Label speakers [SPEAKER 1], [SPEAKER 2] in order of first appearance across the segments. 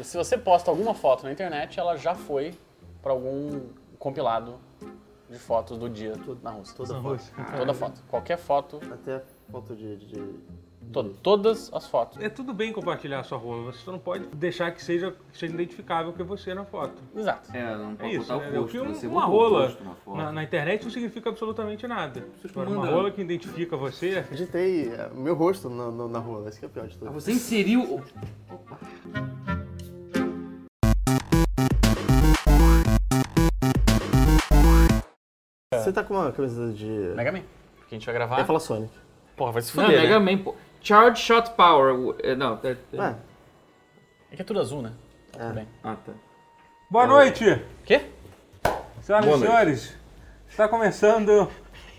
[SPEAKER 1] Se você posta alguma foto na internet, ela já foi pra algum compilado de fotos do dia na Rússia.
[SPEAKER 2] Tá
[SPEAKER 3] Toda foto.
[SPEAKER 2] Ah.
[SPEAKER 1] Toda foto. Qualquer foto,
[SPEAKER 3] Até foto de. de-
[SPEAKER 1] to- todas as fotos.
[SPEAKER 2] É tudo bem compartilhar a sua rola, você só não pode deixar que seja, que seja identificável que é você na foto.
[SPEAKER 1] Exato.
[SPEAKER 4] É, não
[SPEAKER 2] É
[SPEAKER 4] pode
[SPEAKER 2] isso,
[SPEAKER 4] botar
[SPEAKER 2] né?
[SPEAKER 4] o
[SPEAKER 2] O
[SPEAKER 4] rosto.
[SPEAKER 2] que um-
[SPEAKER 4] você
[SPEAKER 2] uma
[SPEAKER 4] botou o
[SPEAKER 2] rola
[SPEAKER 4] rosto na foto.
[SPEAKER 2] na, na internet não significa absolutamente nada.
[SPEAKER 4] pessoas
[SPEAKER 2] Agora, uma
[SPEAKER 4] mandam.
[SPEAKER 2] rola que identifica você,
[SPEAKER 3] Eu digitei é, meu rosto na, na, na rola, esse que é o pior de tudo.
[SPEAKER 4] Ah, Você inseriu. o-
[SPEAKER 3] Você tá com uma camisa de.
[SPEAKER 1] Mega Man. Porque a gente vai gravar.
[SPEAKER 3] Eu ia falar Sonic.
[SPEAKER 1] Porra, vai se
[SPEAKER 4] Não,
[SPEAKER 1] fuder.
[SPEAKER 4] Mega
[SPEAKER 1] né?
[SPEAKER 4] Man, pô. Charge Shot Power. o- é, Não, tá- tá-
[SPEAKER 3] Ué,
[SPEAKER 1] É que é tudo azul, né? Tá tudo
[SPEAKER 3] É.
[SPEAKER 1] bem.
[SPEAKER 4] Ah, tá.
[SPEAKER 2] Boa noite,
[SPEAKER 1] Quê?
[SPEAKER 2] senhoras e senhores. Está começando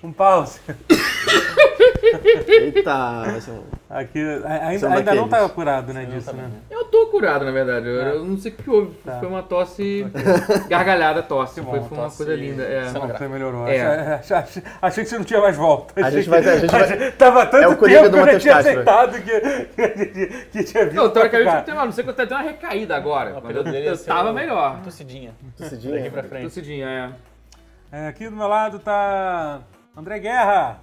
[SPEAKER 2] um pause.
[SPEAKER 3] eita, vai ser um.
[SPEAKER 2] Aqui, a- ainda,
[SPEAKER 3] São
[SPEAKER 2] ainda não
[SPEAKER 3] daqueles.
[SPEAKER 2] tá curado, né, disso, né?
[SPEAKER 4] Eu tô curado, na verdade. Eu, eu não sei o que houve.
[SPEAKER 2] Tá.
[SPEAKER 4] Foi uma tosse gargalhada, tosse.
[SPEAKER 2] bom,
[SPEAKER 4] foi foi uma
[SPEAKER 2] tosse-
[SPEAKER 4] coisa linda. É.
[SPEAKER 1] Você não grava.
[SPEAKER 2] Você melhorou.
[SPEAKER 4] É.
[SPEAKER 2] Achei, achei- achei que você não tinha mais volta.
[SPEAKER 3] A
[SPEAKER 2] Achei
[SPEAKER 3] gente vai-
[SPEAKER 2] que-
[SPEAKER 3] a gente vai-
[SPEAKER 2] Tava tanto
[SPEAKER 3] É o Coringa
[SPEAKER 2] tempo
[SPEAKER 3] do
[SPEAKER 2] que eu já
[SPEAKER 3] Matheus
[SPEAKER 2] tinha
[SPEAKER 3] Castro.
[SPEAKER 2] aceitado que, que tinha vindo
[SPEAKER 4] Não,
[SPEAKER 2] pra
[SPEAKER 4] teoricamente não
[SPEAKER 2] ficar.
[SPEAKER 4] tem mal. Não sei que eu até dei uma recaída agora. mas eu,
[SPEAKER 1] período dele ia
[SPEAKER 4] eu
[SPEAKER 2] é
[SPEAKER 1] ser
[SPEAKER 4] tava
[SPEAKER 1] o-
[SPEAKER 4] melhor.
[SPEAKER 1] Tossidinha.
[SPEAKER 3] tossidinha.
[SPEAKER 1] Daqui pra frente.
[SPEAKER 4] Tossidinha, é.
[SPEAKER 2] É, aqui do meu lado tá André Guerra,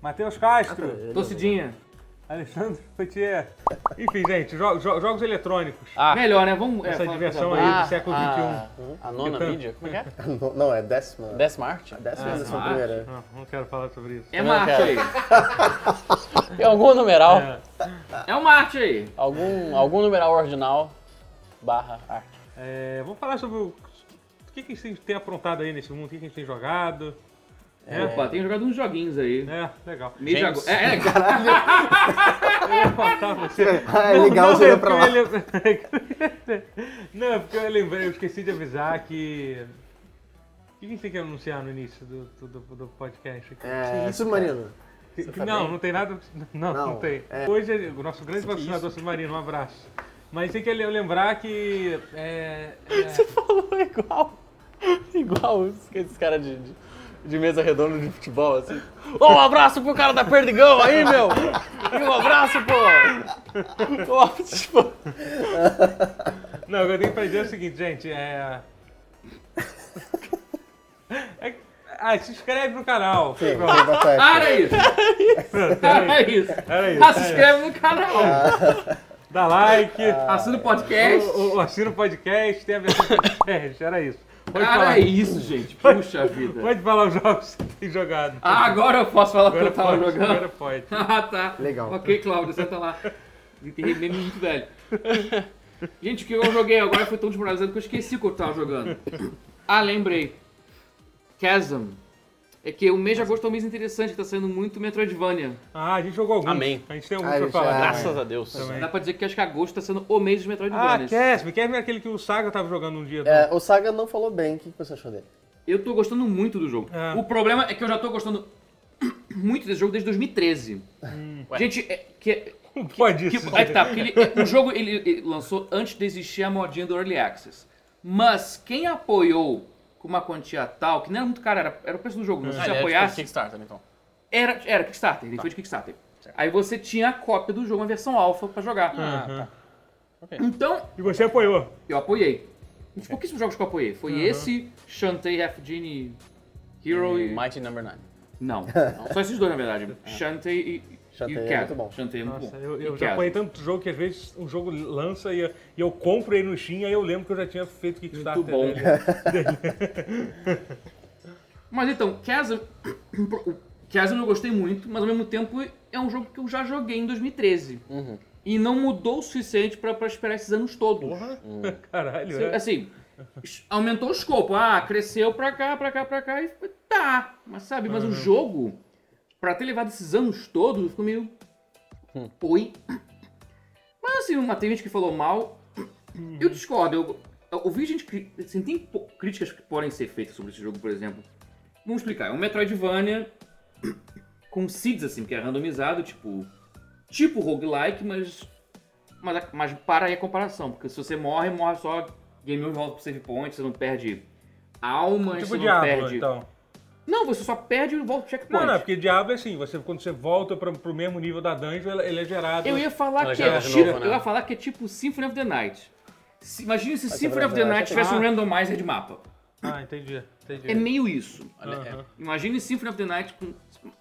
[SPEAKER 2] Matheus Castro,
[SPEAKER 3] é
[SPEAKER 4] Tossidinha.
[SPEAKER 2] Alexandre Potier. Enfim, gente, jo- jo- jogos eletrônicos.
[SPEAKER 1] Ah.
[SPEAKER 4] Melhor, né? Vamos. é,
[SPEAKER 2] Essa
[SPEAKER 4] falar coisa
[SPEAKER 2] diversão
[SPEAKER 4] boa.
[SPEAKER 2] aí do
[SPEAKER 1] Ah,
[SPEAKER 2] século um.
[SPEAKER 1] a- A nona
[SPEAKER 2] Yukan.
[SPEAKER 1] mídia? Como é que é?
[SPEAKER 3] Não, não, é décima.
[SPEAKER 1] Décima arte?
[SPEAKER 3] Décima é
[SPEAKER 4] não,
[SPEAKER 3] a primeira.
[SPEAKER 2] Não, não quero falar sobre isso.
[SPEAKER 4] É uma arte aí.
[SPEAKER 1] Tem algum numeral,
[SPEAKER 2] É.
[SPEAKER 4] É uma arte aí.
[SPEAKER 1] algum, algum numeral ordinal barra arte.
[SPEAKER 2] É, vamos falar sobre o, o que, que a gente tem aprontado aí nesse mundo, o que, que a gente tem jogado. né?
[SPEAKER 4] Opa, tem jogado uns joguinhos aí.
[SPEAKER 2] É, legal.
[SPEAKER 4] Meio de
[SPEAKER 1] James.
[SPEAKER 4] agora. É, é,
[SPEAKER 2] Tá, você-
[SPEAKER 3] Ah, é legal, você olhou pra lá.
[SPEAKER 2] porque eu lem- Não, é porque eu lembrei, eu esqueci de avisar que. O que a gente tem que anunciar no início do, do, do podcast aqui?
[SPEAKER 3] É, submarino.
[SPEAKER 2] Que- que- não, não tem nada. Não, não,
[SPEAKER 3] Não,
[SPEAKER 2] tem.
[SPEAKER 3] é-
[SPEAKER 2] Hoje é o nosso grande patrocinador submarino, um abraço. Mas tem que le- lembrar que. É, é,
[SPEAKER 1] Falou igual. Igual os- esses caras de, de, de mesa redonda de futebol, assim. Ô, um abraço pro cara da Perdigão aí, meu! E um abraço, pô! Ó, tipo,
[SPEAKER 2] não, o que eu tenho pra dizer é o seguinte, gente. É. é que- ah, se inscreve no canal. Pronto,
[SPEAKER 4] ah, era isso. Era isso.
[SPEAKER 2] Era isso.
[SPEAKER 4] Ah, se inscreve no
[SPEAKER 2] Ah.
[SPEAKER 4] canal.
[SPEAKER 2] Dá like.
[SPEAKER 3] Ah.
[SPEAKER 4] Assina o podcast.
[SPEAKER 2] O, o, assina o podcast, tem a versão podcast, era isso. Pode
[SPEAKER 4] Cara,
[SPEAKER 2] falar.
[SPEAKER 4] é isso, gente. Puxa vida.
[SPEAKER 2] Pode falar os jogos que você tem jogado.
[SPEAKER 4] Ah, agora eu posso falar o que eu tava
[SPEAKER 2] pode,
[SPEAKER 4] jogando.
[SPEAKER 2] agora pode.
[SPEAKER 4] Ah, tá.
[SPEAKER 3] Legal.
[SPEAKER 4] Ok, Cláudio, senta lá. Enterrei meme muito velho. Gente, o que eu joguei agora foi tão desmoralizado que eu esqueci o que eu tava jogando. Ah, lembrei. Chasm. É que o mês de agosto é um mês interessante, que tá saindo muito Metroidvania.
[SPEAKER 2] Ah, a gente jogou alguns.
[SPEAKER 1] Amém.
[SPEAKER 2] A gente tem
[SPEAKER 3] Ah,
[SPEAKER 2] alguns pra
[SPEAKER 3] gente,
[SPEAKER 2] falar.
[SPEAKER 3] é.
[SPEAKER 2] também.
[SPEAKER 1] graças a Deus.
[SPEAKER 2] Também.
[SPEAKER 4] Dá pra dizer que acho que agosto tá sendo o mês dos
[SPEAKER 2] Ah,
[SPEAKER 4] Metroidvanias.
[SPEAKER 2] Casm, Casm é aquele que o Saga tava jogando um dia. do-
[SPEAKER 3] É, o Saga não falou bem, o que que você achou dele?
[SPEAKER 4] Eu tô gostando muito do jogo.
[SPEAKER 1] Ah.
[SPEAKER 2] É.
[SPEAKER 4] O problema é que eu já tô gostando muito desse jogo desde 2013.
[SPEAKER 1] Hum.
[SPEAKER 4] Gente, é, que,
[SPEAKER 2] Não pode
[SPEAKER 4] que,
[SPEAKER 2] isso.
[SPEAKER 4] é que tá, porque ele- é, o jogo ele, ele lançou antes de existir a modinha do Early Access. Mas quem apoiou com uma quantia tal, que não era muito cara, era, era o preço do jogo, mas se você
[SPEAKER 1] Ah, ele é tipo
[SPEAKER 4] apoiasse,
[SPEAKER 1] Kickstarter, Tá. então.
[SPEAKER 4] era, era Kickstarter, ele foi de Kickstarter. Aí você tinha a cópia do jogo, uma versão alfa pra
[SPEAKER 1] Ah,
[SPEAKER 4] jogar.
[SPEAKER 1] tá.
[SPEAKER 4] Então,
[SPEAKER 2] E você apoiou.
[SPEAKER 4] eu apoiei. Um dos pouquíssimos jogos que eu apoiei. Foi esse, Shantae, Half Genie, Hero e...
[SPEAKER 1] Mighty Number 9.
[SPEAKER 4] Não, só esses dois, na verdade. Shantae e,
[SPEAKER 3] Shantae
[SPEAKER 4] e
[SPEAKER 3] é
[SPEAKER 4] Chasm.
[SPEAKER 3] muito bom.
[SPEAKER 4] Shantae é muito
[SPEAKER 2] Nossa,
[SPEAKER 4] bom.
[SPEAKER 2] eu,
[SPEAKER 4] E
[SPEAKER 2] eu já
[SPEAKER 4] Chasm.
[SPEAKER 2] apoiei tanto jogo que às vezes um jogo lança e, e eu compro ele no Steam, aí eu lembro que eu já tinha feito Kickstarter. né?
[SPEAKER 4] Muito bom. É.
[SPEAKER 2] dele.
[SPEAKER 4] Mas então, Chasm... o Chasm eu gostei muito, mas ao mesmo tempo é um jogo que eu já joguei em 2013.
[SPEAKER 3] Uhum.
[SPEAKER 4] E não mudou o suficiente pra, pra esperar esses anos todos.
[SPEAKER 2] "Ah, Caralho,
[SPEAKER 4] Assim,
[SPEAKER 2] é.
[SPEAKER 4] assim, es- aumentou o escopo. Ah, cresceu pra cá, pra cá, pra cá e foi- tá. Mas sabe, mas o jogo, pra ter levado esses anos todos, ficou meio. Oi. Mas assim, uma, tem gente que falou mal. Eu discordo. Eu, eu ouvi gente. cri- Assim, tem po- críticas que podem ser feitas sobre esse jogo, por exemplo. Vamos explicar. É um Metroidvania com seeds, assim, que é randomizado, tipo. Tipo roguelike, mas mas, mas para aí a comparação, porque se você morre, morre só game over volta pro save point, você não perde alma,
[SPEAKER 2] tipo
[SPEAKER 4] você não
[SPEAKER 2] Diablo,
[SPEAKER 4] perde.
[SPEAKER 2] então.
[SPEAKER 4] Não, você só perde e volta o checkpoint.
[SPEAKER 2] Não, não, porque Diablo é assim, você, quando você volta pra, pro mesmo nível da dungeon, ele- ele é gerado.
[SPEAKER 4] Eu ia falar
[SPEAKER 1] Ela
[SPEAKER 4] que
[SPEAKER 1] já
[SPEAKER 4] é
[SPEAKER 1] era de
[SPEAKER 4] tipo,
[SPEAKER 1] novo, né?
[SPEAKER 4] eu ia falar que é tipo Symphony of the Night. Se- Imagina se Symphony of the Night tivesse um
[SPEAKER 2] Ah.
[SPEAKER 4] randomizer de mapa.
[SPEAKER 2] Ah, entendi, entendi.
[SPEAKER 4] É meio isso.
[SPEAKER 1] é,
[SPEAKER 2] Aham.
[SPEAKER 4] Imagine Symphony of the Night com.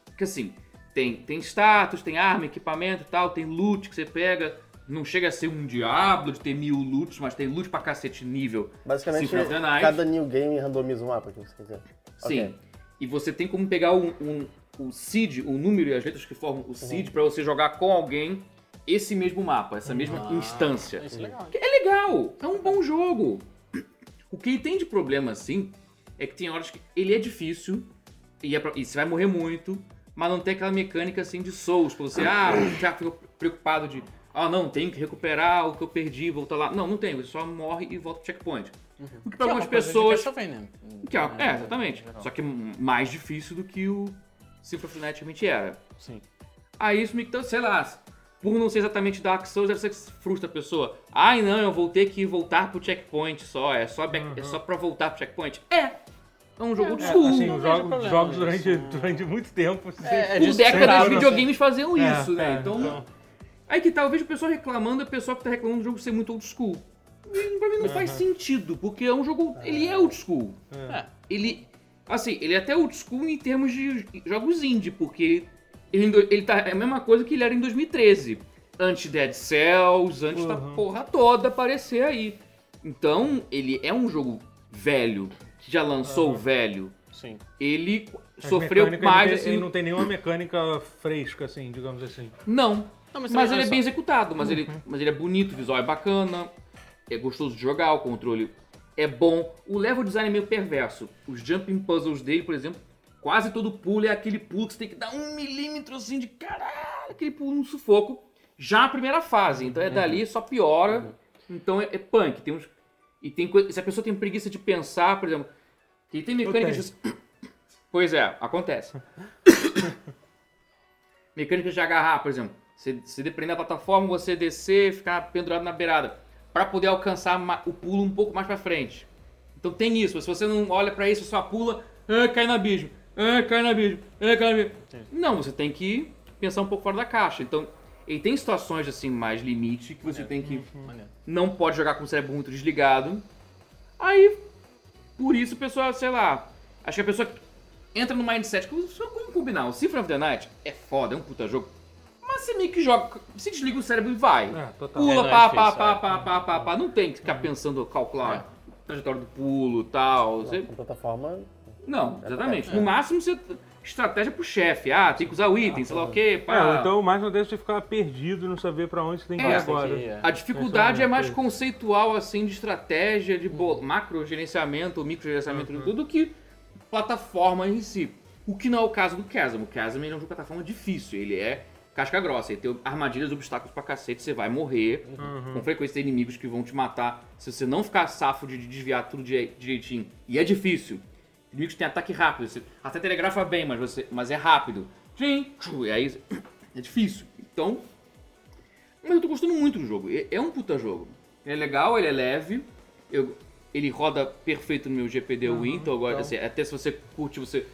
[SPEAKER 4] Porque assim, tem, tem status, tem arma, equipamento e tal, tem loot que você pega. Não chega a ser um diabo de ter mil loots, mas tem loot pra cacete nível.
[SPEAKER 3] Basicamente,
[SPEAKER 4] Symphony of the Night.
[SPEAKER 3] cada new game randomiza um mapa, que você quer dizer.
[SPEAKER 4] Sim.
[SPEAKER 3] Ok.
[SPEAKER 4] E você tem como pegar um, um, o seed, o número e as letras que formam o
[SPEAKER 3] Uhum.
[SPEAKER 4] seed, pra você jogar com alguém esse mesmo mapa, essa mesma instância.
[SPEAKER 1] Isso é legal. hein?
[SPEAKER 4] Que é legal, é um bom jogo. O que tem de problema, assim, é que tem horas que ele é difícil e, é pra- e você vai morrer muito, mas não tem aquela mecânica, assim, de Souls, pra você, ah, já fica preocupado de, ah, não, tenho que recuperar o que eu perdi, voltar lá. Não, não tem, você só morre e volta pro checkpoint. O que pra
[SPEAKER 1] Que é uma
[SPEAKER 4] algumas
[SPEAKER 1] coisa de
[SPEAKER 4] pessoas...
[SPEAKER 1] Castlevania.
[SPEAKER 4] Que é,
[SPEAKER 1] Né,
[SPEAKER 4] é, exatamente.
[SPEAKER 1] em geral.
[SPEAKER 4] Só que mais difícil do que o Symphony of the Night realmente era.
[SPEAKER 1] Sim.
[SPEAKER 4] Aí isso me então, sei lá, por não ser exatamente Dark Souls, deve ser que frustra a pessoa. Ai não, eu vou ter que voltar pro checkpoint só, é só, back- é só pra voltar pro checkpoint. É! É um jogo de
[SPEAKER 2] É,
[SPEAKER 4] sul.
[SPEAKER 2] assim,
[SPEAKER 1] não
[SPEAKER 2] os jogos,
[SPEAKER 1] vejo problema
[SPEAKER 2] jogos
[SPEAKER 1] nisso.
[SPEAKER 2] durante, durante muito tempo. assim,
[SPEAKER 1] É, é
[SPEAKER 4] por
[SPEAKER 1] disso que se
[SPEAKER 4] décadas os
[SPEAKER 1] trata.
[SPEAKER 4] videogames faziam
[SPEAKER 2] É,
[SPEAKER 4] isso, né?
[SPEAKER 2] é,
[SPEAKER 4] então, Aí que tá, eu vejo o pessoal reclamando, a pessoa que tá reclamando do jogo ser muito old school. E pra mim não faz sentido, porque é um jogo. Ele é old school.
[SPEAKER 1] É.
[SPEAKER 4] Ele. Assim, ele é até old school em termos de jogos indie, porque ele, em do- ele tá. É a mesma coisa que ele era em 2013. Antes Dead Cells, antes da
[SPEAKER 2] Uhum.
[SPEAKER 4] porra toda aparecer aí. Então, ele é um jogo velho, que já lançou o velho.
[SPEAKER 1] Sim.
[SPEAKER 4] Ele
[SPEAKER 2] As
[SPEAKER 4] sofreu
[SPEAKER 2] mecânicas, ele,
[SPEAKER 4] mais,
[SPEAKER 2] tem-
[SPEAKER 4] assim.
[SPEAKER 2] ele não tem nenhuma mecânica fresca, assim, digamos assim.
[SPEAKER 4] Não.
[SPEAKER 1] Não,
[SPEAKER 4] Mas,
[SPEAKER 1] também
[SPEAKER 4] ele é
[SPEAKER 1] olha
[SPEAKER 4] bem executado, mas, ele, mas ele é bonito, o visual é bacana, é gostoso de jogar, o controle é bom. O level design é meio perverso. Os jumping puzzles dele, por exemplo, quase todo pulo é aquele pulo que você tem que dar um milímetro assim de caralho, aquele pulo no sufoco. Já a primeira fase, então é dali, só piora. Então é, é punk. Tem uns, e tem coisa, se a pessoa tem preguiça de pensar, por exemplo, que tem mecânicas
[SPEAKER 2] tenho.
[SPEAKER 4] de Pois é, acontece. Mecânicas de agarrar, por exemplo. Você se depender da plataforma, você descer e ficar pendurado na beirada. Pra poder alcançar ma- o pulo um pouco mais pra frente. Então tem isso. Se você não olha pra isso, só pula, ah, cai no abismo. Ah, cai no abismo. Ah, cai no abismo. Não, você tem que pensar um pouco fora da caixa. Então, ele tem situações assim mais limite que você tem que
[SPEAKER 1] só. Maneiro.
[SPEAKER 4] não pode jogar com o cérebro muito desligado. Aí, por isso, o pessoal, sei lá, acho que a pessoa entra no mindset, que vamos combinar, o Symphony of the Night é foda, é um puta jogo, mas você meio que joga, se desliga o cérebro e vai.
[SPEAKER 2] É, total.
[SPEAKER 1] É,
[SPEAKER 4] Pula,
[SPEAKER 1] não é
[SPEAKER 4] pá, pá,
[SPEAKER 1] difícil,
[SPEAKER 4] pá,
[SPEAKER 1] é.
[SPEAKER 4] pá, pá, pá, pá, não tem que ficar pensando, calcular a trajetória do pulo e
[SPEAKER 2] É.
[SPEAKER 4] tal, você...
[SPEAKER 3] Com plataforma,
[SPEAKER 4] não, exatamente, no máximo você... Estratégia pro chefe, ah, tem que usar o item, sei lá o quê, pá.
[SPEAKER 2] É,
[SPEAKER 3] Ah,
[SPEAKER 2] ou então o mais não deve você ficar perdido, não saber pra onde você tem que
[SPEAKER 4] É,
[SPEAKER 2] ir
[SPEAKER 4] tem que
[SPEAKER 2] agora.
[SPEAKER 1] ir, é.
[SPEAKER 4] A dificuldade
[SPEAKER 2] Essa é
[SPEAKER 4] é
[SPEAKER 2] uma
[SPEAKER 4] mais
[SPEAKER 2] coisa.
[SPEAKER 4] conceitual, assim, de estratégia, de bo- macro gerenciamento, micro gerenciamento de tudo, que plataforma em si. O que não é o caso do Chasm. O Chasm ele é um jogo de plataforma difícil, ele é casca grossa, ele tem armadilhas, obstáculos pra cacete, você vai morrer. Com frequência tem inimigos que vão te matar. Se você não ficar safo de de desviar tudo dire- direitinho, e é difícil. Inimigos têm ataque rápido, você até telegrafa bem, mas, você, mas é rápido. Tchim, tchu, e aí é difícil. Então, mas eu tô gostando muito do jogo. É é um puta jogo. Ele é legal, ele é leve. eu- ele roda perfeito no meu GPD Win. Então, agora,
[SPEAKER 1] então.
[SPEAKER 4] assim, até se você curte, você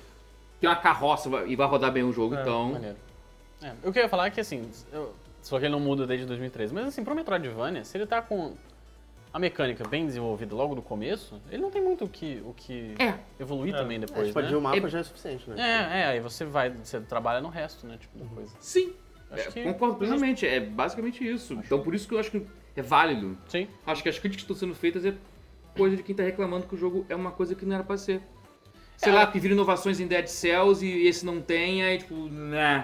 [SPEAKER 4] tem uma carroça vai- e vai rodar bem o jogo. então,
[SPEAKER 1] Maneiro. É, o que eu ia falar é que assim, eu- só que ele não muda desde 2013, mas assim, pro Metroidvania, se ele tá com a mecânica bem desenvolvida logo no começo, ele não tem muito o que, o que
[SPEAKER 4] É.
[SPEAKER 1] evoluir também depois,
[SPEAKER 3] expandir
[SPEAKER 1] né?
[SPEAKER 3] o mapa
[SPEAKER 4] É-
[SPEAKER 3] já é suficiente, né?
[SPEAKER 1] É, é, aí você vai, você trabalha no resto, né, tipo, da coisa.
[SPEAKER 4] sim.
[SPEAKER 1] Acho
[SPEAKER 4] É,
[SPEAKER 1] que-
[SPEAKER 4] Concordo plenamente. É basicamente isso. Então, por isso que eu acho que é válido.
[SPEAKER 1] Sim.
[SPEAKER 4] Acho que as críticas que estão sendo feitas é coisa de quem tá reclamando que o jogo é uma coisa que não era pra ser. Sei
[SPEAKER 1] É.
[SPEAKER 4] lá, que viram inovações em Dead Cells e esse não tem, aí tipo, nah,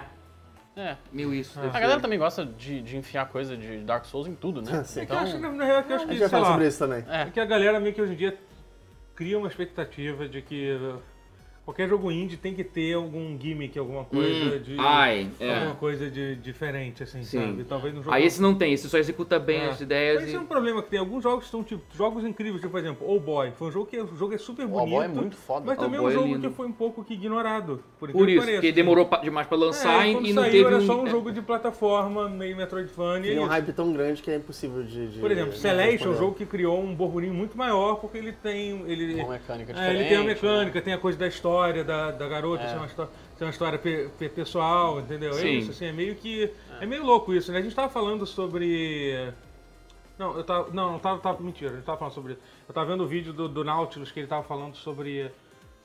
[SPEAKER 1] É.
[SPEAKER 4] meio isso. deve
[SPEAKER 1] A
[SPEAKER 4] ser.
[SPEAKER 1] galera tá também gosta de, de enfiar coisa de Dark Souls em tudo, né?
[SPEAKER 3] Sim.
[SPEAKER 2] É que eu acho, na real, que eu acho
[SPEAKER 3] Então, A
[SPEAKER 2] que,
[SPEAKER 3] gente
[SPEAKER 2] sei
[SPEAKER 3] vai falar
[SPEAKER 2] lá,
[SPEAKER 3] sobre isso também.
[SPEAKER 2] é que a galera meio que hoje em dia cria uma expectativa de que uh, qualquer jogo indie tem que ter algum gimmick, alguma coisa de...
[SPEAKER 4] Ai, é.
[SPEAKER 2] Alguma coisa de diferente, assim,
[SPEAKER 4] Sim.
[SPEAKER 2] sabe? Talvez no jogo...
[SPEAKER 4] Aí esse não tem, esse só executa bem
[SPEAKER 2] É.
[SPEAKER 4] as ideias
[SPEAKER 2] Esse
[SPEAKER 4] e.
[SPEAKER 2] é um problema que tem. Alguns jogos são tipo jogos incríveis, tipo, por exemplo, Oh Boy. Foi um jogo que o jogo é super
[SPEAKER 1] O
[SPEAKER 2] bonito.
[SPEAKER 1] Boy é muito foda.
[SPEAKER 2] Mas
[SPEAKER 4] Oh
[SPEAKER 2] também é um
[SPEAKER 4] Boy é
[SPEAKER 2] jogo
[SPEAKER 4] lindo.
[SPEAKER 2] que foi um pouco que ignorado. Por,
[SPEAKER 4] Por
[SPEAKER 2] incrível que
[SPEAKER 4] isso,
[SPEAKER 2] pareça.
[SPEAKER 4] porque demorou pa- demais pra
[SPEAKER 2] É,
[SPEAKER 4] lançar e-
[SPEAKER 2] quando
[SPEAKER 4] e não
[SPEAKER 2] saiu,
[SPEAKER 4] teve
[SPEAKER 2] era
[SPEAKER 4] um...
[SPEAKER 2] só um
[SPEAKER 4] é.
[SPEAKER 2] jogo de plataforma, meio Metroidvania.
[SPEAKER 3] Tem
[SPEAKER 2] e
[SPEAKER 3] um
[SPEAKER 2] isso.
[SPEAKER 3] hype tão grande que é impossível de. de-
[SPEAKER 2] Por exemplo,
[SPEAKER 3] de
[SPEAKER 2] Celeste é um
[SPEAKER 3] responder.
[SPEAKER 2] jogo que criou um burburinho muito maior, porque ele tem. Ele,
[SPEAKER 1] Uma mecânica
[SPEAKER 2] é,
[SPEAKER 1] diferente. né?
[SPEAKER 2] ele tem a mecânica, tem a coisa da história da, da garota, se é uma história, se é uma história pe- pe- pessoal, entendeu? É
[SPEAKER 4] Sim.
[SPEAKER 2] isso, assim, é meio que. É. meio louco isso, né? A gente tava falando sobre. Não, eu tava. Não, não tava, tava. Mentira, eu não tava falando sobre. Eu tava vendo o vídeo do, do Nautilus que ele tava falando sobre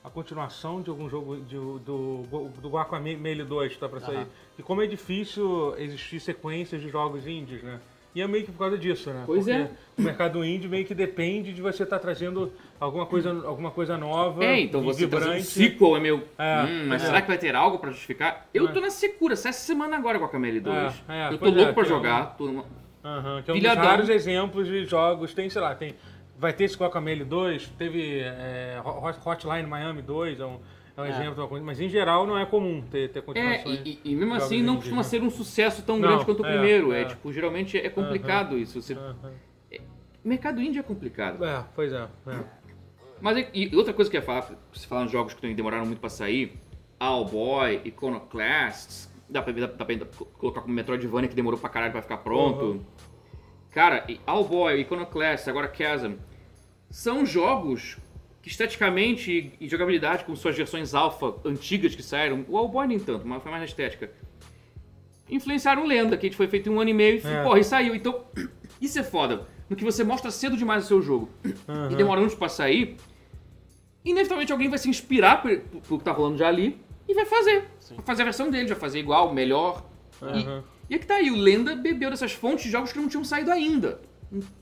[SPEAKER 2] a continuação de algum jogo de- do, do Guacamelee 2 que tá pra sair. E como é difícil existir sequências de jogos indies, né? E é meio que por causa disso, né?
[SPEAKER 4] Pois
[SPEAKER 2] Porque
[SPEAKER 4] é.
[SPEAKER 2] O mercado indie meio que depende de você estar trazendo alguma coisa, alguma coisa nova.
[SPEAKER 4] É, então
[SPEAKER 2] e
[SPEAKER 4] você tá fazendo um
[SPEAKER 2] vibrante.
[SPEAKER 4] sequel, é meio.
[SPEAKER 2] É,
[SPEAKER 4] hum, mas
[SPEAKER 2] é.
[SPEAKER 4] será que vai ter algo pra justificar? Eu tô na secura, sai essa semana agora com a Camille 2.
[SPEAKER 2] É, é,
[SPEAKER 4] eu tô
[SPEAKER 2] pois é,
[SPEAKER 4] louco pra
[SPEAKER 2] que é um-
[SPEAKER 4] jogar. tô-
[SPEAKER 2] Aham, que é um dos
[SPEAKER 4] Pilhadão.
[SPEAKER 2] raros exemplos de jogos. Tem, sei lá, tem. Vai ter esse Guacamele 2, teve é, Hot- Hotline Miami 2, é um, é um exemplo de uma coisa. Mas em geral não é comum ter, ter
[SPEAKER 4] É,
[SPEAKER 2] continuações.
[SPEAKER 4] e, e- e mesmo
[SPEAKER 2] Jogos
[SPEAKER 4] assim não
[SPEAKER 2] indie,
[SPEAKER 4] costuma
[SPEAKER 2] né?
[SPEAKER 4] ser um sucesso tão
[SPEAKER 2] Não,
[SPEAKER 4] grande quanto o
[SPEAKER 2] é,
[SPEAKER 4] primeiro. É,
[SPEAKER 2] é.
[SPEAKER 4] tipo, geralmente é complicado isso. Você...
[SPEAKER 2] Aham.
[SPEAKER 4] Mercado índio é complicado.
[SPEAKER 2] É, pois é. é.
[SPEAKER 4] Mas é- e outra coisa que eu ia falar, se falar em jogos que demoraram muito pra sair, Owlboy, Iconoclasts, dá pra, dá, dá pra ainda co- colocar como Metroidvania que demorou pra caralho pra ficar pronto. Cara, e Owlboy, Iconoclasts, agora Chasm, são jogos que esteticamente e, e jogabilidade, com suas versões alfa antigas que saíram, o Owlboy nem tanto, mas foi mais na estética, influenciaram lenda, que foi feito em um ano e meio e,
[SPEAKER 2] É.
[SPEAKER 4] porra, e saiu. Então, isso é foda. No que você mostra cedo demais o seu jogo e demora anos pra sair, inevitavelmente alguém vai se inspirar por- por- pelo que tá rolando já ali e vai fazer. Vai fazer a versão dele, vai fazer igual, melhor. E-
[SPEAKER 2] Aham.
[SPEAKER 4] E, é que tá aí, o Lenda bebeu dessas fontes de jogos que não tinham saído ainda.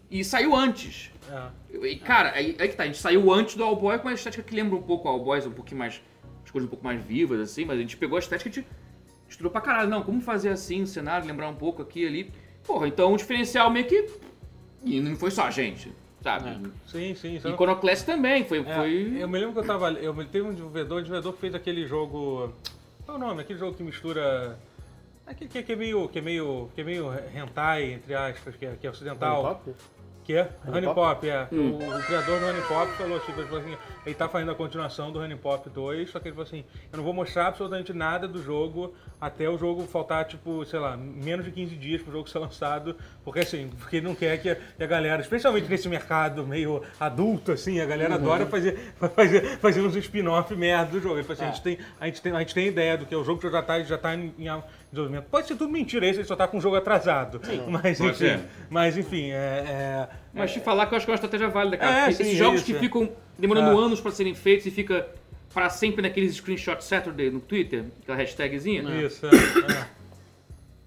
[SPEAKER 4] E saiu antes.
[SPEAKER 2] é.
[SPEAKER 4] E, cara, aí, aí que tá, a gente saiu antes do All Boy com a estética que lembra um pouco o All Boys, um pouquinho mais. as coisas um pouco mais vivas, assim, mas a gente pegou a estética e a gente estudou pra caralho. Não, como fazer assim o cenário, lembrar um pouco aqui e ali. Porra, então o diferencial meio que. E não foi só a gente, sabe?
[SPEAKER 2] Sim, sim.
[SPEAKER 4] E
[SPEAKER 2] só-
[SPEAKER 4] Iconoclast também, foi.
[SPEAKER 2] É,
[SPEAKER 4] foi...
[SPEAKER 2] Eu me lembro que eu tava. Eu me- teve um desenvolvedor, um desenvolvedor que fez aquele jogo. Qual é o nome? Aquele jogo que mistura. Aquele que, que é meio. que é meio. que é meio hentai, entre aspas, que é, que é ocidental.
[SPEAKER 3] Tá Top?
[SPEAKER 2] Que é? Honey
[SPEAKER 3] Pop?
[SPEAKER 2] Pop, é. O, o criador do Honey Pop falou assim, ele falou assim, ele tá fazendo a continuação do Honey Pop 2, só que ele falou assim, eu não vou mostrar absolutamente nada do jogo até o jogo faltar, tipo, sei lá, menos de 15 dias pro jogo ser lançado, porque assim, porque ele não quer que a, que a galera, especialmente nesse mercado meio adulto, assim, a galera adora fazer, fazer, fazer uns spin-off merda do jogo. Ele falou assim, a, gente tem, a, gente tem, a gente tem ideia do que é o jogo que já tá, já tá em, em desenvolvimento. Pode ser tudo mentira, esse ele só tá com o jogo atrasado. Mas
[SPEAKER 4] Pode
[SPEAKER 2] enfim,
[SPEAKER 4] ser.
[SPEAKER 2] mas enfim, é- é
[SPEAKER 4] Mas te falar que eu acho que é uma estratégia válida, cara.
[SPEAKER 2] É,
[SPEAKER 4] Porque
[SPEAKER 2] sim,
[SPEAKER 4] esses
[SPEAKER 2] é
[SPEAKER 4] jogos
[SPEAKER 2] isso,
[SPEAKER 4] que
[SPEAKER 2] é.
[SPEAKER 4] ficam demorando
[SPEAKER 2] É.
[SPEAKER 4] anos pra serem feitos e fica pra sempre naqueles screenshot Saturday no Twitter, aquela hashtagzinha,
[SPEAKER 2] Isso, é. é.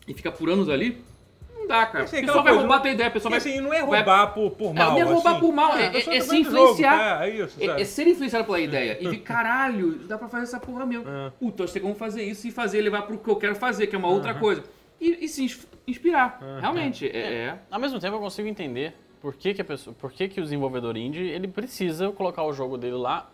[SPEAKER 4] e fica por anos ali, não dá, cara.
[SPEAKER 2] Assim,
[SPEAKER 4] o
[SPEAKER 2] aquela
[SPEAKER 4] pessoal vai
[SPEAKER 2] coisa,
[SPEAKER 4] roubar
[SPEAKER 2] não-
[SPEAKER 4] tua ideia, o pessoal
[SPEAKER 2] E
[SPEAKER 4] vai...
[SPEAKER 2] assim, não é
[SPEAKER 4] vai-
[SPEAKER 2] roubar por, por mal.
[SPEAKER 4] não é roubar
[SPEAKER 2] assim.
[SPEAKER 4] por mal,
[SPEAKER 2] Ah,
[SPEAKER 4] é-
[SPEAKER 2] a pessoa
[SPEAKER 4] é- é
[SPEAKER 2] tá
[SPEAKER 4] se
[SPEAKER 2] vendo o jogo,
[SPEAKER 4] influenciar.
[SPEAKER 2] É, é isso,
[SPEAKER 4] É,
[SPEAKER 2] sabe?
[SPEAKER 4] é ser influenciado pela ideia e ver, caralho, dá pra fazer essa porra mesmo.
[SPEAKER 2] É.
[SPEAKER 4] Puta, eu sei como fazer isso e fazer, levar pro que eu quero fazer, que é uma outra coisa. E, e se ins- inspirar, realmente. É, é.
[SPEAKER 1] Ao mesmo tempo, eu consigo entender por que, que, a pessoa, por que, que o desenvolvedor indie ele precisa colocar o jogo dele lá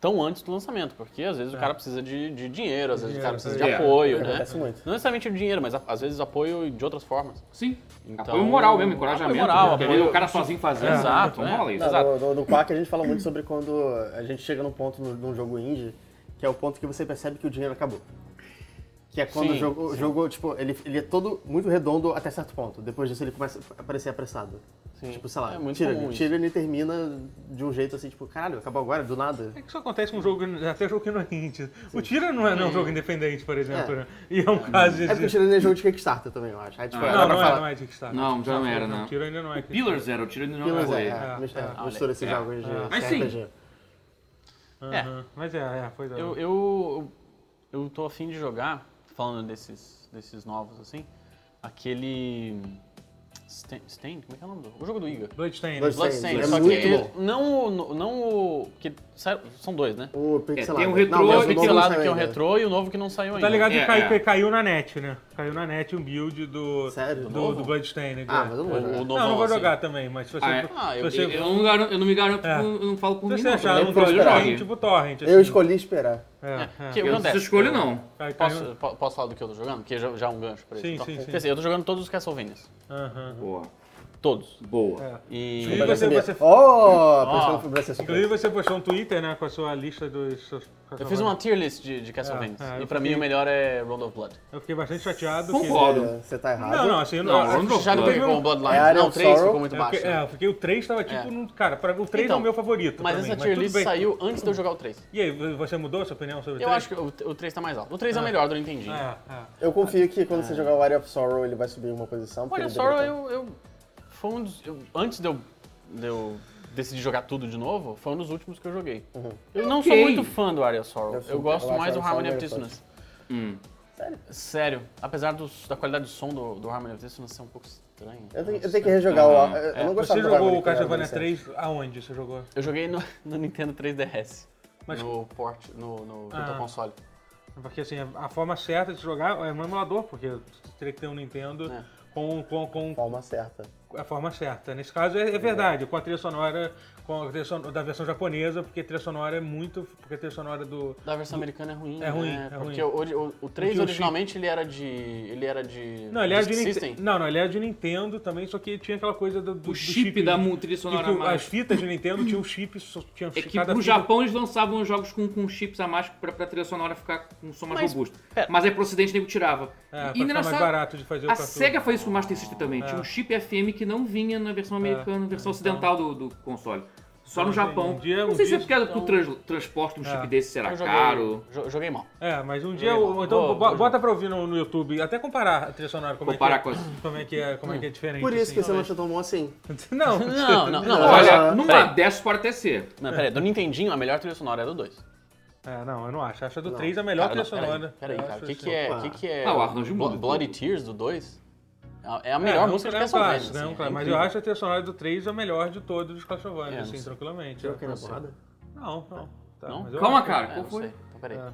[SPEAKER 1] tão antes do lançamento, porque às vezes o cara precisa de, de dinheiro, às vezes o
[SPEAKER 2] É. Dinheiro,
[SPEAKER 1] cara precisa de
[SPEAKER 4] é.
[SPEAKER 1] apoio, né?
[SPEAKER 3] Acontece muito.
[SPEAKER 1] Não necessariamente o dinheiro, mas a- às vezes apoio de outras formas.
[SPEAKER 4] Sim.
[SPEAKER 1] Então-
[SPEAKER 4] apoio moral mesmo, encorajamento.
[SPEAKER 1] Apoio moral,
[SPEAKER 4] né? Porque às vezes
[SPEAKER 1] apoio-
[SPEAKER 4] o cara sozinho fazendo. né?
[SPEAKER 1] Exato,
[SPEAKER 4] Não
[SPEAKER 1] é.
[SPEAKER 4] rola isso.
[SPEAKER 1] Exato.
[SPEAKER 3] Não, no, no, no Quack a gente fala muito sobre quando a gente chega num ponto no- num jogo indie, que é o ponto que você percebe que o dinheiro acabou. Que é quando
[SPEAKER 1] Sim,
[SPEAKER 3] o jogo, o jogo, tipo, ele, ele é todo muito redondo até certo ponto. Depois disso ele começa a parecer apressado.
[SPEAKER 1] Sim.
[SPEAKER 3] Tipo, sei lá,
[SPEAKER 1] É muito
[SPEAKER 3] tira,
[SPEAKER 1] comum
[SPEAKER 3] tira ele termina de um jeito assim, tipo, caralho, acabou agora, do nada.
[SPEAKER 2] É que isso acontece com jogo, até jogo que não é indie. O Tira não é, não é um jogo independente, por exemplo,
[SPEAKER 3] É.
[SPEAKER 2] né? E é um caso de...
[SPEAKER 3] É porque o tira ele é jogo de Kickstarter também, eu acho. Aí, tipo,
[SPEAKER 4] Ah,
[SPEAKER 3] a
[SPEAKER 2] Não,
[SPEAKER 3] galera
[SPEAKER 2] não é,
[SPEAKER 3] fala,
[SPEAKER 2] não é de Kickstarter.
[SPEAKER 4] Não, já não era, não.
[SPEAKER 2] O Tira ainda não é Kickstarter.
[SPEAKER 4] Pillars era, o tiro não
[SPEAKER 3] Pillars
[SPEAKER 4] era.
[SPEAKER 3] é,
[SPEAKER 2] é,
[SPEAKER 3] é, mistura-
[SPEAKER 2] é.
[SPEAKER 3] mistura esses
[SPEAKER 4] É.
[SPEAKER 3] jogos de
[SPEAKER 4] Mas
[SPEAKER 3] RPG.
[SPEAKER 2] Aham. Mas é, é, pois é.
[SPEAKER 1] Eu, eu, eu tô afim de jogar, falando desses, desses novos assim, aquele. Stain, Stain? Como é que é o nome do jogo? O jogo do Iga.
[SPEAKER 2] Bloodstained.
[SPEAKER 3] Bloodstained.
[SPEAKER 1] Bloodstained,
[SPEAKER 3] é
[SPEAKER 1] só que
[SPEAKER 3] muito
[SPEAKER 1] ele-
[SPEAKER 3] bom.
[SPEAKER 1] não o. no- Não o. Que, sai- são dois, né?
[SPEAKER 3] O pixelado.
[SPEAKER 4] tem um retrô,
[SPEAKER 1] Tem o
[SPEAKER 3] mas o né?
[SPEAKER 4] novo
[SPEAKER 3] nome não
[SPEAKER 1] pixelado
[SPEAKER 3] saiu
[SPEAKER 1] que é o
[SPEAKER 3] ainda.
[SPEAKER 1] retrô e o novo que não saiu ainda.
[SPEAKER 2] Tá ligado que
[SPEAKER 4] É,
[SPEAKER 2] cai-
[SPEAKER 4] é.
[SPEAKER 2] caiu na net, né? Caiu na net um build do,
[SPEAKER 3] Sério?
[SPEAKER 2] do,
[SPEAKER 3] Do
[SPEAKER 2] do
[SPEAKER 3] novo?
[SPEAKER 2] Bloodstained.
[SPEAKER 3] Ah,
[SPEAKER 2] é.
[SPEAKER 3] mas eu
[SPEAKER 1] O,
[SPEAKER 3] não vou
[SPEAKER 1] o
[SPEAKER 3] jogar.
[SPEAKER 1] novo.
[SPEAKER 2] Não, não vou
[SPEAKER 1] assim.
[SPEAKER 2] jogar também, mas tipo se você...
[SPEAKER 4] Ah, é?
[SPEAKER 1] Ah, eu,
[SPEAKER 2] se você,
[SPEAKER 1] eu,
[SPEAKER 4] Eu não, garanto, eu não me garanto,
[SPEAKER 2] É.
[SPEAKER 4] eu não falo por
[SPEAKER 2] se
[SPEAKER 4] mim,
[SPEAKER 2] você
[SPEAKER 4] não.
[SPEAKER 2] achar um
[SPEAKER 4] eu não
[SPEAKER 3] procurar.
[SPEAKER 2] torrent, tipo torrent.
[SPEAKER 3] Eu
[SPEAKER 2] assim.
[SPEAKER 3] escolhi esperar.
[SPEAKER 2] É,
[SPEAKER 1] é,
[SPEAKER 2] é.
[SPEAKER 1] que-
[SPEAKER 4] eu não escolho, não.
[SPEAKER 2] Cai- caiu-
[SPEAKER 1] Posso, po- posso falar do que eu tô jogando? Porque já, já é um gancho pra isso.
[SPEAKER 2] Sim,
[SPEAKER 1] então.
[SPEAKER 2] sim, sim. É.
[SPEAKER 1] Quer dizer, eu tô jogando todos os Castlevanias.
[SPEAKER 2] Aham.
[SPEAKER 4] Porra.
[SPEAKER 1] Todos.
[SPEAKER 4] Boa.
[SPEAKER 1] E.
[SPEAKER 2] Sim.
[SPEAKER 3] Vai
[SPEAKER 2] você-
[SPEAKER 3] receber.
[SPEAKER 2] você-
[SPEAKER 3] Oh, por isso que não vai ser
[SPEAKER 2] Inclusive
[SPEAKER 3] surpresa.
[SPEAKER 2] você postou um Twitter, né, com a sua lista dos seus...
[SPEAKER 1] Eu fiz uma tier list de, de Castlevania.
[SPEAKER 2] É, é,
[SPEAKER 1] e
[SPEAKER 2] eu
[SPEAKER 1] pra
[SPEAKER 2] fiquei-
[SPEAKER 1] mim o melhor é Road of Blood.
[SPEAKER 2] Eu fiquei bastante chateado que...
[SPEAKER 4] Concordo.
[SPEAKER 3] É, Você tá errado.
[SPEAKER 2] Não, não, assim... eu
[SPEAKER 4] Não,
[SPEAKER 2] eu-
[SPEAKER 4] eu não-
[SPEAKER 1] Já não
[SPEAKER 4] Blood.
[SPEAKER 1] teve com o Bloodline.
[SPEAKER 3] É, Iron
[SPEAKER 1] não, o 3
[SPEAKER 3] Sorrow.
[SPEAKER 1] ficou muito
[SPEAKER 2] É,
[SPEAKER 1] baixo.
[SPEAKER 2] porque, um- é, porque o 3 tava tipo.
[SPEAKER 1] É.
[SPEAKER 2] num- cara, pra, o 3 é
[SPEAKER 1] Então,
[SPEAKER 2] o meu favorito.
[SPEAKER 1] Mas
[SPEAKER 2] pra mim,
[SPEAKER 1] essa tier
[SPEAKER 2] tudo
[SPEAKER 1] list
[SPEAKER 2] bem. É.
[SPEAKER 1] saiu antes de eu jogar o 3.
[SPEAKER 2] E aí, vo- você mudou sua opinião sobre o 3?
[SPEAKER 1] Eu acho que o, o 3 tá mais alto. O 3 é o melhor do Nintendinho.
[SPEAKER 2] Ah, ah.
[SPEAKER 3] Eu confio que quando você jogar o Area of Sorrow, ele vai subir uma posição. porque
[SPEAKER 1] Olha, o
[SPEAKER 3] ele
[SPEAKER 1] Sorrow,
[SPEAKER 3] debutou.
[SPEAKER 1] eu, eu. Foi um dos. eu- antes de eu, de eu decidir jogar tudo de novo, foi um dos últimos que eu joguei. Eu não
[SPEAKER 4] Ok.
[SPEAKER 1] sou muito fã do Aria Sorrow.
[SPEAKER 3] Uhum. Eu
[SPEAKER 1] Eu,
[SPEAKER 3] sou-
[SPEAKER 1] gosto
[SPEAKER 3] eu acho
[SPEAKER 1] mais do
[SPEAKER 3] Aria Sorrow
[SPEAKER 1] Harmony of
[SPEAKER 3] melhor que
[SPEAKER 1] Dissonance.
[SPEAKER 4] É.
[SPEAKER 3] Sério?
[SPEAKER 1] Sério. Apesar dos- da qualidade do som do, do Harmony of Dissonance ser um pouco estranha.
[SPEAKER 3] Eu tenho, eu tenho que rejogar o.
[SPEAKER 4] Ah,
[SPEAKER 3] Eu,
[SPEAKER 1] é.
[SPEAKER 3] não gostava
[SPEAKER 2] Você
[SPEAKER 3] do
[SPEAKER 2] jogou
[SPEAKER 3] Harmony
[SPEAKER 2] o
[SPEAKER 3] quando eu era
[SPEAKER 2] Castlevania
[SPEAKER 3] adolescente.
[SPEAKER 2] 3 aonde você jogou?
[SPEAKER 1] Eu joguei no, no Nintendo 3DS.
[SPEAKER 2] Mas-
[SPEAKER 1] No port, no, no Virtual
[SPEAKER 2] Ah.
[SPEAKER 1] Console.
[SPEAKER 2] Porque assim, a a forma certa de jogar é no emulador, porque você teria que ter um Nintendo
[SPEAKER 1] É.
[SPEAKER 2] com, com, com
[SPEAKER 3] Palma certa.
[SPEAKER 2] a forma certa. Nesse caso é, é verdade, com a trilha sonora, com a trilha sonora da versão japonesa, porque a trilha sonora é muito. Porque a trilha sonora do.
[SPEAKER 1] Da versão americana é ruim,
[SPEAKER 2] É ruim,
[SPEAKER 1] né?
[SPEAKER 2] é
[SPEAKER 1] Porque
[SPEAKER 2] ruim.
[SPEAKER 1] O, o, o 3
[SPEAKER 2] Porque o
[SPEAKER 1] originalmente ele era de. ele era de.
[SPEAKER 2] Não, ele era de,
[SPEAKER 1] Disk
[SPEAKER 2] Ninte-
[SPEAKER 1] System.
[SPEAKER 2] Não, não, ele era de Nintendo também, só que tinha aquela coisa do, do-
[SPEAKER 4] O
[SPEAKER 2] do
[SPEAKER 4] chip da mu- trilha
[SPEAKER 2] Tipo,
[SPEAKER 4] sonora a
[SPEAKER 2] as
[SPEAKER 4] mais.
[SPEAKER 2] fitas de Nintendo tinham um chip, só tinha
[SPEAKER 4] É que
[SPEAKER 2] cada
[SPEAKER 4] no
[SPEAKER 2] fita-
[SPEAKER 4] Japão eles lançavam os jogos com, com chips a mais pra, pra trilha sonora ficar com um som mais
[SPEAKER 1] Mas,
[SPEAKER 4] robusto.
[SPEAKER 1] pera.
[SPEAKER 4] Mas aí pro ocidente nego tirava.
[SPEAKER 2] É, pra
[SPEAKER 4] e
[SPEAKER 2] ficar mais
[SPEAKER 4] engraçado,
[SPEAKER 2] barato de fazer o
[SPEAKER 4] a
[SPEAKER 2] cartucho.
[SPEAKER 4] SEGA fez isso com o Master System também. Tinha um chip FM que não vinha na versão americana, na versão ocidental do, do console. Só no
[SPEAKER 2] Então,
[SPEAKER 4] Japão.
[SPEAKER 2] um dia-
[SPEAKER 4] não
[SPEAKER 2] um
[SPEAKER 4] sei se é
[SPEAKER 2] dia-
[SPEAKER 4] porque era pro trans- transporte um chip
[SPEAKER 2] É.
[SPEAKER 4] desse será
[SPEAKER 1] Eu joguei-
[SPEAKER 4] caro.
[SPEAKER 1] jo- joguei mal.
[SPEAKER 2] É, mas um dia.
[SPEAKER 1] Legal.
[SPEAKER 2] eu- então,
[SPEAKER 1] Boa,
[SPEAKER 2] bo-
[SPEAKER 1] boa
[SPEAKER 2] bota pra ouvir no, no YouTube, até comparar a trilha sonora, como,
[SPEAKER 4] Comparar
[SPEAKER 2] é, que,
[SPEAKER 4] com
[SPEAKER 2] é,
[SPEAKER 4] as-
[SPEAKER 2] como é que é, como é que é diferente.
[SPEAKER 3] Hum. Por isso que você
[SPEAKER 2] assim,
[SPEAKER 3] não achou tão bom assim.
[SPEAKER 2] Não,
[SPEAKER 1] Não, não, não.
[SPEAKER 4] Olha,
[SPEAKER 3] Ah,
[SPEAKER 4] numa
[SPEAKER 1] peraí.
[SPEAKER 4] dessas pode até ser.
[SPEAKER 1] Não, peraí, do Nintendinho a melhor trilha sonora é do 2.
[SPEAKER 2] É, não, eu não acho. Acho a do 3 a melhor
[SPEAKER 1] Cara,
[SPEAKER 2] trilha
[SPEAKER 1] não, peraí,
[SPEAKER 2] sonora.
[SPEAKER 1] Peraí,
[SPEAKER 2] Eu
[SPEAKER 1] cara,
[SPEAKER 2] acho
[SPEAKER 1] o que,
[SPEAKER 2] assim.
[SPEAKER 1] que é. O que, que é.
[SPEAKER 4] Ah, o Arnold
[SPEAKER 1] Blo-
[SPEAKER 4] muda
[SPEAKER 1] Bloody
[SPEAKER 4] tudo.
[SPEAKER 1] Tears do 2? É a
[SPEAKER 2] É,
[SPEAKER 1] melhor
[SPEAKER 2] não,
[SPEAKER 1] música de
[SPEAKER 2] não é um
[SPEAKER 1] Castlevania.
[SPEAKER 2] clássico, não é um
[SPEAKER 1] assim,
[SPEAKER 2] clássico,
[SPEAKER 1] é
[SPEAKER 2] mas eu
[SPEAKER 1] incrível.
[SPEAKER 2] acho a trilha sonora do 3 a melhor de todos os Castlevania,
[SPEAKER 1] É, não
[SPEAKER 2] assim,
[SPEAKER 1] sei.
[SPEAKER 2] tranquilamente.
[SPEAKER 3] Eu quero
[SPEAKER 2] não,
[SPEAKER 3] na porrada.
[SPEAKER 2] não, não. Tá,
[SPEAKER 1] Não?
[SPEAKER 2] mas eu
[SPEAKER 4] Calma,
[SPEAKER 2] acho.
[SPEAKER 4] cara.
[SPEAKER 1] É,
[SPEAKER 4] Qual
[SPEAKER 1] não
[SPEAKER 4] foi?
[SPEAKER 1] sei. Então, peraí.
[SPEAKER 2] É.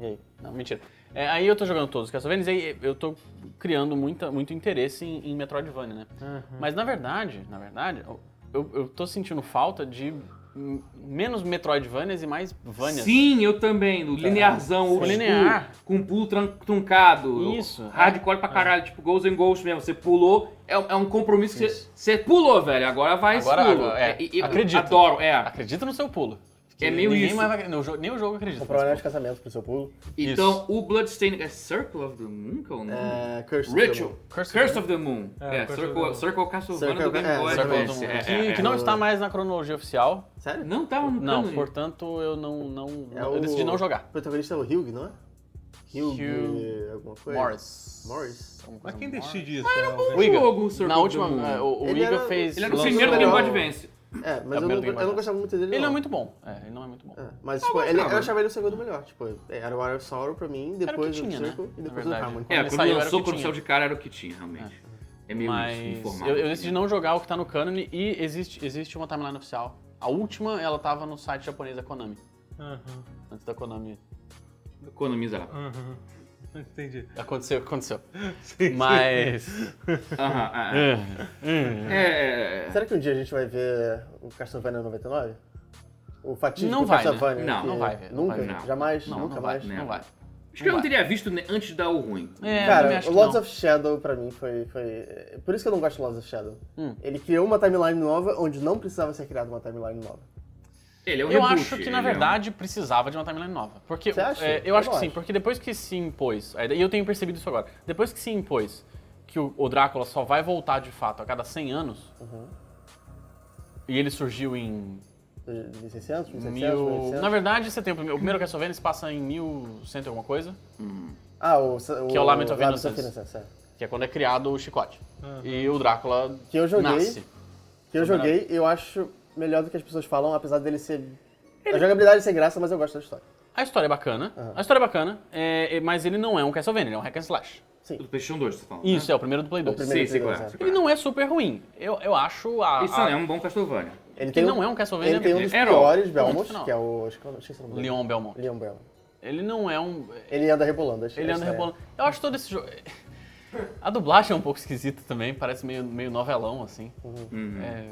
[SPEAKER 1] E aí? Não, mentira. É, aí eu tô jogando todos os Castlevanias e aí eu tô criando muita, muito interesse em, em Metroidvania, né? Mas na verdade, na verdade, eu- eu, eu tô sentindo falta de hum, menos Metroidvanias e mais Vanias.
[SPEAKER 4] Sim, eu também. No linearzão, old school,
[SPEAKER 1] Linear.
[SPEAKER 4] com um pulo tran- truncado.
[SPEAKER 1] Isso.
[SPEAKER 4] Hardcore pra caralho, tipo Ghosts and Ghosts mesmo. Você pulou, é, um- é um compromisso que você, você pulou, velho. Agora vai esse
[SPEAKER 1] Agora-
[SPEAKER 4] pulo.
[SPEAKER 1] agora, é.
[SPEAKER 4] E- e- eu
[SPEAKER 1] Acredito.
[SPEAKER 4] Adoro, é.
[SPEAKER 1] Acredita no seu pulo.
[SPEAKER 4] É meio
[SPEAKER 1] Ninguém
[SPEAKER 4] isso.
[SPEAKER 1] mais vai- no jo- nem o jogo acredita.
[SPEAKER 3] Comprar um anel de casamento pro seu pulo.
[SPEAKER 4] Então, o Bloodstained... É Circle of the Moon que é o nome?
[SPEAKER 3] É. Curse.
[SPEAKER 4] Ritual.
[SPEAKER 1] Curse
[SPEAKER 4] Curse,
[SPEAKER 1] of
[SPEAKER 4] of the Moon.
[SPEAKER 2] É,
[SPEAKER 4] É,
[SPEAKER 2] Curse of the Moon.
[SPEAKER 4] Circle, Circle Castlevania
[SPEAKER 3] Circle-
[SPEAKER 4] do Game
[SPEAKER 3] é, Circle
[SPEAKER 4] Boy.
[SPEAKER 1] Circle
[SPEAKER 4] Advance,
[SPEAKER 1] of the Moon.
[SPEAKER 4] é,
[SPEAKER 1] que,
[SPEAKER 4] é, é.
[SPEAKER 1] que não está mais na cronologia oficial.
[SPEAKER 3] Sério?
[SPEAKER 4] Não tava no
[SPEAKER 1] Não,
[SPEAKER 4] cânone.
[SPEAKER 1] portanto eu não, não, não-
[SPEAKER 3] É
[SPEAKER 1] eu decidi
[SPEAKER 3] o-
[SPEAKER 1] não jogar.
[SPEAKER 3] O protagonista é o Hugh, não é? Hugh,
[SPEAKER 1] Hugh
[SPEAKER 3] alguma coisa?
[SPEAKER 1] Morris.
[SPEAKER 3] Morris?
[SPEAKER 1] Alguma coisa
[SPEAKER 2] Mas quem
[SPEAKER 1] Morris.
[SPEAKER 2] decide isso? né?
[SPEAKER 4] O
[SPEAKER 1] Iga.
[SPEAKER 4] jogo, Circle
[SPEAKER 1] Na
[SPEAKER 4] of
[SPEAKER 1] última,
[SPEAKER 4] the Moon.
[SPEAKER 1] é, o, o
[SPEAKER 3] Ele
[SPEAKER 1] Iga
[SPEAKER 3] era-
[SPEAKER 1] fez.
[SPEAKER 4] Ele era um o
[SPEAKER 1] lançou-
[SPEAKER 4] primeiro Game Boy
[SPEAKER 3] Não.
[SPEAKER 4] Advance.
[SPEAKER 3] É,
[SPEAKER 1] É o
[SPEAKER 3] mas eu,
[SPEAKER 1] primeiro
[SPEAKER 3] não,
[SPEAKER 1] Game
[SPEAKER 3] eu
[SPEAKER 1] Boy.
[SPEAKER 3] não gostava muito dele,
[SPEAKER 1] Ele não é
[SPEAKER 3] não.
[SPEAKER 1] muito bom. É, ele não é muito bom.
[SPEAKER 3] É, mas, tipo, ele,
[SPEAKER 4] gostava.
[SPEAKER 3] eu achava ele o segundo melhor. Tipo, era o Iron Sorrow pra mim,
[SPEAKER 1] Era o
[SPEAKER 3] depois
[SPEAKER 1] que
[SPEAKER 3] o
[SPEAKER 1] tinha, né?
[SPEAKER 3] Circle e
[SPEAKER 1] Na
[SPEAKER 3] depois o
[SPEAKER 1] verdade.
[SPEAKER 3] Harmon.
[SPEAKER 1] Quando
[SPEAKER 4] É,
[SPEAKER 1] ele
[SPEAKER 4] quando
[SPEAKER 1] saiu, era o
[SPEAKER 4] lançou
[SPEAKER 1] que
[SPEAKER 4] quando
[SPEAKER 1] tinha.
[SPEAKER 4] saiu de cara era o que tinha, realmente. É, meio
[SPEAKER 1] Mas
[SPEAKER 4] informal. né?
[SPEAKER 1] eu, eu decidi não jogar o que tá no cânone e existe, existe uma timeline oficial. A última, ela tava no site japonês da Konami.
[SPEAKER 2] Aham,
[SPEAKER 1] Antes da Konami.
[SPEAKER 4] Economizar.
[SPEAKER 2] aham. Uhum. Entendi.
[SPEAKER 1] Aconteceu, aconteceu.
[SPEAKER 2] Sim,
[SPEAKER 1] Mas.
[SPEAKER 4] Aham, ah,
[SPEAKER 1] É.
[SPEAKER 4] ah. É.
[SPEAKER 3] Será que um dia a gente vai ver o Castlevania 99? O fatídico
[SPEAKER 1] Não vai, né?
[SPEAKER 3] Castlevania?
[SPEAKER 4] Não,
[SPEAKER 3] que
[SPEAKER 1] não vai ver, não
[SPEAKER 3] Nunca?
[SPEAKER 1] vai
[SPEAKER 4] ver.
[SPEAKER 3] Jamais?
[SPEAKER 1] Não,
[SPEAKER 3] nunca
[SPEAKER 1] não vai,
[SPEAKER 3] mais?
[SPEAKER 1] não vai.
[SPEAKER 4] Acho que eu não teria visto né, antes de dar o ruim.
[SPEAKER 1] É, também
[SPEAKER 3] Cara,
[SPEAKER 1] acho
[SPEAKER 3] o
[SPEAKER 1] que
[SPEAKER 3] Lords
[SPEAKER 1] não.
[SPEAKER 3] of Shadow pra mim foi, foi. é, Por isso que eu não gosto de Lords of Shadow.
[SPEAKER 1] Hum.
[SPEAKER 3] Ele criou uma timeline nova onde não precisava ser criada uma timeline nova.
[SPEAKER 4] Ele é um
[SPEAKER 1] Eu
[SPEAKER 4] reboot,
[SPEAKER 1] acho que,
[SPEAKER 4] ele
[SPEAKER 1] na
[SPEAKER 4] é um-
[SPEAKER 1] verdade, precisava de uma timeline nova. Porque
[SPEAKER 3] Você acha?
[SPEAKER 1] é, eu,
[SPEAKER 3] Eu
[SPEAKER 1] acho que
[SPEAKER 3] não
[SPEAKER 1] sim,
[SPEAKER 3] acho.
[SPEAKER 1] porque depois que se impôs, é, e eu tenho percebido isso agora, depois que se impôs que o, o Drácula só vai voltar de fato a cada 100 anos,
[SPEAKER 3] Uhum.
[SPEAKER 1] e ele surgiu em
[SPEAKER 3] 1600, 1700,
[SPEAKER 1] mil...
[SPEAKER 3] 1800.
[SPEAKER 1] Na verdade, você tem o primeiro, o primeiro Castlevania, se passa em 1100 e alguma coisa,
[SPEAKER 3] Ah, o, o.
[SPEAKER 1] Que é o Lament of Innocence.
[SPEAKER 3] é.
[SPEAKER 1] que é quando é criado o Chicote. E o Drácula
[SPEAKER 3] Uhum. Que eu joguei.
[SPEAKER 1] nasce.
[SPEAKER 3] Que eu joguei, eu acho melhor do que as pessoas falam, apesar dele ser. A jogabilidade é sem graça, mas eu gosto da história.
[SPEAKER 1] A história é bacana,
[SPEAKER 3] Uhum.
[SPEAKER 1] a história é bacana, é, é- mas ele não é um Castlevania, ele é um hack and slash.
[SPEAKER 4] Do PlayStation 2, você tá
[SPEAKER 3] Uhum.
[SPEAKER 4] falando.
[SPEAKER 1] Isso, é o primeiro Ah, do Play 2.
[SPEAKER 3] primeiro.
[SPEAKER 4] Sim, sim,
[SPEAKER 3] Primeiro,
[SPEAKER 4] claro.
[SPEAKER 3] sim,
[SPEAKER 1] Ele não é super ruim. Eu, eu acho a,
[SPEAKER 4] Isso
[SPEAKER 1] a-
[SPEAKER 4] é um bom Castlevania.
[SPEAKER 3] Ele
[SPEAKER 1] Porque não é um Castlevania,
[SPEAKER 3] Ele tem um dos
[SPEAKER 4] era o-
[SPEAKER 3] piores
[SPEAKER 1] ponto
[SPEAKER 3] Belmont,
[SPEAKER 1] final.
[SPEAKER 3] que é o. acho que eu não- Esqueci o nome dele.
[SPEAKER 1] Leon Belmont.
[SPEAKER 3] Leon Belmont.
[SPEAKER 1] Ele não é um.
[SPEAKER 3] Ele anda rebolando. acho que
[SPEAKER 1] Ele
[SPEAKER 3] é
[SPEAKER 1] anda
[SPEAKER 3] isso aí.
[SPEAKER 1] rebolando. Eu acho todo esse jogo.
[SPEAKER 3] Uhum.
[SPEAKER 1] A dublagem é um pouco esquisita também, parece meio, meio novelão, assim. É,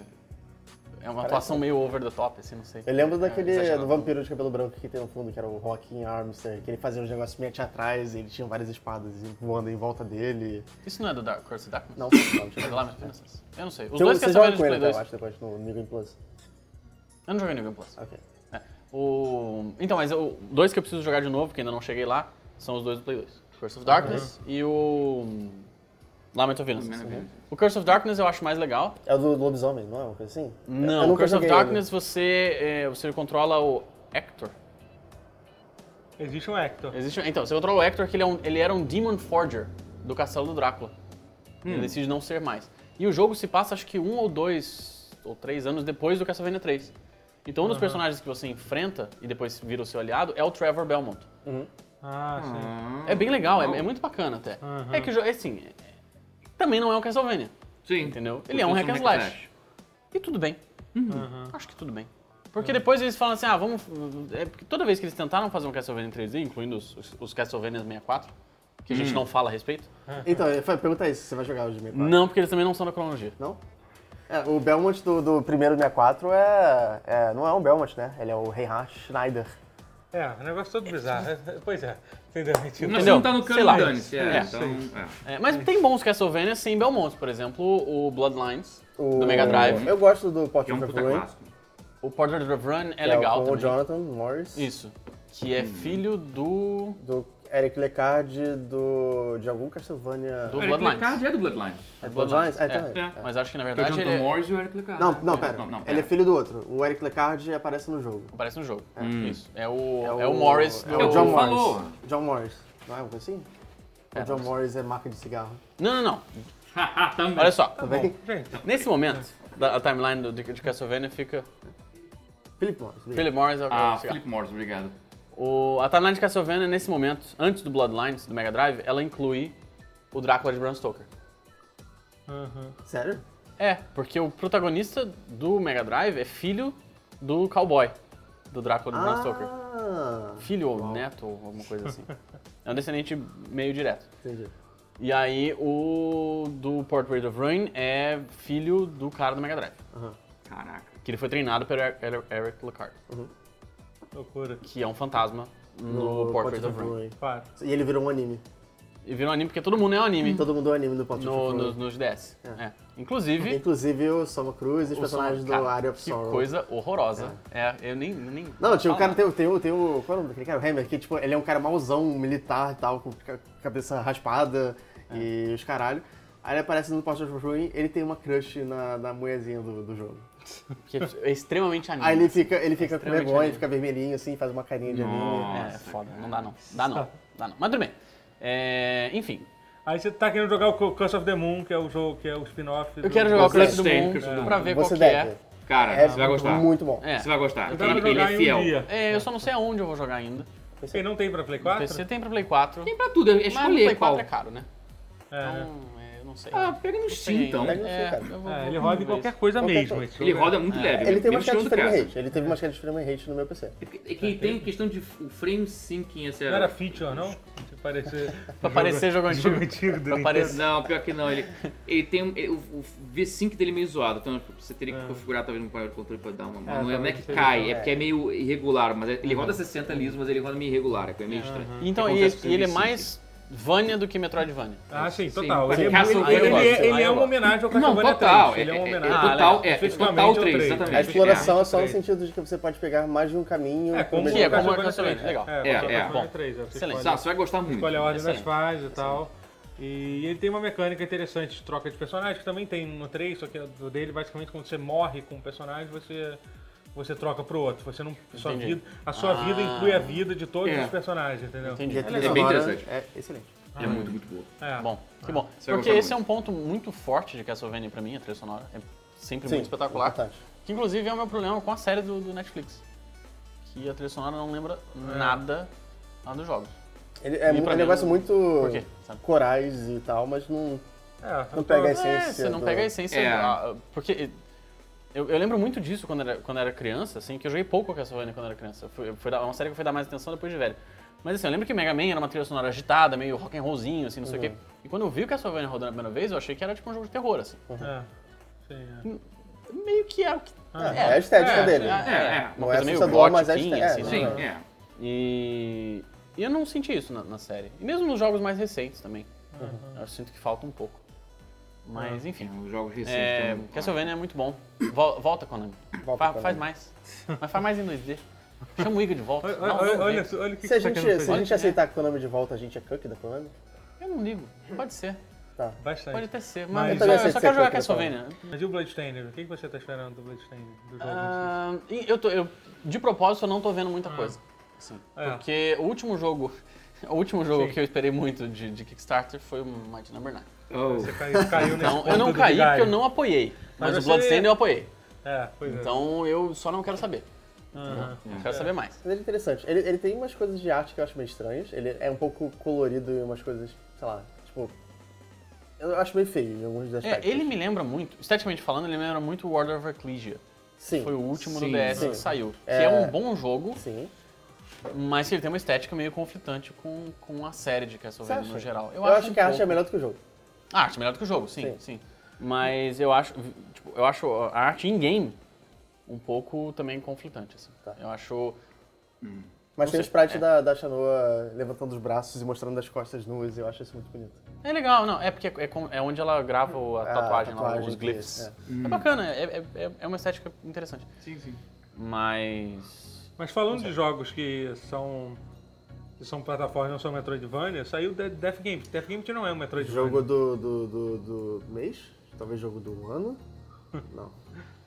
[SPEAKER 1] É uma atuação meio over the top, assim, não sei.
[SPEAKER 3] Eu lembro daquele
[SPEAKER 1] exagerado.
[SPEAKER 3] do vampiro de cabelo branco que tem no fundo, que era o Rockin' Armster, que ele fazia uns negócios meio atrás, ele tinha várias espadas e voando em volta dele.
[SPEAKER 1] Isso não é do Dark Curse of Darkness?
[SPEAKER 3] Não, não,
[SPEAKER 1] É do
[SPEAKER 3] não.
[SPEAKER 1] Lament of Innocence. Eu não sei. Os
[SPEAKER 3] Você,
[SPEAKER 1] dois que
[SPEAKER 3] um- você joga
[SPEAKER 1] essa
[SPEAKER 3] com ele,
[SPEAKER 1] Play
[SPEAKER 3] até, eu
[SPEAKER 1] 2.
[SPEAKER 3] acho, depois no New Game Plus.
[SPEAKER 1] Eu não joguei New Game Plus.
[SPEAKER 3] Ok.
[SPEAKER 1] É. O... Então, mas o dois que eu preciso jogar de novo, que ainda não cheguei lá, são os dois do Play 2. Curse of Darkness
[SPEAKER 3] Uhum.
[SPEAKER 1] e o hum, Lament of Innocence.
[SPEAKER 4] Lament of
[SPEAKER 1] Uhum.
[SPEAKER 4] Innocence.
[SPEAKER 1] O Curse of Darkness eu acho mais legal.
[SPEAKER 3] É o do lobisomem, não é? Uma coisa assim? Eu
[SPEAKER 1] Não, o
[SPEAKER 3] nunca
[SPEAKER 1] Curse of
[SPEAKER 3] joguei ele.
[SPEAKER 1] Darkness você, é, você controla o Hector.
[SPEAKER 2] Existe um Hector.
[SPEAKER 1] Existe, então, você controla o Hector, que ele, é um- ele era um Demon Forger do Castelo do Drácula.
[SPEAKER 4] Hum.
[SPEAKER 1] Ele decide não ser mais. E o jogo se passa, acho que um ou dois ou três anos depois do Castlevania 3. Então, um dos personagens que você enfrenta e depois vira o seu aliado é o Trevor Belmont.
[SPEAKER 2] Ah, sim.
[SPEAKER 1] É bem legal, é, é muito bacana até. É que o jogo, assim, é- também não é um Castlevania.
[SPEAKER 4] Sim.
[SPEAKER 1] Entendeu? Ele é um hack and slash. E tudo bem.
[SPEAKER 3] Ah.
[SPEAKER 1] Acho que tudo bem. Porque depois eles falam assim, ah, vamos... É porque toda vez que eles tentaram fazer um Castlevania em 3D, incluindo os, os, os Castlevania 64, que a gente não fala a respeito,
[SPEAKER 3] Então, eu falei, pergunta isso, você Hum. vai jogar o de 64?
[SPEAKER 1] não, porque eles também não são da cronologia.
[SPEAKER 3] Não? É, o Belmont do, do primeiro 64 é, é. Não é um Belmont, né? Ele é o Reinhard Schneider.
[SPEAKER 2] É, um negócio todo bizarro. Pois é. Entendeu? Mentira.
[SPEAKER 4] Mas
[SPEAKER 1] Entendeu?
[SPEAKER 4] não tá no
[SPEAKER 1] Sei
[SPEAKER 4] cano,
[SPEAKER 1] lá.
[SPEAKER 4] dane-se. É,
[SPEAKER 1] É.
[SPEAKER 4] então, é.
[SPEAKER 1] É, mas
[SPEAKER 3] Hum.
[SPEAKER 1] tem bons Castlevania sem Belmont, por exemplo, o Bloodlines,
[SPEAKER 3] O-
[SPEAKER 1] do Mega Drive.
[SPEAKER 3] Eu gosto do
[SPEAKER 4] Que é um
[SPEAKER 3] Portrait of
[SPEAKER 4] puta
[SPEAKER 3] Ruin.
[SPEAKER 4] clássico.
[SPEAKER 1] O Portrait of Run é
[SPEAKER 3] que
[SPEAKER 1] legal
[SPEAKER 3] o, com o Hum.
[SPEAKER 1] também.
[SPEAKER 3] Jonathan Morris.
[SPEAKER 1] Isso. Que é filho do...
[SPEAKER 3] Do Eric Lecard do, de algum Castlevania.
[SPEAKER 1] Do-
[SPEAKER 4] Eric
[SPEAKER 1] Bloodlines.
[SPEAKER 4] Lecard é do Bloodlines.
[SPEAKER 3] É Bloodlines? É, então é.
[SPEAKER 4] É.
[SPEAKER 1] Mas acho que na
[SPEAKER 4] Que é o
[SPEAKER 1] verdade
[SPEAKER 4] Jonathan
[SPEAKER 1] ele
[SPEAKER 4] Morris e o Eric Lecard.
[SPEAKER 3] Não, não, pera. Ele é
[SPEAKER 4] filho.
[SPEAKER 3] filho do outro. O Eric Lecard aparece no jogo.
[SPEAKER 1] aparece no um jogo. Isso. É o, é o,
[SPEAKER 3] o-
[SPEAKER 1] Morris.
[SPEAKER 3] É
[SPEAKER 1] do-
[SPEAKER 3] o John
[SPEAKER 4] Morris. falou.
[SPEAKER 3] Morris. John Morris. Não é uma coisa assim? o John Morris é marca de cigarro.
[SPEAKER 1] Não, não, não.
[SPEAKER 4] Ah, Também.
[SPEAKER 1] Olha só.
[SPEAKER 3] Tá bem?
[SPEAKER 2] Gente,
[SPEAKER 1] Nesse momento, da, a timeline do, de, de Castlevania fica
[SPEAKER 3] Philip Morris. beleza.
[SPEAKER 1] Philip Morris é o que
[SPEAKER 4] Ah,
[SPEAKER 1] vai chegar.
[SPEAKER 4] Philip Morris, obrigado.
[SPEAKER 1] O- A timeline de Castlevania, nesse momento, antes do Bloodlines, do Mega Drive, ela inclui o Drácula de Bram Stoker.
[SPEAKER 3] Sério?
[SPEAKER 1] É, porque o protagonista do Mega Drive é filho do cowboy, do Drácula de Bram Stoker.
[SPEAKER 3] Ah,
[SPEAKER 1] Filho ou neto ou alguma coisa assim. É um descendente meio direto.
[SPEAKER 3] entendi.
[SPEAKER 1] E aí o do Portrait of Ruin é filho do cara do Mega Drive.
[SPEAKER 4] Caraca.
[SPEAKER 1] Que ele foi treinado pelo Er- Er- Eric Lecard,
[SPEAKER 2] loucura.
[SPEAKER 1] que é um fantasma no, Portrait of Ruin.
[SPEAKER 2] Claro.
[SPEAKER 3] E ele virou um anime.
[SPEAKER 1] E virou anime porque todo mundo é um anime
[SPEAKER 3] Todo mundo é um anime do Portrait
[SPEAKER 1] no,
[SPEAKER 3] of Ruin.
[SPEAKER 1] nos, nos DS. É. Inclusive,
[SPEAKER 3] Inclusive o Soma Cruz e os
[SPEAKER 1] o
[SPEAKER 3] personagens
[SPEAKER 1] som-
[SPEAKER 3] do
[SPEAKER 1] cara,
[SPEAKER 3] Area of
[SPEAKER 1] Que
[SPEAKER 3] Sorrow.
[SPEAKER 1] coisa Ah. horrorosa. É, eu nem. nem
[SPEAKER 3] Não, tinha o cara,
[SPEAKER 1] falo
[SPEAKER 3] tem, o- tem, o- tem o. Qual é o nome daquele cara? O Hammer, que tipo, ele é um cara mauzão, militar e tal, com ca- cabeça raspada
[SPEAKER 1] É.
[SPEAKER 3] e os caralho. Aí ele aparece no Portrait of Ruin, ele tem uma crush na, na mulherzinha do, do jogo.
[SPEAKER 1] nada, Que é extremamente anime.
[SPEAKER 3] Aí ele fica, ele fica com
[SPEAKER 1] É Extremamente
[SPEAKER 3] vergonha,
[SPEAKER 1] anime.
[SPEAKER 3] fica vermelhinho assim, faz uma carinha de anime.
[SPEAKER 1] É,
[SPEAKER 4] Nossa.
[SPEAKER 1] é foda. Não dá não. Dá não. Dá não. Mas tudo bem. É, enfim.
[SPEAKER 2] Aí você tá querendo jogar o Curse of the Moon, que é o jogo, que é o spin-off.
[SPEAKER 1] Eu quero jogar o Crash do
[SPEAKER 4] Tem,
[SPEAKER 1] Moon
[SPEAKER 4] Curse of the
[SPEAKER 1] pra
[SPEAKER 4] Moon.
[SPEAKER 1] ver qual
[SPEAKER 3] Você
[SPEAKER 1] que é.
[SPEAKER 3] deve.
[SPEAKER 4] Cara,
[SPEAKER 3] É
[SPEAKER 4] você vai gostar.
[SPEAKER 3] muito bom.
[SPEAKER 1] É.
[SPEAKER 4] Você vai gostar.
[SPEAKER 2] Dá pra
[SPEAKER 4] Ele, ele
[SPEAKER 2] jogar
[SPEAKER 4] é
[SPEAKER 2] em
[SPEAKER 4] fiel.
[SPEAKER 2] um dia.
[SPEAKER 1] É, eu só não sei aonde eu vou jogar ainda.
[SPEAKER 2] E não tem pra Play
[SPEAKER 1] O
[SPEAKER 2] 4?
[SPEAKER 1] PC tem pra Play 4.
[SPEAKER 4] Tem pra tudo, é
[SPEAKER 1] mas no Play
[SPEAKER 4] escolher
[SPEAKER 1] 4
[SPEAKER 4] qual.
[SPEAKER 1] é caro, né?
[SPEAKER 2] É, né?
[SPEAKER 1] Então, é, eu não sei.
[SPEAKER 4] Ah, pega no Steam, então.
[SPEAKER 3] Pega no Steam,
[SPEAKER 1] É,
[SPEAKER 3] cara.
[SPEAKER 1] eu vou-
[SPEAKER 2] É,
[SPEAKER 1] vou-
[SPEAKER 2] ele
[SPEAKER 1] vou
[SPEAKER 2] roda em
[SPEAKER 1] ver
[SPEAKER 2] qualquer
[SPEAKER 1] isso.
[SPEAKER 2] coisa
[SPEAKER 3] Qualquer
[SPEAKER 2] mesmo.
[SPEAKER 3] coisa.
[SPEAKER 2] esse
[SPEAKER 4] Ele
[SPEAKER 2] jogo. é
[SPEAKER 4] roda muito leve.
[SPEAKER 3] É. Ele tem uma
[SPEAKER 4] mesmo
[SPEAKER 3] escala de
[SPEAKER 4] tirando do
[SPEAKER 3] frame
[SPEAKER 4] caso.
[SPEAKER 3] rate, ele teve uma escala de frame rate no meu PC.
[SPEAKER 4] É que- é que tem questão de f- o frame syncing, esse
[SPEAKER 2] Não era
[SPEAKER 4] era...
[SPEAKER 2] feature, não? Se parecer.
[SPEAKER 1] Pra parecer jogo antigo.
[SPEAKER 2] Jogo antigo do
[SPEAKER 1] Pra
[SPEAKER 2] Nintendo.
[SPEAKER 1] parecer-
[SPEAKER 4] Não, pior que não. Ele, ele tem um- ele- o, o V-Sync dele é meio zoado, então você teria que configurar talvez no painel de controle pra dar
[SPEAKER 2] Ah.
[SPEAKER 4] uma.
[SPEAKER 2] É,
[SPEAKER 4] não, é, não é
[SPEAKER 2] talvez
[SPEAKER 4] que
[SPEAKER 2] seja- Uhum.
[SPEAKER 4] cai, é porque é meio irregular, mas é- ele roda 60 liso, mas ele roda meio irregular, é meio estranho.
[SPEAKER 1] Então,
[SPEAKER 4] Eu
[SPEAKER 1] e,
[SPEAKER 4] confesso que
[SPEAKER 1] e ele é
[SPEAKER 4] sim.
[SPEAKER 1] mais Vania do que Metroidvania.
[SPEAKER 2] Ah, sim,
[SPEAKER 4] Sim,
[SPEAKER 2] total.
[SPEAKER 4] mas
[SPEAKER 2] ele, é,
[SPEAKER 4] Castlevania
[SPEAKER 2] ele,
[SPEAKER 4] eu
[SPEAKER 2] ele,
[SPEAKER 1] gosto,
[SPEAKER 2] é, ele
[SPEAKER 1] eu
[SPEAKER 2] é um
[SPEAKER 1] gosto.
[SPEAKER 2] homenagem ao
[SPEAKER 4] Não,
[SPEAKER 2] Castlevania
[SPEAKER 4] total.
[SPEAKER 2] 3. Ele é
[SPEAKER 4] é-
[SPEAKER 2] uma
[SPEAKER 4] é-
[SPEAKER 2] homenagem.
[SPEAKER 1] Ah,
[SPEAKER 4] total, é, é
[SPEAKER 2] especificamente
[SPEAKER 4] total
[SPEAKER 2] ao
[SPEAKER 4] 3,
[SPEAKER 2] três,
[SPEAKER 4] exatamente.
[SPEAKER 2] né?
[SPEAKER 3] A exploração
[SPEAKER 2] É,
[SPEAKER 3] é só no
[SPEAKER 2] três.
[SPEAKER 3] sentido de que você pode pegar mais de um caminho.
[SPEAKER 2] É, como
[SPEAKER 3] pro
[SPEAKER 2] o
[SPEAKER 1] Que é,
[SPEAKER 3] mesmo
[SPEAKER 1] como
[SPEAKER 3] lugar.
[SPEAKER 1] é Castlevania,
[SPEAKER 2] Castlevania 3.
[SPEAKER 1] legal.
[SPEAKER 2] É,
[SPEAKER 4] É,
[SPEAKER 2] como
[SPEAKER 4] é,
[SPEAKER 2] Castlevania
[SPEAKER 1] bom.
[SPEAKER 2] 3, é, você
[SPEAKER 1] Excelente.
[SPEAKER 2] escolhe-
[SPEAKER 4] Sabe, você vai gostar muito.
[SPEAKER 2] Escolhe a ordem das
[SPEAKER 1] Excelente.
[SPEAKER 2] fases e tal. E ele tem uma mecânica interessante de troca de personagens, que também tem no 3, só que o dele, basicamente, quando você morre com um personagem, você, você troca pro outro. Você não, sua
[SPEAKER 1] Entendi.
[SPEAKER 2] vida, a sua vida inclui a vida de todos
[SPEAKER 4] É.
[SPEAKER 2] os personagens, entendeu?
[SPEAKER 1] Entendi.
[SPEAKER 3] E a
[SPEAKER 1] É
[SPEAKER 3] trilha
[SPEAKER 4] bem
[SPEAKER 3] sonora
[SPEAKER 4] interessante.
[SPEAKER 3] É excelente.
[SPEAKER 4] É muito, muito boa.
[SPEAKER 2] É.
[SPEAKER 1] Bom, que bom.
[SPEAKER 4] Você vai
[SPEAKER 1] Porque
[SPEAKER 4] gostar
[SPEAKER 1] esse é
[SPEAKER 4] muito.
[SPEAKER 1] um ponto muito forte de Castlevania pra mim, a trilha sonora. É sempre
[SPEAKER 3] Sim,
[SPEAKER 1] muito espetacular.
[SPEAKER 3] importante.
[SPEAKER 1] Que inclusive é o meu problema com a série do, do Netflix. Que a trilha sonora não lembra nada lá dos jogos.
[SPEAKER 3] Ele é,
[SPEAKER 1] E
[SPEAKER 3] mu-
[SPEAKER 1] pra
[SPEAKER 3] é um
[SPEAKER 1] mim,
[SPEAKER 3] negócio
[SPEAKER 1] não-
[SPEAKER 3] muito
[SPEAKER 1] Por quê? Sabe?
[SPEAKER 3] corais e tal, mas não,
[SPEAKER 2] É,
[SPEAKER 3] não pega a
[SPEAKER 1] É,
[SPEAKER 3] essência.
[SPEAKER 1] você não
[SPEAKER 3] do-
[SPEAKER 1] pega a essência.
[SPEAKER 4] É.
[SPEAKER 1] da- porque eu, eu lembro muito disso quando era, quando era criança, assim, que eu joguei pouco Castlevania quando era criança. Eu fui, eu fui dar, uma série que eu fui dar mais atenção depois de velho. Mas assim, eu lembro que Mega Man era uma trilha sonora agitada, meio rock and rollzinho, assim, não sei
[SPEAKER 3] Uhum.
[SPEAKER 1] o quê. E quando eu vi o Castlevania rodando a primeira vez, eu achei que era tipo um jogo de terror, assim.
[SPEAKER 2] É. Sim, é.
[SPEAKER 1] meio que é o que.
[SPEAKER 3] É, a estética
[SPEAKER 2] É,
[SPEAKER 3] dele.
[SPEAKER 2] é.
[SPEAKER 4] É, é.
[SPEAKER 3] Não
[SPEAKER 1] Uma
[SPEAKER 3] é
[SPEAKER 1] coisa meio
[SPEAKER 3] assustador, mas é
[SPEAKER 1] gothiquinha,
[SPEAKER 3] estética.
[SPEAKER 1] assim,
[SPEAKER 4] Sim,
[SPEAKER 1] né?
[SPEAKER 3] é.
[SPEAKER 4] é.
[SPEAKER 1] E, e eu não senti isso na, na série. E mesmo nos jogos mais recentes também.
[SPEAKER 3] Uhum.
[SPEAKER 1] Eu sinto que falta um pouco. Mas, enfim.
[SPEAKER 4] Os jogos recentes
[SPEAKER 1] É,
[SPEAKER 4] também.
[SPEAKER 1] Castlevania é muito bom. Vol- volta, Konami.
[SPEAKER 3] Volta,
[SPEAKER 1] Fa-
[SPEAKER 3] Konami.
[SPEAKER 1] Faz mais. Mas faz mais em 2D. Chama o Igor de volta.
[SPEAKER 2] Olha,
[SPEAKER 1] Dá um
[SPEAKER 2] olha,
[SPEAKER 1] novo
[SPEAKER 2] olha,
[SPEAKER 1] jeito.
[SPEAKER 2] olha o que
[SPEAKER 3] Se a
[SPEAKER 2] que tá
[SPEAKER 3] gente,
[SPEAKER 2] querendo
[SPEAKER 3] se a
[SPEAKER 2] fazer.
[SPEAKER 3] gente aceitar a Konami de volta, a gente é cuck da Konami?
[SPEAKER 1] Eu não ligo. Pode ser.
[SPEAKER 3] Tá.
[SPEAKER 2] Bastante.
[SPEAKER 1] Pode até ser.
[SPEAKER 2] É. Mas-
[SPEAKER 1] Mas,
[SPEAKER 2] Eu
[SPEAKER 1] eu,
[SPEAKER 2] também
[SPEAKER 1] só- eu
[SPEAKER 3] aceito
[SPEAKER 1] só
[SPEAKER 3] ser
[SPEAKER 1] quero jogar
[SPEAKER 3] cuck da
[SPEAKER 1] Castlevania. né?
[SPEAKER 2] Mas e o Bloodstained? O que que você tá esperando do Bloodstained? Do jogo em si?
[SPEAKER 1] Ah, e eu, tô- eu- de propósito, eu não tô vendo muita coisa. assim.
[SPEAKER 2] Ah. É.
[SPEAKER 1] Porque o último jogo. O último jogo
[SPEAKER 2] Sim.
[SPEAKER 1] que eu esperei muito de, de Kickstarter foi o Mighty Number 9.
[SPEAKER 4] Oh.
[SPEAKER 2] Você caiu, caiu nesse
[SPEAKER 1] Então,
[SPEAKER 2] ponto
[SPEAKER 1] eu não
[SPEAKER 2] do
[SPEAKER 1] caí
[SPEAKER 2] galho.
[SPEAKER 1] porque eu não apoiei. Mas,
[SPEAKER 2] Mas
[SPEAKER 1] o
[SPEAKER 2] você-
[SPEAKER 1] Bloodstained eu apoiei.
[SPEAKER 2] É, pois é.
[SPEAKER 1] Então eu só não quero saber.
[SPEAKER 2] Aham.
[SPEAKER 1] Eu quero saber mais.
[SPEAKER 3] Mas ele é interessante. Ele, ele tem umas coisas de arte que eu acho meio estranhas. Ele é um pouco colorido e umas coisas, sei lá, tipo. Eu acho meio feio em alguns
[SPEAKER 1] É,
[SPEAKER 3] aspectos.
[SPEAKER 1] ele me lembra muito, esteticamente falando, ele me lembra muito o Order of Ecclesia.
[SPEAKER 3] Sim.
[SPEAKER 1] Foi o último
[SPEAKER 4] Sim.
[SPEAKER 1] do DS
[SPEAKER 3] Sim.
[SPEAKER 1] que saiu. Que
[SPEAKER 3] É.
[SPEAKER 1] é um bom jogo,
[SPEAKER 3] Sim.
[SPEAKER 1] mas que ele tem uma estética meio conflitante com, com a série de Castlevania
[SPEAKER 3] Você
[SPEAKER 1] no
[SPEAKER 3] acha?
[SPEAKER 1] geral.
[SPEAKER 3] Eu, acho
[SPEAKER 1] um
[SPEAKER 3] que a arte é
[SPEAKER 1] pouco-
[SPEAKER 3] melhor do que o jogo.
[SPEAKER 1] A arte é melhor do que o jogo, sim,
[SPEAKER 3] Sim.
[SPEAKER 1] sim. Mas eu acho, tipo, eu acho a arte em game um pouco também conflitante, assim.
[SPEAKER 3] Tá.
[SPEAKER 1] Eu acho...
[SPEAKER 3] Mas
[SPEAKER 1] Não
[SPEAKER 3] tem o
[SPEAKER 1] sei,
[SPEAKER 3] sprite
[SPEAKER 1] é.
[SPEAKER 3] da, da Shanoa levantando os braços e mostrando as costas nuas, eu acho isso muito bonito.
[SPEAKER 1] É legal, não, é porque é, com- é onde ela grava o- a
[SPEAKER 3] A
[SPEAKER 1] tatuagem, lá,
[SPEAKER 3] Ah, tatuagem
[SPEAKER 1] os
[SPEAKER 3] que-
[SPEAKER 1] glyphs.
[SPEAKER 3] é.
[SPEAKER 1] É, bacana, é, é- é- é uma estética interessante.
[SPEAKER 4] Sim, sim.
[SPEAKER 1] Mas...
[SPEAKER 2] Mas falando de jogos que são. que são plataformas, não são Metroidvania, saiu de- Death Game. Death Game não é um Metroidvania.
[SPEAKER 3] Jogo do, do, do, do mês? Talvez jogo do ano? Não.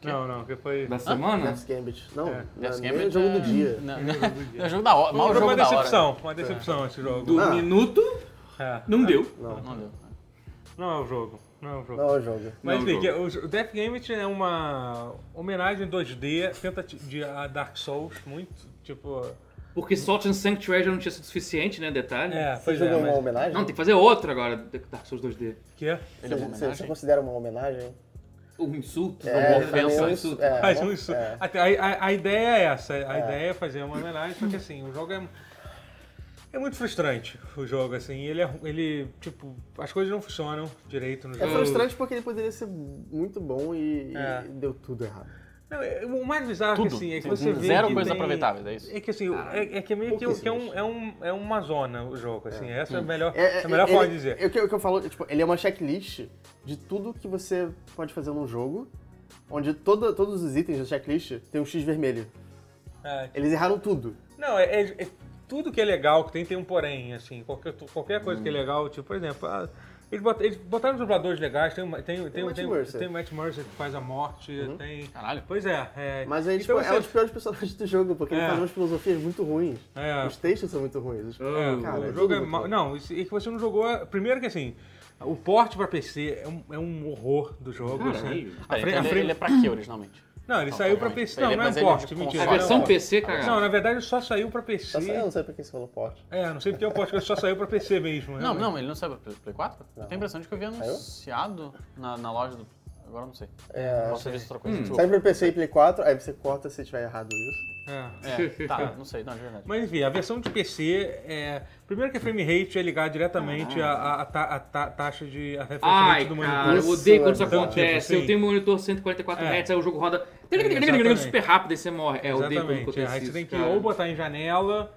[SPEAKER 2] Não, não, que foi.
[SPEAKER 4] Da semana?
[SPEAKER 3] Death's Gambit. Não,
[SPEAKER 2] É.
[SPEAKER 3] não,
[SPEAKER 1] Death's
[SPEAKER 3] nem
[SPEAKER 1] Gambit
[SPEAKER 3] jogo
[SPEAKER 1] é-
[SPEAKER 3] do dia.
[SPEAKER 1] Não, não, é jogo da hora, mal
[SPEAKER 2] Foi
[SPEAKER 1] jogo
[SPEAKER 2] uma
[SPEAKER 1] da hora. né? É.
[SPEAKER 2] decepção, uma decepção esse jogo.
[SPEAKER 4] Do
[SPEAKER 3] Ah.
[SPEAKER 4] minuto,
[SPEAKER 2] É.
[SPEAKER 4] não deu.
[SPEAKER 3] Não,
[SPEAKER 1] Não deu.
[SPEAKER 2] Não é o jogo. Não é o jogo.
[SPEAKER 3] não é o jogo.
[SPEAKER 2] Mas
[SPEAKER 4] Não,
[SPEAKER 2] enfim, que
[SPEAKER 4] jogo.
[SPEAKER 2] o o Death Gambit é uma homenagem 2D, tentativa de a Dark Souls, muito, tipo...
[SPEAKER 4] Porque Salt and Sanctuary já não tinha sido suficiente, né? Detalhe.
[SPEAKER 2] É,
[SPEAKER 3] Você
[SPEAKER 2] pois
[SPEAKER 3] joga
[SPEAKER 2] é,
[SPEAKER 3] uma
[SPEAKER 2] mas...
[SPEAKER 3] homenagem?
[SPEAKER 4] Não, tem que fazer outra agora, Dark Souls 2D.
[SPEAKER 2] Que é?
[SPEAKER 1] Ele é uma
[SPEAKER 3] Você- você, você
[SPEAKER 1] homenagem?
[SPEAKER 3] considera uma homenagem?
[SPEAKER 4] Um insulto,
[SPEAKER 3] É,
[SPEAKER 4] uma
[SPEAKER 3] também
[SPEAKER 4] ofensa.
[SPEAKER 3] um insu- é.
[SPEAKER 2] Faz
[SPEAKER 3] uma-
[SPEAKER 2] um isso.
[SPEAKER 3] é.
[SPEAKER 2] A, a- a ideia é essa, a ideia é fazer uma homenagem, só que assim, o jogo é... É muito frustrante o jogo, assim, ele é, ele, tipo, as coisas não funcionam direito no
[SPEAKER 3] É
[SPEAKER 2] jogo.
[SPEAKER 3] frustrante porque ele poderia ser muito bom e,
[SPEAKER 2] É.
[SPEAKER 3] e deu tudo errado.
[SPEAKER 2] Não, é- o mais bizarro que,
[SPEAKER 1] Tudo.
[SPEAKER 2] assim, é que
[SPEAKER 1] Tem
[SPEAKER 2] você vê
[SPEAKER 1] zero
[SPEAKER 2] que
[SPEAKER 1] coisas
[SPEAKER 2] tem-
[SPEAKER 1] aproveitáveis, é isso?
[SPEAKER 2] É que assim, é, é que meio que, que é, um,
[SPEAKER 3] pouquíssimas.
[SPEAKER 2] é, um, é uma zona o jogo, assim, essa é a melhor,
[SPEAKER 3] É,
[SPEAKER 2] é a melhor
[SPEAKER 3] ele-
[SPEAKER 2] forma de dizer.
[SPEAKER 3] é o que, o que eu falo, é, tipo, ele é uma checklist de tudo que você pode fazer num jogo, onde toda- todos os itens da checklist tem um X vermelho.
[SPEAKER 2] É,
[SPEAKER 3] Eles erraram tudo.
[SPEAKER 2] Não, é, é- é- tudo que é legal, que tem, tem um porém, assim. Qualquer, tu- qualquer coisa que é
[SPEAKER 3] Hum.
[SPEAKER 2] legal, tipo, por exemplo, ah, eles, bota- eles botaram dubladores legais, tem, uma- tem, tem, tem,
[SPEAKER 3] o Matt
[SPEAKER 2] tem,
[SPEAKER 3] Mercer. Uhum.
[SPEAKER 2] o Matt Mercer que faz a morte, tem...
[SPEAKER 1] Caralho.
[SPEAKER 2] Pois é, é...
[SPEAKER 3] Mas aí,
[SPEAKER 2] então,
[SPEAKER 3] tipo, é um dos piores personagens do jogo, porque ele
[SPEAKER 2] É.
[SPEAKER 3] faz umas filosofias muito ruins.
[SPEAKER 2] É.
[SPEAKER 3] Os textos são muito ruins. Os-
[SPEAKER 2] É,
[SPEAKER 4] Ah.
[SPEAKER 3] Cara,
[SPEAKER 2] o
[SPEAKER 3] é
[SPEAKER 2] jogo
[SPEAKER 3] tudo
[SPEAKER 2] é
[SPEAKER 3] muito
[SPEAKER 2] mal.
[SPEAKER 3] bom.
[SPEAKER 2] Não, isso- e que você não jogou. é- Primeiro que assim, o porte pra PC é um, é um horror do jogo.
[SPEAKER 4] Caralho.
[SPEAKER 2] assim. A
[SPEAKER 1] Peraí, então
[SPEAKER 2] fre- a
[SPEAKER 1] ele,
[SPEAKER 2] fre-
[SPEAKER 1] ele é pra quê originalmente?
[SPEAKER 2] Não, ele
[SPEAKER 1] Não,
[SPEAKER 2] saiu pra
[SPEAKER 1] calma aí.
[SPEAKER 2] PC.
[SPEAKER 1] Ele-
[SPEAKER 2] Não, não é um
[SPEAKER 1] mas ele é
[SPEAKER 2] porte,
[SPEAKER 1] de
[SPEAKER 2] mentira.
[SPEAKER 4] A
[SPEAKER 1] console.
[SPEAKER 2] não,
[SPEAKER 4] versão
[SPEAKER 2] não.
[SPEAKER 4] PC, cara.
[SPEAKER 2] Não, na verdade só saiu pra PC.
[SPEAKER 3] Eu sei- eu não sei pra que você falou porte.
[SPEAKER 2] É, não sei porque o porte só saiu pra PC mesmo.
[SPEAKER 1] Não,
[SPEAKER 2] realmente.
[SPEAKER 1] não, ele não saiu pra Play 4? Eu tenho a impressão de que eu vi anunciado na, na loja do... Agora eu não sei.
[SPEAKER 3] É,
[SPEAKER 1] Posso ter visto outra coisa. desculpa.
[SPEAKER 3] Sai pro PC e Play 4, aí você corta se tiver errado isso.
[SPEAKER 2] É.
[SPEAKER 1] É, tá, não sei, não, de verdade.
[SPEAKER 2] Mas enfim, a versão de PC é. Primeiro que a frame rate é ligada diretamente à à- à ta- à ta- taxa de. a refresh
[SPEAKER 4] Ah. Ai,
[SPEAKER 2] rate é do
[SPEAKER 4] cara,
[SPEAKER 2] monitor.
[SPEAKER 4] eu
[SPEAKER 3] Isso
[SPEAKER 4] odeio quando isso
[SPEAKER 3] é bizarro.
[SPEAKER 4] acontece.
[SPEAKER 2] Tipo assim-
[SPEAKER 4] eu tenho um monitor 144
[SPEAKER 2] É.
[SPEAKER 4] Hz, aí o jogo roda
[SPEAKER 2] exatamente.
[SPEAKER 4] super rápido e você morre. É, eu odeio quando
[SPEAKER 2] Exatamente. é.
[SPEAKER 4] acontece
[SPEAKER 2] Aí você
[SPEAKER 4] isso,
[SPEAKER 2] tem que
[SPEAKER 4] cara.
[SPEAKER 2] ou botar em janela,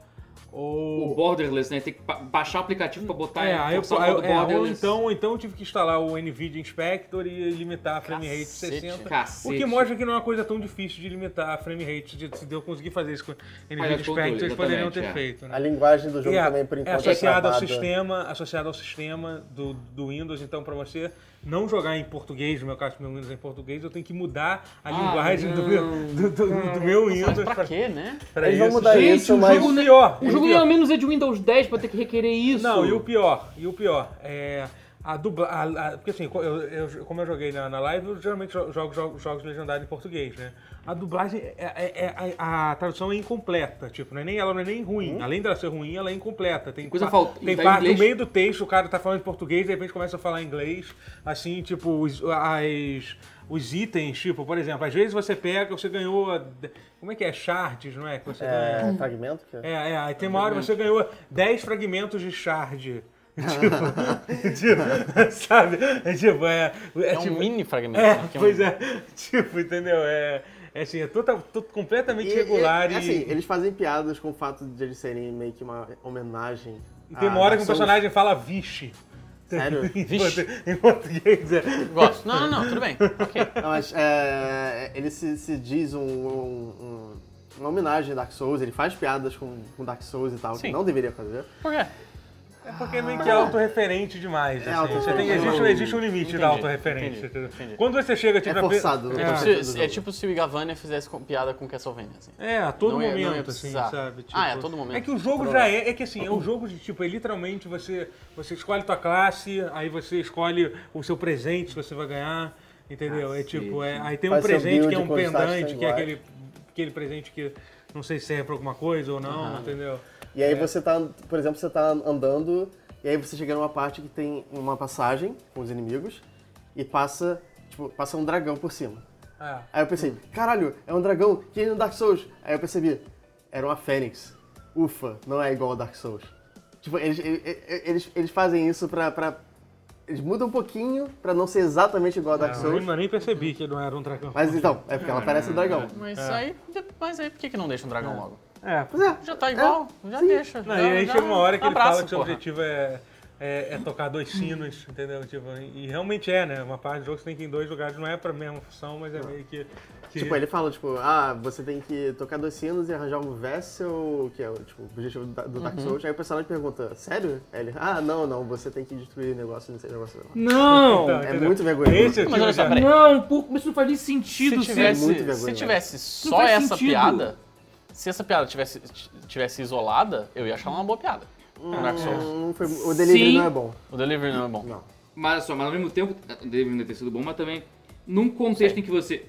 [SPEAKER 4] O tá
[SPEAKER 2] ou.
[SPEAKER 4] borderless, né? Tem que ba- baixar o aplicativo pra botar
[SPEAKER 2] É, aí eu,
[SPEAKER 4] forçar o
[SPEAKER 2] aí eu-
[SPEAKER 4] modo
[SPEAKER 2] é, ou
[SPEAKER 4] borderless.
[SPEAKER 2] então, ou então eu tive que instalar o NVIDIA Inspector e limitar a frame rate de
[SPEAKER 1] Cacete.
[SPEAKER 2] 60.
[SPEAKER 4] Cacete.
[SPEAKER 2] O que mostra que não é uma coisa tão difícil de limitar a frame rate. De, se eu conseguir fazer isso com o NVIDIA
[SPEAKER 4] Aliás, com
[SPEAKER 2] Inspector,
[SPEAKER 4] dois,
[SPEAKER 2] eles poderiam ter
[SPEAKER 4] é exatamente, é.
[SPEAKER 2] feito. Né?
[SPEAKER 3] A linguagem do jogo
[SPEAKER 2] é,
[SPEAKER 3] também, por
[SPEAKER 2] é
[SPEAKER 3] enquanto, é,
[SPEAKER 2] associado ao
[SPEAKER 3] travada.
[SPEAKER 2] sistema, associado ao sistema do, do Windows, então para você não jogar em português, no meu caso, meu Windows é em português, eu tenho que mudar a
[SPEAKER 4] Ah,
[SPEAKER 2] linguagem do
[SPEAKER 4] não.
[SPEAKER 2] meu, do, do- do meu
[SPEAKER 1] Mas
[SPEAKER 2] Windows
[SPEAKER 1] pra quê, né?
[SPEAKER 2] pra
[SPEAKER 3] Eles vão mudar
[SPEAKER 2] Gente,
[SPEAKER 3] isso,
[SPEAKER 2] É o
[SPEAKER 3] mas-
[SPEAKER 2] jogo não- pior.
[SPEAKER 4] O jogo nem ao menos é de Windows 10 pra ter que requerer isso.
[SPEAKER 2] Não, e o pior, e o pior, é a dubla, a- a- porque assim, co- eu- eu- como eu joguei na, na live, eu geralmente jo- jogo, jogo- jogos legendários em português, né? A dublagem, é- é- é- a, a tradução é incompleta, tipo, não é nem, ela não é nem ruim. Além dela ser ruim, ela é incompleta. Tem
[SPEAKER 4] Hum? Coisa
[SPEAKER 2] pa-
[SPEAKER 4] falta-
[SPEAKER 2] Tem
[SPEAKER 4] tá em
[SPEAKER 2] parte no
[SPEAKER 4] inglês.
[SPEAKER 2] meio do texto, o cara tá falando em português, de repente começa a falar em inglês, assim, tipo, os, as- os itens, tipo, por exemplo, às vezes você pega, você ganhou, a- como é que é, shards, não é? Que você ganha.
[SPEAKER 3] É, fragmento? Que...
[SPEAKER 2] É, é, aí tem uma hora que você ganhou 10 fragmentos de shard. tipo, sabe? É tipo, é. É,
[SPEAKER 1] É um
[SPEAKER 2] tipo,
[SPEAKER 1] mini fragmento.
[SPEAKER 2] é,
[SPEAKER 1] né? Que
[SPEAKER 2] pois é. Tipo, entendeu? É, é assim, é total, to- completamente regular e.
[SPEAKER 3] é assim, eles fazem piadas com o fato de eles serem meio que uma homenagem.
[SPEAKER 2] e tem
[SPEAKER 3] a
[SPEAKER 1] Ah,
[SPEAKER 2] uma hora que
[SPEAKER 3] Dark
[SPEAKER 2] um
[SPEAKER 3] Souls.
[SPEAKER 2] personagem fala vixe.
[SPEAKER 3] Sério?
[SPEAKER 2] Em
[SPEAKER 1] Vixe.
[SPEAKER 2] portu- Em português, é.
[SPEAKER 1] Gosto. Não, não, não, tudo bem. Ok.
[SPEAKER 3] Não, mas é, ele se, se diz um, um- um- uma homenagem a Dark Souls, ele faz piadas com, com Dark Souls e tal,
[SPEAKER 1] Sim.
[SPEAKER 3] que não deveria fazer.
[SPEAKER 1] Por quê?
[SPEAKER 2] É porque é meio que é autorreferente demais.
[SPEAKER 3] Ah. É
[SPEAKER 2] assim.
[SPEAKER 3] autorreferente.
[SPEAKER 2] Você tem- existe, existe um limite
[SPEAKER 1] Entendi,
[SPEAKER 2] da autorreferência.
[SPEAKER 1] entendi,
[SPEAKER 2] entendeu?
[SPEAKER 1] entendi.
[SPEAKER 2] Quando você chega tipo,
[SPEAKER 3] É
[SPEAKER 2] na-
[SPEAKER 3] forçado,
[SPEAKER 1] É
[SPEAKER 3] né?
[SPEAKER 2] É.
[SPEAKER 1] tipo,
[SPEAKER 3] sentido do
[SPEAKER 1] se,
[SPEAKER 3] jogo.
[SPEAKER 1] é tipo se o Igavania fizesse com- piada com Castlevania, assim.
[SPEAKER 2] É, a todo
[SPEAKER 1] Não ia- não ia
[SPEAKER 2] momento, assim,
[SPEAKER 1] precisar.
[SPEAKER 2] sabe?
[SPEAKER 1] Ah, é, a todo momento.
[SPEAKER 2] É que o jogo já é, é que assim, é um jogo de tipo, é literalmente você, você escolhe tua classe, aí você escolhe o seu presente que você vai ganhar, entendeu?
[SPEAKER 1] Ah,
[SPEAKER 2] é
[SPEAKER 4] Cacete.
[SPEAKER 2] tipo, é- aí tem um
[SPEAKER 3] Faz seu
[SPEAKER 2] presente que é
[SPEAKER 3] build
[SPEAKER 2] um
[SPEAKER 3] com os status
[SPEAKER 2] pendante, que é
[SPEAKER 3] iguais.
[SPEAKER 2] aquele, aquele presente que não sei se serve pra alguma coisa ou não, entendeu?
[SPEAKER 3] E aí você tá, por exemplo, você tá andando, e aí você chega numa parte que tem uma passagem com os inimigos, e passa, tipo, passa um dragão por cima.
[SPEAKER 2] É.
[SPEAKER 3] Aí eu pensei, caralho, é um dragão que é no Dark Souls. Aí eu percebi, era uma fênix. Ufa, não é igual ao Dark Souls. Tipo, eles, e- e- eles, eles fazem isso pra, pra- Eles mudam um pouquinho pra não ser exatamente igual ao Dark
[SPEAKER 2] Eu
[SPEAKER 3] Souls.
[SPEAKER 2] nem- eu nem percebi que não era um dragão.
[SPEAKER 3] Mas então, é porque ela parece um dragão.
[SPEAKER 1] Mas aí, mas aí por que, que não deixa um dragão logo?
[SPEAKER 2] É,
[SPEAKER 3] Pois é.
[SPEAKER 1] Já tá igual, já deixa.
[SPEAKER 2] Não,
[SPEAKER 1] já,
[SPEAKER 2] e aí
[SPEAKER 1] já
[SPEAKER 2] chega uma hora que ele
[SPEAKER 1] abraça,
[SPEAKER 2] fala que seu
[SPEAKER 1] porra.
[SPEAKER 2] objetivo é, é, é tocar dois sinos, entendeu? Tipo, e realmente é, né? Uma parte do jogo que você tem que ir em dois lugares, não é pra mesma função, mas é meio que. que-
[SPEAKER 3] Tipo, ele fala, tipo, ah, você tem que tocar dois sinos e arranjar um vessel, que é tipo, o objetivo do, do Dark Souls. Aí o personagem pergunta, sério? Aí ele, ah, não, não, você tem que destruir negócio, não sei, negócio. lá."
[SPEAKER 4] Não!
[SPEAKER 2] Então,
[SPEAKER 3] É
[SPEAKER 2] entendeu?
[SPEAKER 3] muito vergonhoso.
[SPEAKER 2] Esse é o
[SPEAKER 1] Mas olha só,
[SPEAKER 2] tipo de-
[SPEAKER 1] peraí.
[SPEAKER 4] Não, pô, mas isso não faz nem sentido,
[SPEAKER 1] se
[SPEAKER 4] Sérgio.
[SPEAKER 1] tivesse,
[SPEAKER 3] muito vergonhoso.
[SPEAKER 1] se tivesse só
[SPEAKER 4] faz
[SPEAKER 1] essa
[SPEAKER 4] sentido.
[SPEAKER 1] piada, se essa piada tivesse, tivesse isolada, eu ia achar uma boa piada. No Dark Souls.
[SPEAKER 3] Não foi- o delivery
[SPEAKER 4] Sim.
[SPEAKER 3] não é bom.
[SPEAKER 1] O delivery não é bom.
[SPEAKER 3] Não.
[SPEAKER 4] Mas só, mas ao mesmo tempo, deve ter sido bom, mas também num contexto em que você.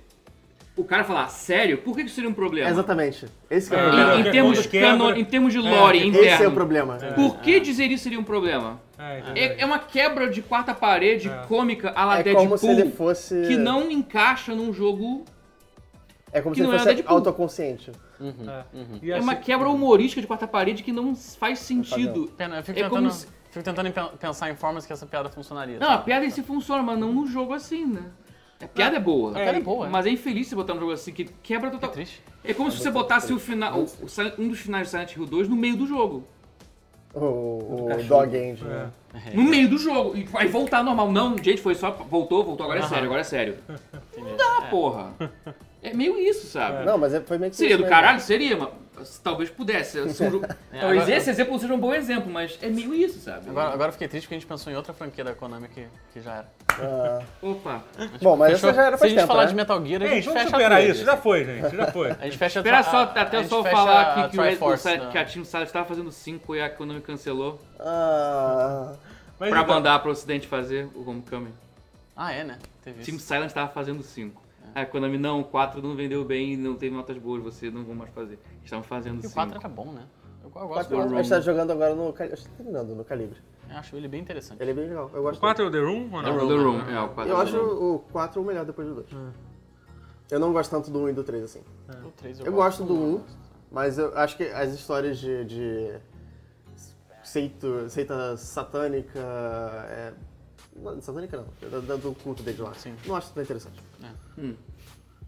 [SPEAKER 4] O cara falar, sério, por que isso seria um problema?
[SPEAKER 3] Exatamente. Esse que é o
[SPEAKER 2] É,
[SPEAKER 3] problema.
[SPEAKER 4] Em, em
[SPEAKER 2] Quando
[SPEAKER 4] termos,
[SPEAKER 2] quebra-
[SPEAKER 4] cano- em termos de lore
[SPEAKER 2] É,
[SPEAKER 4] interno.
[SPEAKER 3] Esse é o problema.
[SPEAKER 4] Por que dizer isso seria um problema?
[SPEAKER 2] É, entendeu?
[SPEAKER 4] É, é uma quebra de quarta parede
[SPEAKER 2] É.
[SPEAKER 4] cômica à la
[SPEAKER 3] É
[SPEAKER 4] Deadpool
[SPEAKER 3] como se ele fosse.
[SPEAKER 4] que não encaixa num jogo.
[SPEAKER 3] É como
[SPEAKER 4] que
[SPEAKER 3] se ele
[SPEAKER 4] não era
[SPEAKER 3] fosse
[SPEAKER 4] Deadpool.
[SPEAKER 3] autoconsciente.
[SPEAKER 2] É.
[SPEAKER 3] Uhum.
[SPEAKER 2] E
[SPEAKER 4] É
[SPEAKER 2] assim-
[SPEAKER 4] uma quebra humorística de quarta parede que não faz
[SPEAKER 3] um-
[SPEAKER 4] sentido.
[SPEAKER 1] Pena, eu fico,
[SPEAKER 4] É
[SPEAKER 1] tentando,
[SPEAKER 4] como se-
[SPEAKER 1] fico tentando em pen- pensar em formas que essa piada funcionaria.
[SPEAKER 4] Não, a piada em si funciona, mas não num jogo assim, né? A piada é boa.
[SPEAKER 1] a piada é
[SPEAKER 3] né?
[SPEAKER 1] boa, é.
[SPEAKER 4] Mas é infeliz se botar um jogo assim que quebra total.
[SPEAKER 1] Triste.
[SPEAKER 4] É como se você botasse o final, o- o Silent- um dos finais de Silent Hill 2 no meio do jogo.
[SPEAKER 3] O, o Dog End.
[SPEAKER 2] é.
[SPEAKER 3] né?
[SPEAKER 1] É.
[SPEAKER 4] No meio do jogo. E vai voltar ao normal. Não, gente, foi só. Voltou, voltou, agora é sério, agora é sério. Não dá, porra. É meio isso, sabe?
[SPEAKER 3] Não, mas é- foi meio que.
[SPEAKER 4] Seria
[SPEAKER 3] isso
[SPEAKER 4] do
[SPEAKER 3] mesmo.
[SPEAKER 4] caralho? Seria, mas se talvez pudesse. Se um jogo- talvez
[SPEAKER 1] É, agora-
[SPEAKER 4] esse exemplo não seja um bom exemplo, mas é meio isso, sabe?
[SPEAKER 1] Agora, agora eu fiquei triste porque a gente pensou em outra franquia da Konami que, que já era.
[SPEAKER 3] Ah.
[SPEAKER 4] Opa.
[SPEAKER 3] Bom, mas
[SPEAKER 1] Fechou?
[SPEAKER 3] essa já
[SPEAKER 1] Se a
[SPEAKER 3] era faz
[SPEAKER 1] gente
[SPEAKER 3] tempo.
[SPEAKER 1] falar
[SPEAKER 3] né?
[SPEAKER 1] de Metal Gear, a
[SPEAKER 2] Ei,
[SPEAKER 1] gente
[SPEAKER 2] vamos
[SPEAKER 1] fecha
[SPEAKER 2] superar
[SPEAKER 1] a trilha.
[SPEAKER 2] isso, já foi, gente, já foi.
[SPEAKER 1] A gente fecha a
[SPEAKER 4] Espera
[SPEAKER 1] a-
[SPEAKER 4] só,
[SPEAKER 1] a
[SPEAKER 4] até eu
[SPEAKER 1] gente
[SPEAKER 4] só
[SPEAKER 1] fecha
[SPEAKER 4] falar
[SPEAKER 1] a
[SPEAKER 4] aqui que o, Ed, o,
[SPEAKER 1] Triforce né?
[SPEAKER 4] site,
[SPEAKER 1] da-
[SPEAKER 4] que a Team Salad estava fazendo 5 e a Konami cancelou
[SPEAKER 3] Ah.
[SPEAKER 2] Mas
[SPEAKER 4] pra
[SPEAKER 2] então,
[SPEAKER 4] mandar pro Ocidente fazer o Homecoming.
[SPEAKER 1] Ah, é, né? Teve
[SPEAKER 4] Team
[SPEAKER 1] isso.
[SPEAKER 4] Silent tava fazendo 5. A Konami, não, o 4 não vendeu bem, não teve notas boas, você não vou mais fazer. Estamos fazendo
[SPEAKER 1] E o
[SPEAKER 4] 5.
[SPEAKER 1] 4 era bom, né? Eu, eu gosto
[SPEAKER 3] Quatro
[SPEAKER 1] do
[SPEAKER 3] horas. A
[SPEAKER 1] Room.
[SPEAKER 3] gente tá jogando agora no. Cali- Acho que tá terminando no Calibre.
[SPEAKER 1] Eu acho ele bem interessante.
[SPEAKER 3] Ele é bem legal. Eu gosto.
[SPEAKER 2] O 4 é o The Room ou
[SPEAKER 4] É
[SPEAKER 2] não?
[SPEAKER 4] o The Room, é o 4.
[SPEAKER 3] dele. Eu acho o 4 o melhor depois do 2.
[SPEAKER 4] É.
[SPEAKER 3] Eu não gosto tanto do 1 e do 3, assim.
[SPEAKER 1] O 3
[SPEAKER 3] Eu gosto do 1, mas eu acho que as histórias de. de seito, seita satânica. é, não, satânica não, é da- da- do culto dele lá.
[SPEAKER 1] Sim.
[SPEAKER 3] Não acho tão interessante.
[SPEAKER 4] Hum.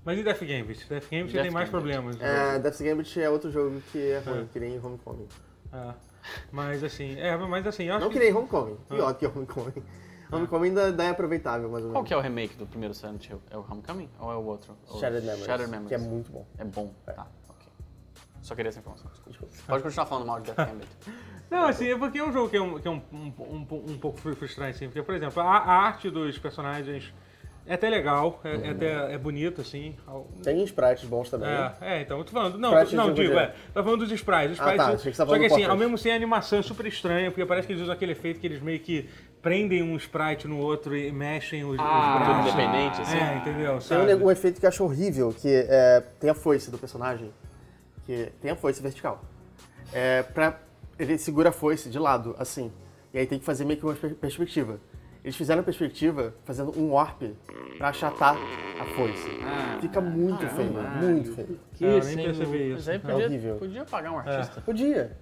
[SPEAKER 2] Mas e Death Gambit? Death Gambit
[SPEAKER 1] Death
[SPEAKER 2] tem
[SPEAKER 1] Gambit.
[SPEAKER 2] mais problemas. né?
[SPEAKER 3] É, Death's Gambit é outro jogo que é ruim, que nem Homecoming.
[SPEAKER 2] É. Mas assim, é, mas assim, eu acho
[SPEAKER 3] Não que nem Homecoming, pior que Homecoming. Homecoming ainda, ainda é aproveitável, mais ou
[SPEAKER 1] Qual
[SPEAKER 3] menos.
[SPEAKER 1] que é o remake do primeiro Silent Hill? É o Homecoming ou é o outro? O
[SPEAKER 3] Shattered Memories,
[SPEAKER 1] Shattered Memories.
[SPEAKER 3] que é muito bom.
[SPEAKER 1] É bom, tá, ok. Só queria essa informação, desculpa. Pode continuar falando mal de Death Gambit.
[SPEAKER 2] Não, assim, é porque é um jogo que é um, que é um, um, um, um pouco fru- frustrante, assim. Porque, por exemplo, a, a arte dos personagens é até legal, é, é até é bonito, assim. ao-
[SPEAKER 3] Tem sprites bons também.
[SPEAKER 2] É, é, então, eu tô falando. Não,
[SPEAKER 3] Sprites
[SPEAKER 2] tô- não
[SPEAKER 3] do
[SPEAKER 2] digo,
[SPEAKER 3] jogo
[SPEAKER 2] é. Tá falando dos sprites. Os
[SPEAKER 3] Ah, tá,
[SPEAKER 2] sprites
[SPEAKER 3] achei que você
[SPEAKER 2] só que
[SPEAKER 3] tava falando
[SPEAKER 2] assim,
[SPEAKER 3] portas.
[SPEAKER 2] ao mesmo tempo, a animação é super estranha, porque parece que eles usam aquele efeito que eles meio que prendem um sprite no outro e mexem os, os
[SPEAKER 4] Ah,
[SPEAKER 2] braços.
[SPEAKER 1] tudo independente, assim.
[SPEAKER 2] É, entendeu?
[SPEAKER 3] Tem um,
[SPEAKER 2] Sabe?
[SPEAKER 3] ne- um efeito que eu acho horrível, que é, tem a foice do personagem, que tem a foice vertical. É, pra, ele segura a foice de lado, assim, e aí tem que fazer meio que uma per- perspectiva. Eles fizeram a perspectiva fazendo um warp pra achatar a foice.
[SPEAKER 4] Ah,
[SPEAKER 3] Fica muito feio, mano. Muito feio.
[SPEAKER 1] Que
[SPEAKER 2] É, eu nem
[SPEAKER 1] sem
[SPEAKER 2] percebi
[SPEAKER 1] luz.
[SPEAKER 2] isso.
[SPEAKER 1] aí
[SPEAKER 3] É
[SPEAKER 1] podia,
[SPEAKER 3] horrível.
[SPEAKER 1] podia pagar um artista.
[SPEAKER 3] Podia,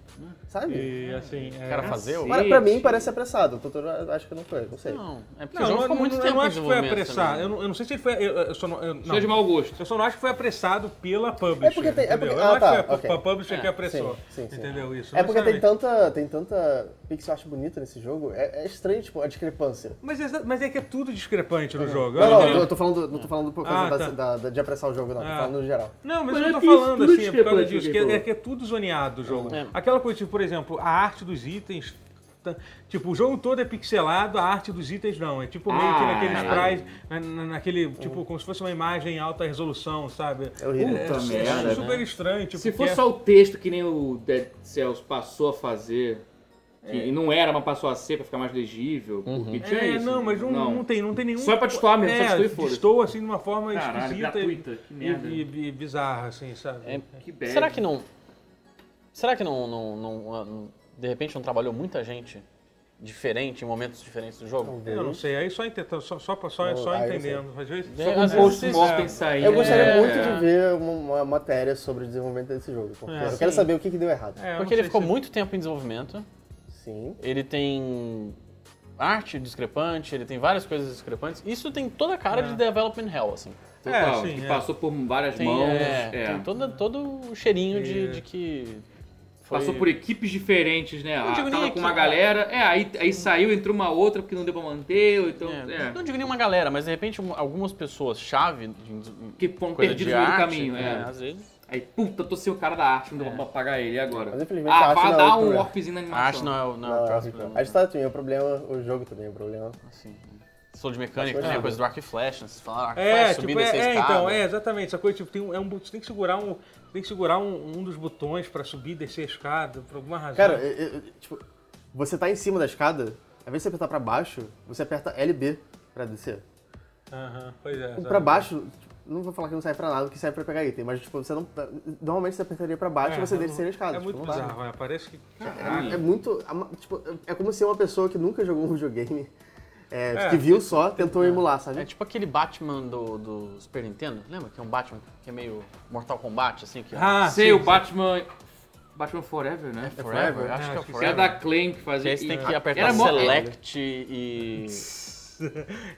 [SPEAKER 3] sabe?
[SPEAKER 2] E assim. é-
[SPEAKER 1] O cara fazer o...
[SPEAKER 3] Para, pra mim parece apressado. O Totoro acho que não foi, não sei.
[SPEAKER 1] Não, é porque
[SPEAKER 2] Não,
[SPEAKER 1] o jogo
[SPEAKER 2] eu
[SPEAKER 1] ficou
[SPEAKER 2] não,
[SPEAKER 1] muito
[SPEAKER 2] eu
[SPEAKER 1] tempo
[SPEAKER 2] não
[SPEAKER 1] em
[SPEAKER 2] acho que foi
[SPEAKER 1] desenvolvimento
[SPEAKER 2] apressado.
[SPEAKER 1] também. né?
[SPEAKER 2] Eu não, eu não sei se ele foi. Eu, eu só não, eu, não.
[SPEAKER 4] Cheio de mau gosto.
[SPEAKER 2] Eu só não acho que foi apressado pela publisher.
[SPEAKER 3] É porque tem- é
[SPEAKER 2] entendeu?
[SPEAKER 3] porque-
[SPEAKER 2] eu
[SPEAKER 3] ah,
[SPEAKER 2] acho
[SPEAKER 3] tá,
[SPEAKER 2] que foi a,
[SPEAKER 3] ok.
[SPEAKER 2] a publisher
[SPEAKER 4] É,
[SPEAKER 2] que apressou.
[SPEAKER 3] sim, sim, sim.
[SPEAKER 2] Entendeu isso?
[SPEAKER 3] É
[SPEAKER 2] Não
[SPEAKER 3] porque tem
[SPEAKER 2] necessariamente.
[SPEAKER 3] tanta, tem tanta pixel art bonita nesse jogo. É, é estranho, tipo, a discrepância.
[SPEAKER 2] Mas, é- mas é que é tudo discrepante
[SPEAKER 3] É.
[SPEAKER 2] no jogo.
[SPEAKER 3] Não,
[SPEAKER 2] eu
[SPEAKER 3] não,
[SPEAKER 2] entendo.
[SPEAKER 3] eu tô falando, não tô falando por causa
[SPEAKER 2] Ah,
[SPEAKER 3] da-
[SPEAKER 2] tá.
[SPEAKER 3] da- da- de apressar o jogo, não. Tô
[SPEAKER 2] Ah.
[SPEAKER 3] falando no geral.
[SPEAKER 2] Não, mas,
[SPEAKER 4] Mas
[SPEAKER 2] eu
[SPEAKER 4] é
[SPEAKER 2] não tô
[SPEAKER 4] que isso
[SPEAKER 2] falando
[SPEAKER 4] tudo
[SPEAKER 2] assim, é por causa
[SPEAKER 4] discrepante,
[SPEAKER 2] disso, que é,
[SPEAKER 4] Heitor.
[SPEAKER 2] é que é tudo zoneado o jogo.
[SPEAKER 1] É.
[SPEAKER 2] Aquela coisa, tipo, por exemplo, a arte dos itens. tá- Tipo, o jogo todo é pixelado, a arte dos itens não. É tipo meio que
[SPEAKER 4] Ah,
[SPEAKER 2] naqueles
[SPEAKER 4] caralho.
[SPEAKER 2] trás, na, na- naquele, tipo, como se fosse uma imagem em alta resolução, sabe?
[SPEAKER 3] É horrível.
[SPEAKER 2] É, su-
[SPEAKER 5] merda,
[SPEAKER 2] super estranho, tipo,
[SPEAKER 4] né? Se
[SPEAKER 2] que
[SPEAKER 4] fosse
[SPEAKER 2] é-
[SPEAKER 4] só o texto que nem o Dead Cells passou a fazer, que não era, mas passou a ser pra ficar mais legível,
[SPEAKER 1] Uhum.
[SPEAKER 4] porque tinha
[SPEAKER 2] É,
[SPEAKER 4] isso.
[SPEAKER 2] não, mas não, não tem, não tem nenhum.
[SPEAKER 4] Só é pra destoar mesmo, só
[SPEAKER 2] é,
[SPEAKER 4] destoa e foda-se.
[SPEAKER 2] destoa, assim de uma forma
[SPEAKER 4] Caralho,
[SPEAKER 2] esquisita
[SPEAKER 4] gratuita,
[SPEAKER 2] e,
[SPEAKER 4] que merda.
[SPEAKER 2] e- e- e bizarra, assim, sabe?
[SPEAKER 1] É,
[SPEAKER 4] Que bad.
[SPEAKER 1] Será que não... Será que não, não, não- ah, não- De repente não trabalhou muita gente diferente, em momentos diferentes do
[SPEAKER 3] Então,
[SPEAKER 1] jogo?
[SPEAKER 2] Eu não sei, aí só, entendo, só, só, só,
[SPEAKER 3] Não,
[SPEAKER 2] só
[SPEAKER 3] aí eu
[SPEAKER 2] entendendo. Às vezes,
[SPEAKER 1] É,
[SPEAKER 4] Um
[SPEAKER 1] às
[SPEAKER 4] post
[SPEAKER 1] vezes-
[SPEAKER 4] mortem saindo.
[SPEAKER 3] Eu gostaria
[SPEAKER 4] é,
[SPEAKER 3] muito
[SPEAKER 4] é.
[SPEAKER 3] de ver uma, uma matéria sobre o desenvolvimento desse jogo. Porque
[SPEAKER 2] É,
[SPEAKER 3] eu quero
[SPEAKER 1] sim.
[SPEAKER 3] saber o que, que deu errado.
[SPEAKER 2] é, eu não
[SPEAKER 1] Porque
[SPEAKER 2] sei
[SPEAKER 1] ele ficou
[SPEAKER 2] se-
[SPEAKER 1] muito tempo em desenvolvimento.
[SPEAKER 3] Sim.
[SPEAKER 1] Ele tem arte discrepante, ele tem várias coisas discrepantes. Isso tem toda a cara de development hell, assim.
[SPEAKER 4] Total,
[SPEAKER 2] É, sim,
[SPEAKER 4] que
[SPEAKER 2] é.
[SPEAKER 4] passou por várias
[SPEAKER 1] Tem,
[SPEAKER 4] mãos.
[SPEAKER 1] é,
[SPEAKER 4] é.
[SPEAKER 1] tem toda, todo o cheirinho de,
[SPEAKER 2] E-
[SPEAKER 1] de que. foi-
[SPEAKER 4] Passou por equipes diferentes, né? Ah,
[SPEAKER 1] digo nem
[SPEAKER 4] tava com uma
[SPEAKER 1] equipe.
[SPEAKER 4] galera, é, aí, aí saiu, entrou uma outra porque não deu pra manter, ou então.
[SPEAKER 1] É,
[SPEAKER 4] É.
[SPEAKER 1] Não digo nenhuma galera, mas de repente um- algumas pessoas-chave de- em
[SPEAKER 4] Que foram
[SPEAKER 1] coisa
[SPEAKER 4] perdidos
[SPEAKER 1] de
[SPEAKER 4] no meio do
[SPEAKER 1] arte,
[SPEAKER 4] caminho,
[SPEAKER 1] né,
[SPEAKER 4] é.
[SPEAKER 1] Às vezes.
[SPEAKER 4] Aí, puta, tô sem o cara da arte,
[SPEAKER 2] É.
[SPEAKER 4] não deu pra pagar ele e agora.
[SPEAKER 3] Mas, infelizmente, a
[SPEAKER 4] ah,
[SPEAKER 3] arte
[SPEAKER 4] vá
[SPEAKER 3] não é o
[SPEAKER 4] dar um
[SPEAKER 3] problema.
[SPEAKER 4] warpzinho na
[SPEAKER 1] A
[SPEAKER 4] animação.
[SPEAKER 1] arte não é, o- não é o
[SPEAKER 3] Não,
[SPEAKER 1] próximo
[SPEAKER 3] não,
[SPEAKER 1] problema.
[SPEAKER 3] a estátua também é um problema, o jogo também é um problema.
[SPEAKER 1] Assim, sou de mecânica,
[SPEAKER 3] Acho que
[SPEAKER 1] tem a
[SPEAKER 3] é.
[SPEAKER 1] coisa do arco e flecha, né? vocês falaram arco e
[SPEAKER 2] É,
[SPEAKER 1] flecha,
[SPEAKER 2] tipo,
[SPEAKER 1] subida e
[SPEAKER 2] é,
[SPEAKER 1] ser
[SPEAKER 2] é,
[SPEAKER 1] escada.
[SPEAKER 2] então, é, exatamente. Essa coisa, tipo, tem um, é um, bu- você tem que segurar um, tem que segurar um, um dos botões pra subir e descer a escada, por alguma razão.
[SPEAKER 3] Cara, eu- eu- eu- tipo, você tá em cima da escada, ao invés de você apertar pra baixo, você aperta LB pra descer.
[SPEAKER 2] Aham, pois é.
[SPEAKER 3] O
[SPEAKER 2] sabe?
[SPEAKER 3] pra baixo, tipo, não vou falar que não serve pra nada, porque serve pra pegar item, mas tipo, você não. Normalmente você apertaria pra baixo e
[SPEAKER 2] É,
[SPEAKER 3] você
[SPEAKER 2] eu não-
[SPEAKER 3] desceria a escada.
[SPEAKER 2] É
[SPEAKER 3] tipo,
[SPEAKER 2] muito
[SPEAKER 3] não dá.
[SPEAKER 2] bizarro, é, parece que...
[SPEAKER 4] Ah,
[SPEAKER 3] É, é muito. ama- Tipo, é como se uma pessoa que nunca jogou um videogame, é,
[SPEAKER 2] É,
[SPEAKER 3] que viu só, tentou emular, sabe?
[SPEAKER 1] É tipo aquele Batman do, do Super Nintendo, lembra? Que é um Batman que é meio Mortal Kombat, assim, que é
[SPEAKER 2] Ah,
[SPEAKER 4] Sei, o Batman. Batman Forever, né?
[SPEAKER 1] Forever? Acho que
[SPEAKER 2] Ah,
[SPEAKER 3] Forever?
[SPEAKER 1] é
[SPEAKER 2] acho que
[SPEAKER 4] Que era
[SPEAKER 1] Forever.
[SPEAKER 4] da Claim que
[SPEAKER 1] Que
[SPEAKER 4] fazia.
[SPEAKER 1] aí você tem
[SPEAKER 4] e-
[SPEAKER 1] que apertar
[SPEAKER 4] era mó-
[SPEAKER 1] select e.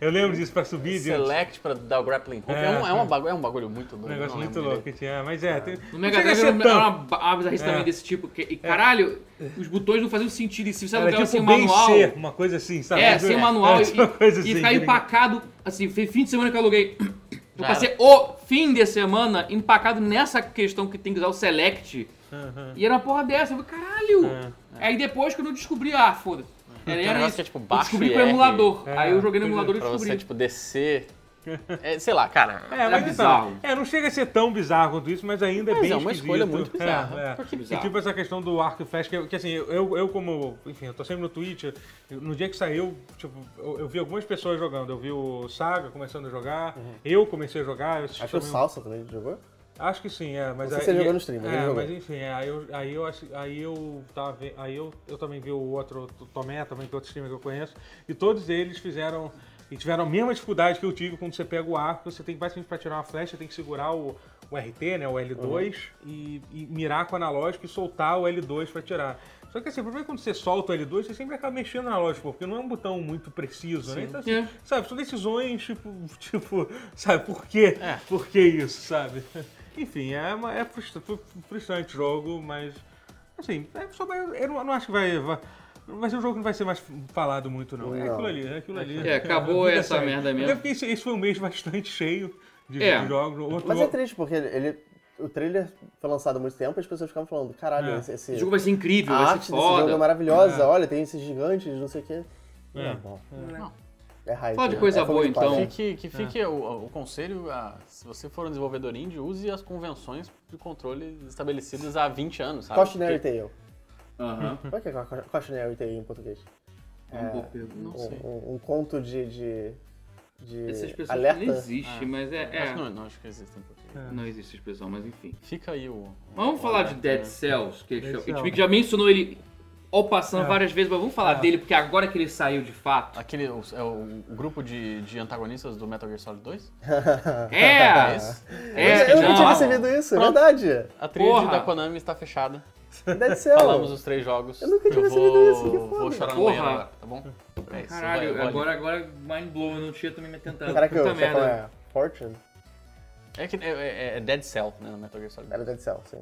[SPEAKER 2] Eu lembro disso, pra subir, gente.
[SPEAKER 1] Select pra dar o grappling hook. É,
[SPEAKER 2] É,
[SPEAKER 1] um, é, uma bagu- é um bagulho muito doido.
[SPEAKER 2] Um negócio
[SPEAKER 1] não lembro
[SPEAKER 2] muito louco que tinha, mas é. Tem,
[SPEAKER 4] No
[SPEAKER 2] não
[SPEAKER 4] Mega
[SPEAKER 2] chega a
[SPEAKER 4] Drive
[SPEAKER 2] ser
[SPEAKER 4] era um uma- era
[SPEAKER 2] tanto.
[SPEAKER 4] uma ba- bizarrice
[SPEAKER 2] É.
[SPEAKER 4] também desse tipo. que- e caralho, os botões não faziam sentido. E se você
[SPEAKER 2] Era
[SPEAKER 4] não
[SPEAKER 2] tipo
[SPEAKER 4] é sem
[SPEAKER 2] um
[SPEAKER 4] manual.
[SPEAKER 2] B&C, uma coisa assim, sabe?
[SPEAKER 4] É, sem manual
[SPEAKER 2] É,
[SPEAKER 4] e,
[SPEAKER 2] tipo uma coisa
[SPEAKER 4] e
[SPEAKER 2] assim,
[SPEAKER 4] ficar
[SPEAKER 2] que ninguém-
[SPEAKER 4] empacado. Assim, foi fim de semana que eu aluguei. Eu
[SPEAKER 1] Já
[SPEAKER 4] passei o fim de semana empacado nessa questão que tem que usar o select.
[SPEAKER 2] Aham.
[SPEAKER 4] E era uma porra dessa. Eu falei, caralho!
[SPEAKER 2] É.
[SPEAKER 4] Aí depois que eu não descobri, ah, foda-se. Era,
[SPEAKER 1] um
[SPEAKER 4] era
[SPEAKER 1] negócio
[SPEAKER 4] isso.
[SPEAKER 1] que é tipo
[SPEAKER 4] Eu
[SPEAKER 1] baixo
[SPEAKER 4] descobri
[SPEAKER 1] e
[SPEAKER 4] pro
[SPEAKER 1] R.
[SPEAKER 4] emulador.
[SPEAKER 2] É,
[SPEAKER 4] Aí eu joguei no
[SPEAKER 2] pois é,
[SPEAKER 4] emulador e
[SPEAKER 1] Pra
[SPEAKER 4] descobri.
[SPEAKER 1] você, tipo, descer. É, sei lá, cara.
[SPEAKER 2] É,
[SPEAKER 4] Era
[SPEAKER 2] mas
[SPEAKER 4] bizarro.
[SPEAKER 2] então, é, não chega a ser tão bizarro quanto isso, mas ainda é
[SPEAKER 1] Mas
[SPEAKER 2] bem
[SPEAKER 1] é uma
[SPEAKER 2] esquisito.
[SPEAKER 1] escolha muito bizarra.
[SPEAKER 2] É, é.
[SPEAKER 1] Por que
[SPEAKER 2] E
[SPEAKER 1] bizarro?
[SPEAKER 2] tipo essa questão do arco e flecha, que, que assim, eu, eu como, enfim, eu tô sempre no Twitch, eu- no dia que saiu, tipo, eu, eu vi algumas pessoas jogando, eu vi o Saga começando a jogar,
[SPEAKER 1] Uhum.
[SPEAKER 2] eu comecei a jogar, eu assisti
[SPEAKER 4] tipo
[SPEAKER 3] Acho que o
[SPEAKER 2] também-
[SPEAKER 3] Salsa também jogou.
[SPEAKER 2] Acho que sim, é. Mas
[SPEAKER 3] Não sei
[SPEAKER 2] aí,
[SPEAKER 3] se ele jogou no stream, mas
[SPEAKER 2] é,
[SPEAKER 3] ele jogou.
[SPEAKER 2] mas enfim, é, aí eu, aí eu, assi- aí eu tava ve- aí eu, eu também vi o outro o Tomé, também que é outro streamer que eu conheço, e todos eles fizeram e tiveram a mesma dificuldade que eu tive quando você pega o arco, você tem que basicamente para tirar uma flecha, tem que segurar o, o RT, né, o L2 e, e mirar com o analógico e soltar o L2 para tirar. Só que assim, o problema é que quando você solta o L2, você sempre acaba mexendo no analógico, porque não é um botão muito preciso, né? Então, assim,
[SPEAKER 4] É.
[SPEAKER 2] sabe, são decisões, tipo, tipo, sabe, por quê?
[SPEAKER 4] É.
[SPEAKER 2] Por que isso, sabe? Enfim, é, uma, é frustra- fru- frustrante o jogo, mas, assim, é só, vai- eu não, eu não acho que vai... vai mas um jogo que não vai ser mais falado muito, não. É
[SPEAKER 3] Não.
[SPEAKER 2] aquilo ali, é aquilo ali.
[SPEAKER 4] É, acabou
[SPEAKER 2] A vida
[SPEAKER 4] essa merda mesmo.
[SPEAKER 2] Até porque esse, esse foi um mês bastante cheio de,
[SPEAKER 4] É.
[SPEAKER 2] de jogos. Outro,
[SPEAKER 3] Mas é triste, porque ele, ele- o trailer foi lançado há muito tempo e as pessoas ficavam falando, caralho,
[SPEAKER 2] É.
[SPEAKER 3] esse, esse-
[SPEAKER 4] Esse jogo vai ser incrível,
[SPEAKER 3] a
[SPEAKER 1] Ah,
[SPEAKER 4] vai
[SPEAKER 3] arte
[SPEAKER 4] ser
[SPEAKER 3] desse jogo é
[SPEAKER 4] foda.
[SPEAKER 3] maravilhosa, olha, tem esses gigantes, não sei o quê.
[SPEAKER 2] É.
[SPEAKER 3] Não, não.
[SPEAKER 1] Não.
[SPEAKER 3] É hype.
[SPEAKER 4] Fala de
[SPEAKER 3] né?
[SPEAKER 4] coisa
[SPEAKER 3] É fogo
[SPEAKER 4] boa,
[SPEAKER 3] de palha.
[SPEAKER 4] então.
[SPEAKER 1] Que fique, que fique o, o conselho, a- se você for um desenvolvedor indie, use as convenções de controle estabelecidas há 20 anos, sabe?
[SPEAKER 4] Ah,
[SPEAKER 3] Cautionary Tale.
[SPEAKER 4] Aham.
[SPEAKER 3] Como é que é ca- Cautionary Tale em português?
[SPEAKER 4] É uma boa pergunta.
[SPEAKER 1] Não
[SPEAKER 3] Um,
[SPEAKER 1] sei.
[SPEAKER 3] um- um conto de... de, de
[SPEAKER 4] Essas pessoas
[SPEAKER 3] alerta.
[SPEAKER 4] não existe, mas é. é.
[SPEAKER 1] Mas
[SPEAKER 4] Não,
[SPEAKER 1] não, não acho que existem. porque-
[SPEAKER 4] existe essa expressão, mas enfim.
[SPEAKER 1] Fica aí o...
[SPEAKER 4] Vamos falar de Dead Cells, que a
[SPEAKER 2] É. Dead
[SPEAKER 4] gente
[SPEAKER 2] Cells. É.
[SPEAKER 4] que já mencionou ele ou passando várias vezes, mas vamos falar dele, porque agora que ele saiu de fato.
[SPEAKER 1] Aquele é o, é o grupo de, de antagonistas do Metal Gear Solid 2?
[SPEAKER 4] É!
[SPEAKER 1] Esse.
[SPEAKER 4] É,
[SPEAKER 3] eu não tinha
[SPEAKER 4] não.
[SPEAKER 3] percebido isso, é verdade. É
[SPEAKER 1] A trilha
[SPEAKER 4] Porra.
[SPEAKER 1] da Konami está fechada.
[SPEAKER 3] Dead Cell.
[SPEAKER 1] Falamos os três jogos.
[SPEAKER 3] Eu nunca
[SPEAKER 1] vou,
[SPEAKER 3] tinha percebido isso, que foda.
[SPEAKER 1] Vou chorar no
[SPEAKER 4] Porra.
[SPEAKER 1] banheiro agora, tá bom? É isso, vai, eu
[SPEAKER 4] Caralho,
[SPEAKER 1] vou ali.
[SPEAKER 4] agora, agora mind blow, eu não tinha também me tentado.
[SPEAKER 3] Caraca, eu
[SPEAKER 4] Puta
[SPEAKER 3] você
[SPEAKER 4] merda.
[SPEAKER 3] fala Fortune?
[SPEAKER 1] É, que, é, é- é Dead Cell, né, no Metal Gear Solid.
[SPEAKER 3] Era Dead Cell, sim.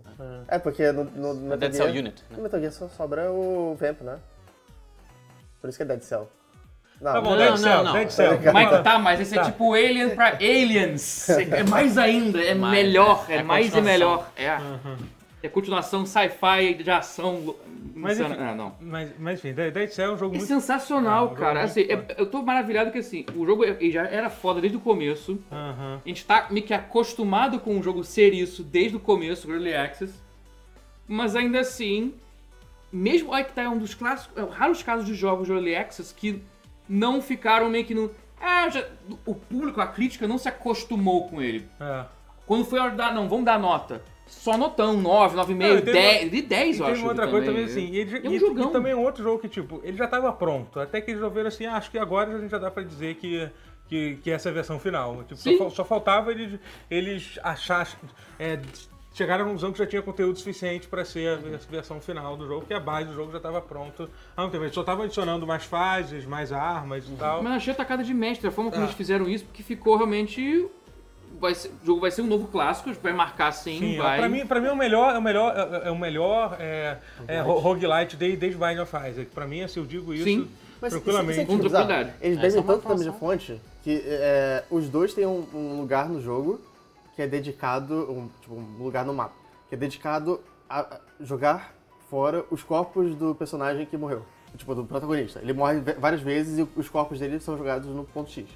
[SPEAKER 3] É, porque no, no, no
[SPEAKER 1] É
[SPEAKER 3] Metal
[SPEAKER 1] Dead Cell
[SPEAKER 3] Gear...
[SPEAKER 1] Unit, né?
[SPEAKER 3] No Metal Gear só sobra o Vamp, né? Por isso que é Dead Cell. Não,
[SPEAKER 2] Tá bom,
[SPEAKER 1] Não,
[SPEAKER 2] Dead
[SPEAKER 1] não,
[SPEAKER 2] Cell,
[SPEAKER 1] não.
[SPEAKER 2] Dead Cell.
[SPEAKER 4] Mas tá, mas esse é
[SPEAKER 2] Tá.
[SPEAKER 4] tipo Alien pra Aliens. É mais ainda, é
[SPEAKER 1] Mais,
[SPEAKER 4] melhor, é,
[SPEAKER 1] é
[SPEAKER 4] mais e
[SPEAKER 1] continuação.
[SPEAKER 4] melhor. É. É continuação sci-fi de ação.
[SPEAKER 2] Mas
[SPEAKER 4] insana.
[SPEAKER 2] enfim.
[SPEAKER 4] Ah, não.
[SPEAKER 2] Mas, mas enfim, Dead Dead Cell é um jogo
[SPEAKER 4] É
[SPEAKER 2] muito...
[SPEAKER 4] sensacional,
[SPEAKER 2] É,
[SPEAKER 4] cara.
[SPEAKER 2] é
[SPEAKER 4] Assim, é- eu tô maravilhado que assim, o jogo é- já era foda desde o começo.
[SPEAKER 3] é um-
[SPEAKER 2] Aham.
[SPEAKER 4] A gente tá meio que acostumado com o jogo ser isso desde o começo, o Early Access. Mas ainda assim, mesmo aí que tá é um dos clássicos, é um raros casos de jogos de Early Access que não ficaram meio que no. Ah, já- o público, a crítica não se acostumou com ele.
[SPEAKER 2] É.
[SPEAKER 4] Quando foi a hora de dar, não, vamos dar nota. Só notão, 9,
[SPEAKER 2] Não,
[SPEAKER 4] 9,5,
[SPEAKER 2] e teve
[SPEAKER 4] 10, de 10
[SPEAKER 2] E
[SPEAKER 4] eu
[SPEAKER 2] tem
[SPEAKER 4] acho.
[SPEAKER 2] uma outra
[SPEAKER 4] também.
[SPEAKER 2] coisa também, assim, e, ele-
[SPEAKER 4] É um
[SPEAKER 2] e-
[SPEAKER 4] jogão.
[SPEAKER 2] e também um outro jogo que, tipo, ele já tava pronto, até que eles resolveram assim, ah, acho que agora a gente já dá pra dizer que, que, que essa é a versão final. Tipo, só,
[SPEAKER 4] Sim.
[SPEAKER 2] fal- só faltava eles, eles achar, é, chegaram a um que já tinha conteúdo suficiente pra ser a ver- versão final do jogo, que a base do jogo já tava pronta há um tempo. Eles só estavam adicionando mais fases, mais armas e tal.
[SPEAKER 4] Uhum. Mas achei a tacada de mestre, a forma
[SPEAKER 2] Ah.
[SPEAKER 4] como eles fizeram isso, porque ficou realmente. Vai ser- o jogo vai ser um novo clássico, vai marcar sim,
[SPEAKER 2] Sim,
[SPEAKER 4] vai.
[SPEAKER 2] pra mim, pra mim é o melhor, é o melhor, é, é o melhor é, é, ro- roguelite desde, desde Bind of Isaac. Pra mim, assim, eu digo isso
[SPEAKER 4] Sim.
[SPEAKER 3] Mas isso-
[SPEAKER 2] tranquilamente.
[SPEAKER 3] isso é
[SPEAKER 4] Com
[SPEAKER 3] bizarro.
[SPEAKER 4] tranquilidade.
[SPEAKER 3] Eles
[SPEAKER 1] É,
[SPEAKER 3] bebem
[SPEAKER 1] só uma
[SPEAKER 3] tanto da mesma fonte que é, os dois têm um, um lugar no jogo que é dedicado, um, tipo, um lugar no mapa, que é dedicado a a jogar fora os corpos do personagem que morreu. Tipo, do protagonista. Ele morre ve- várias vezes e os corpos dele são jogados no ponto X.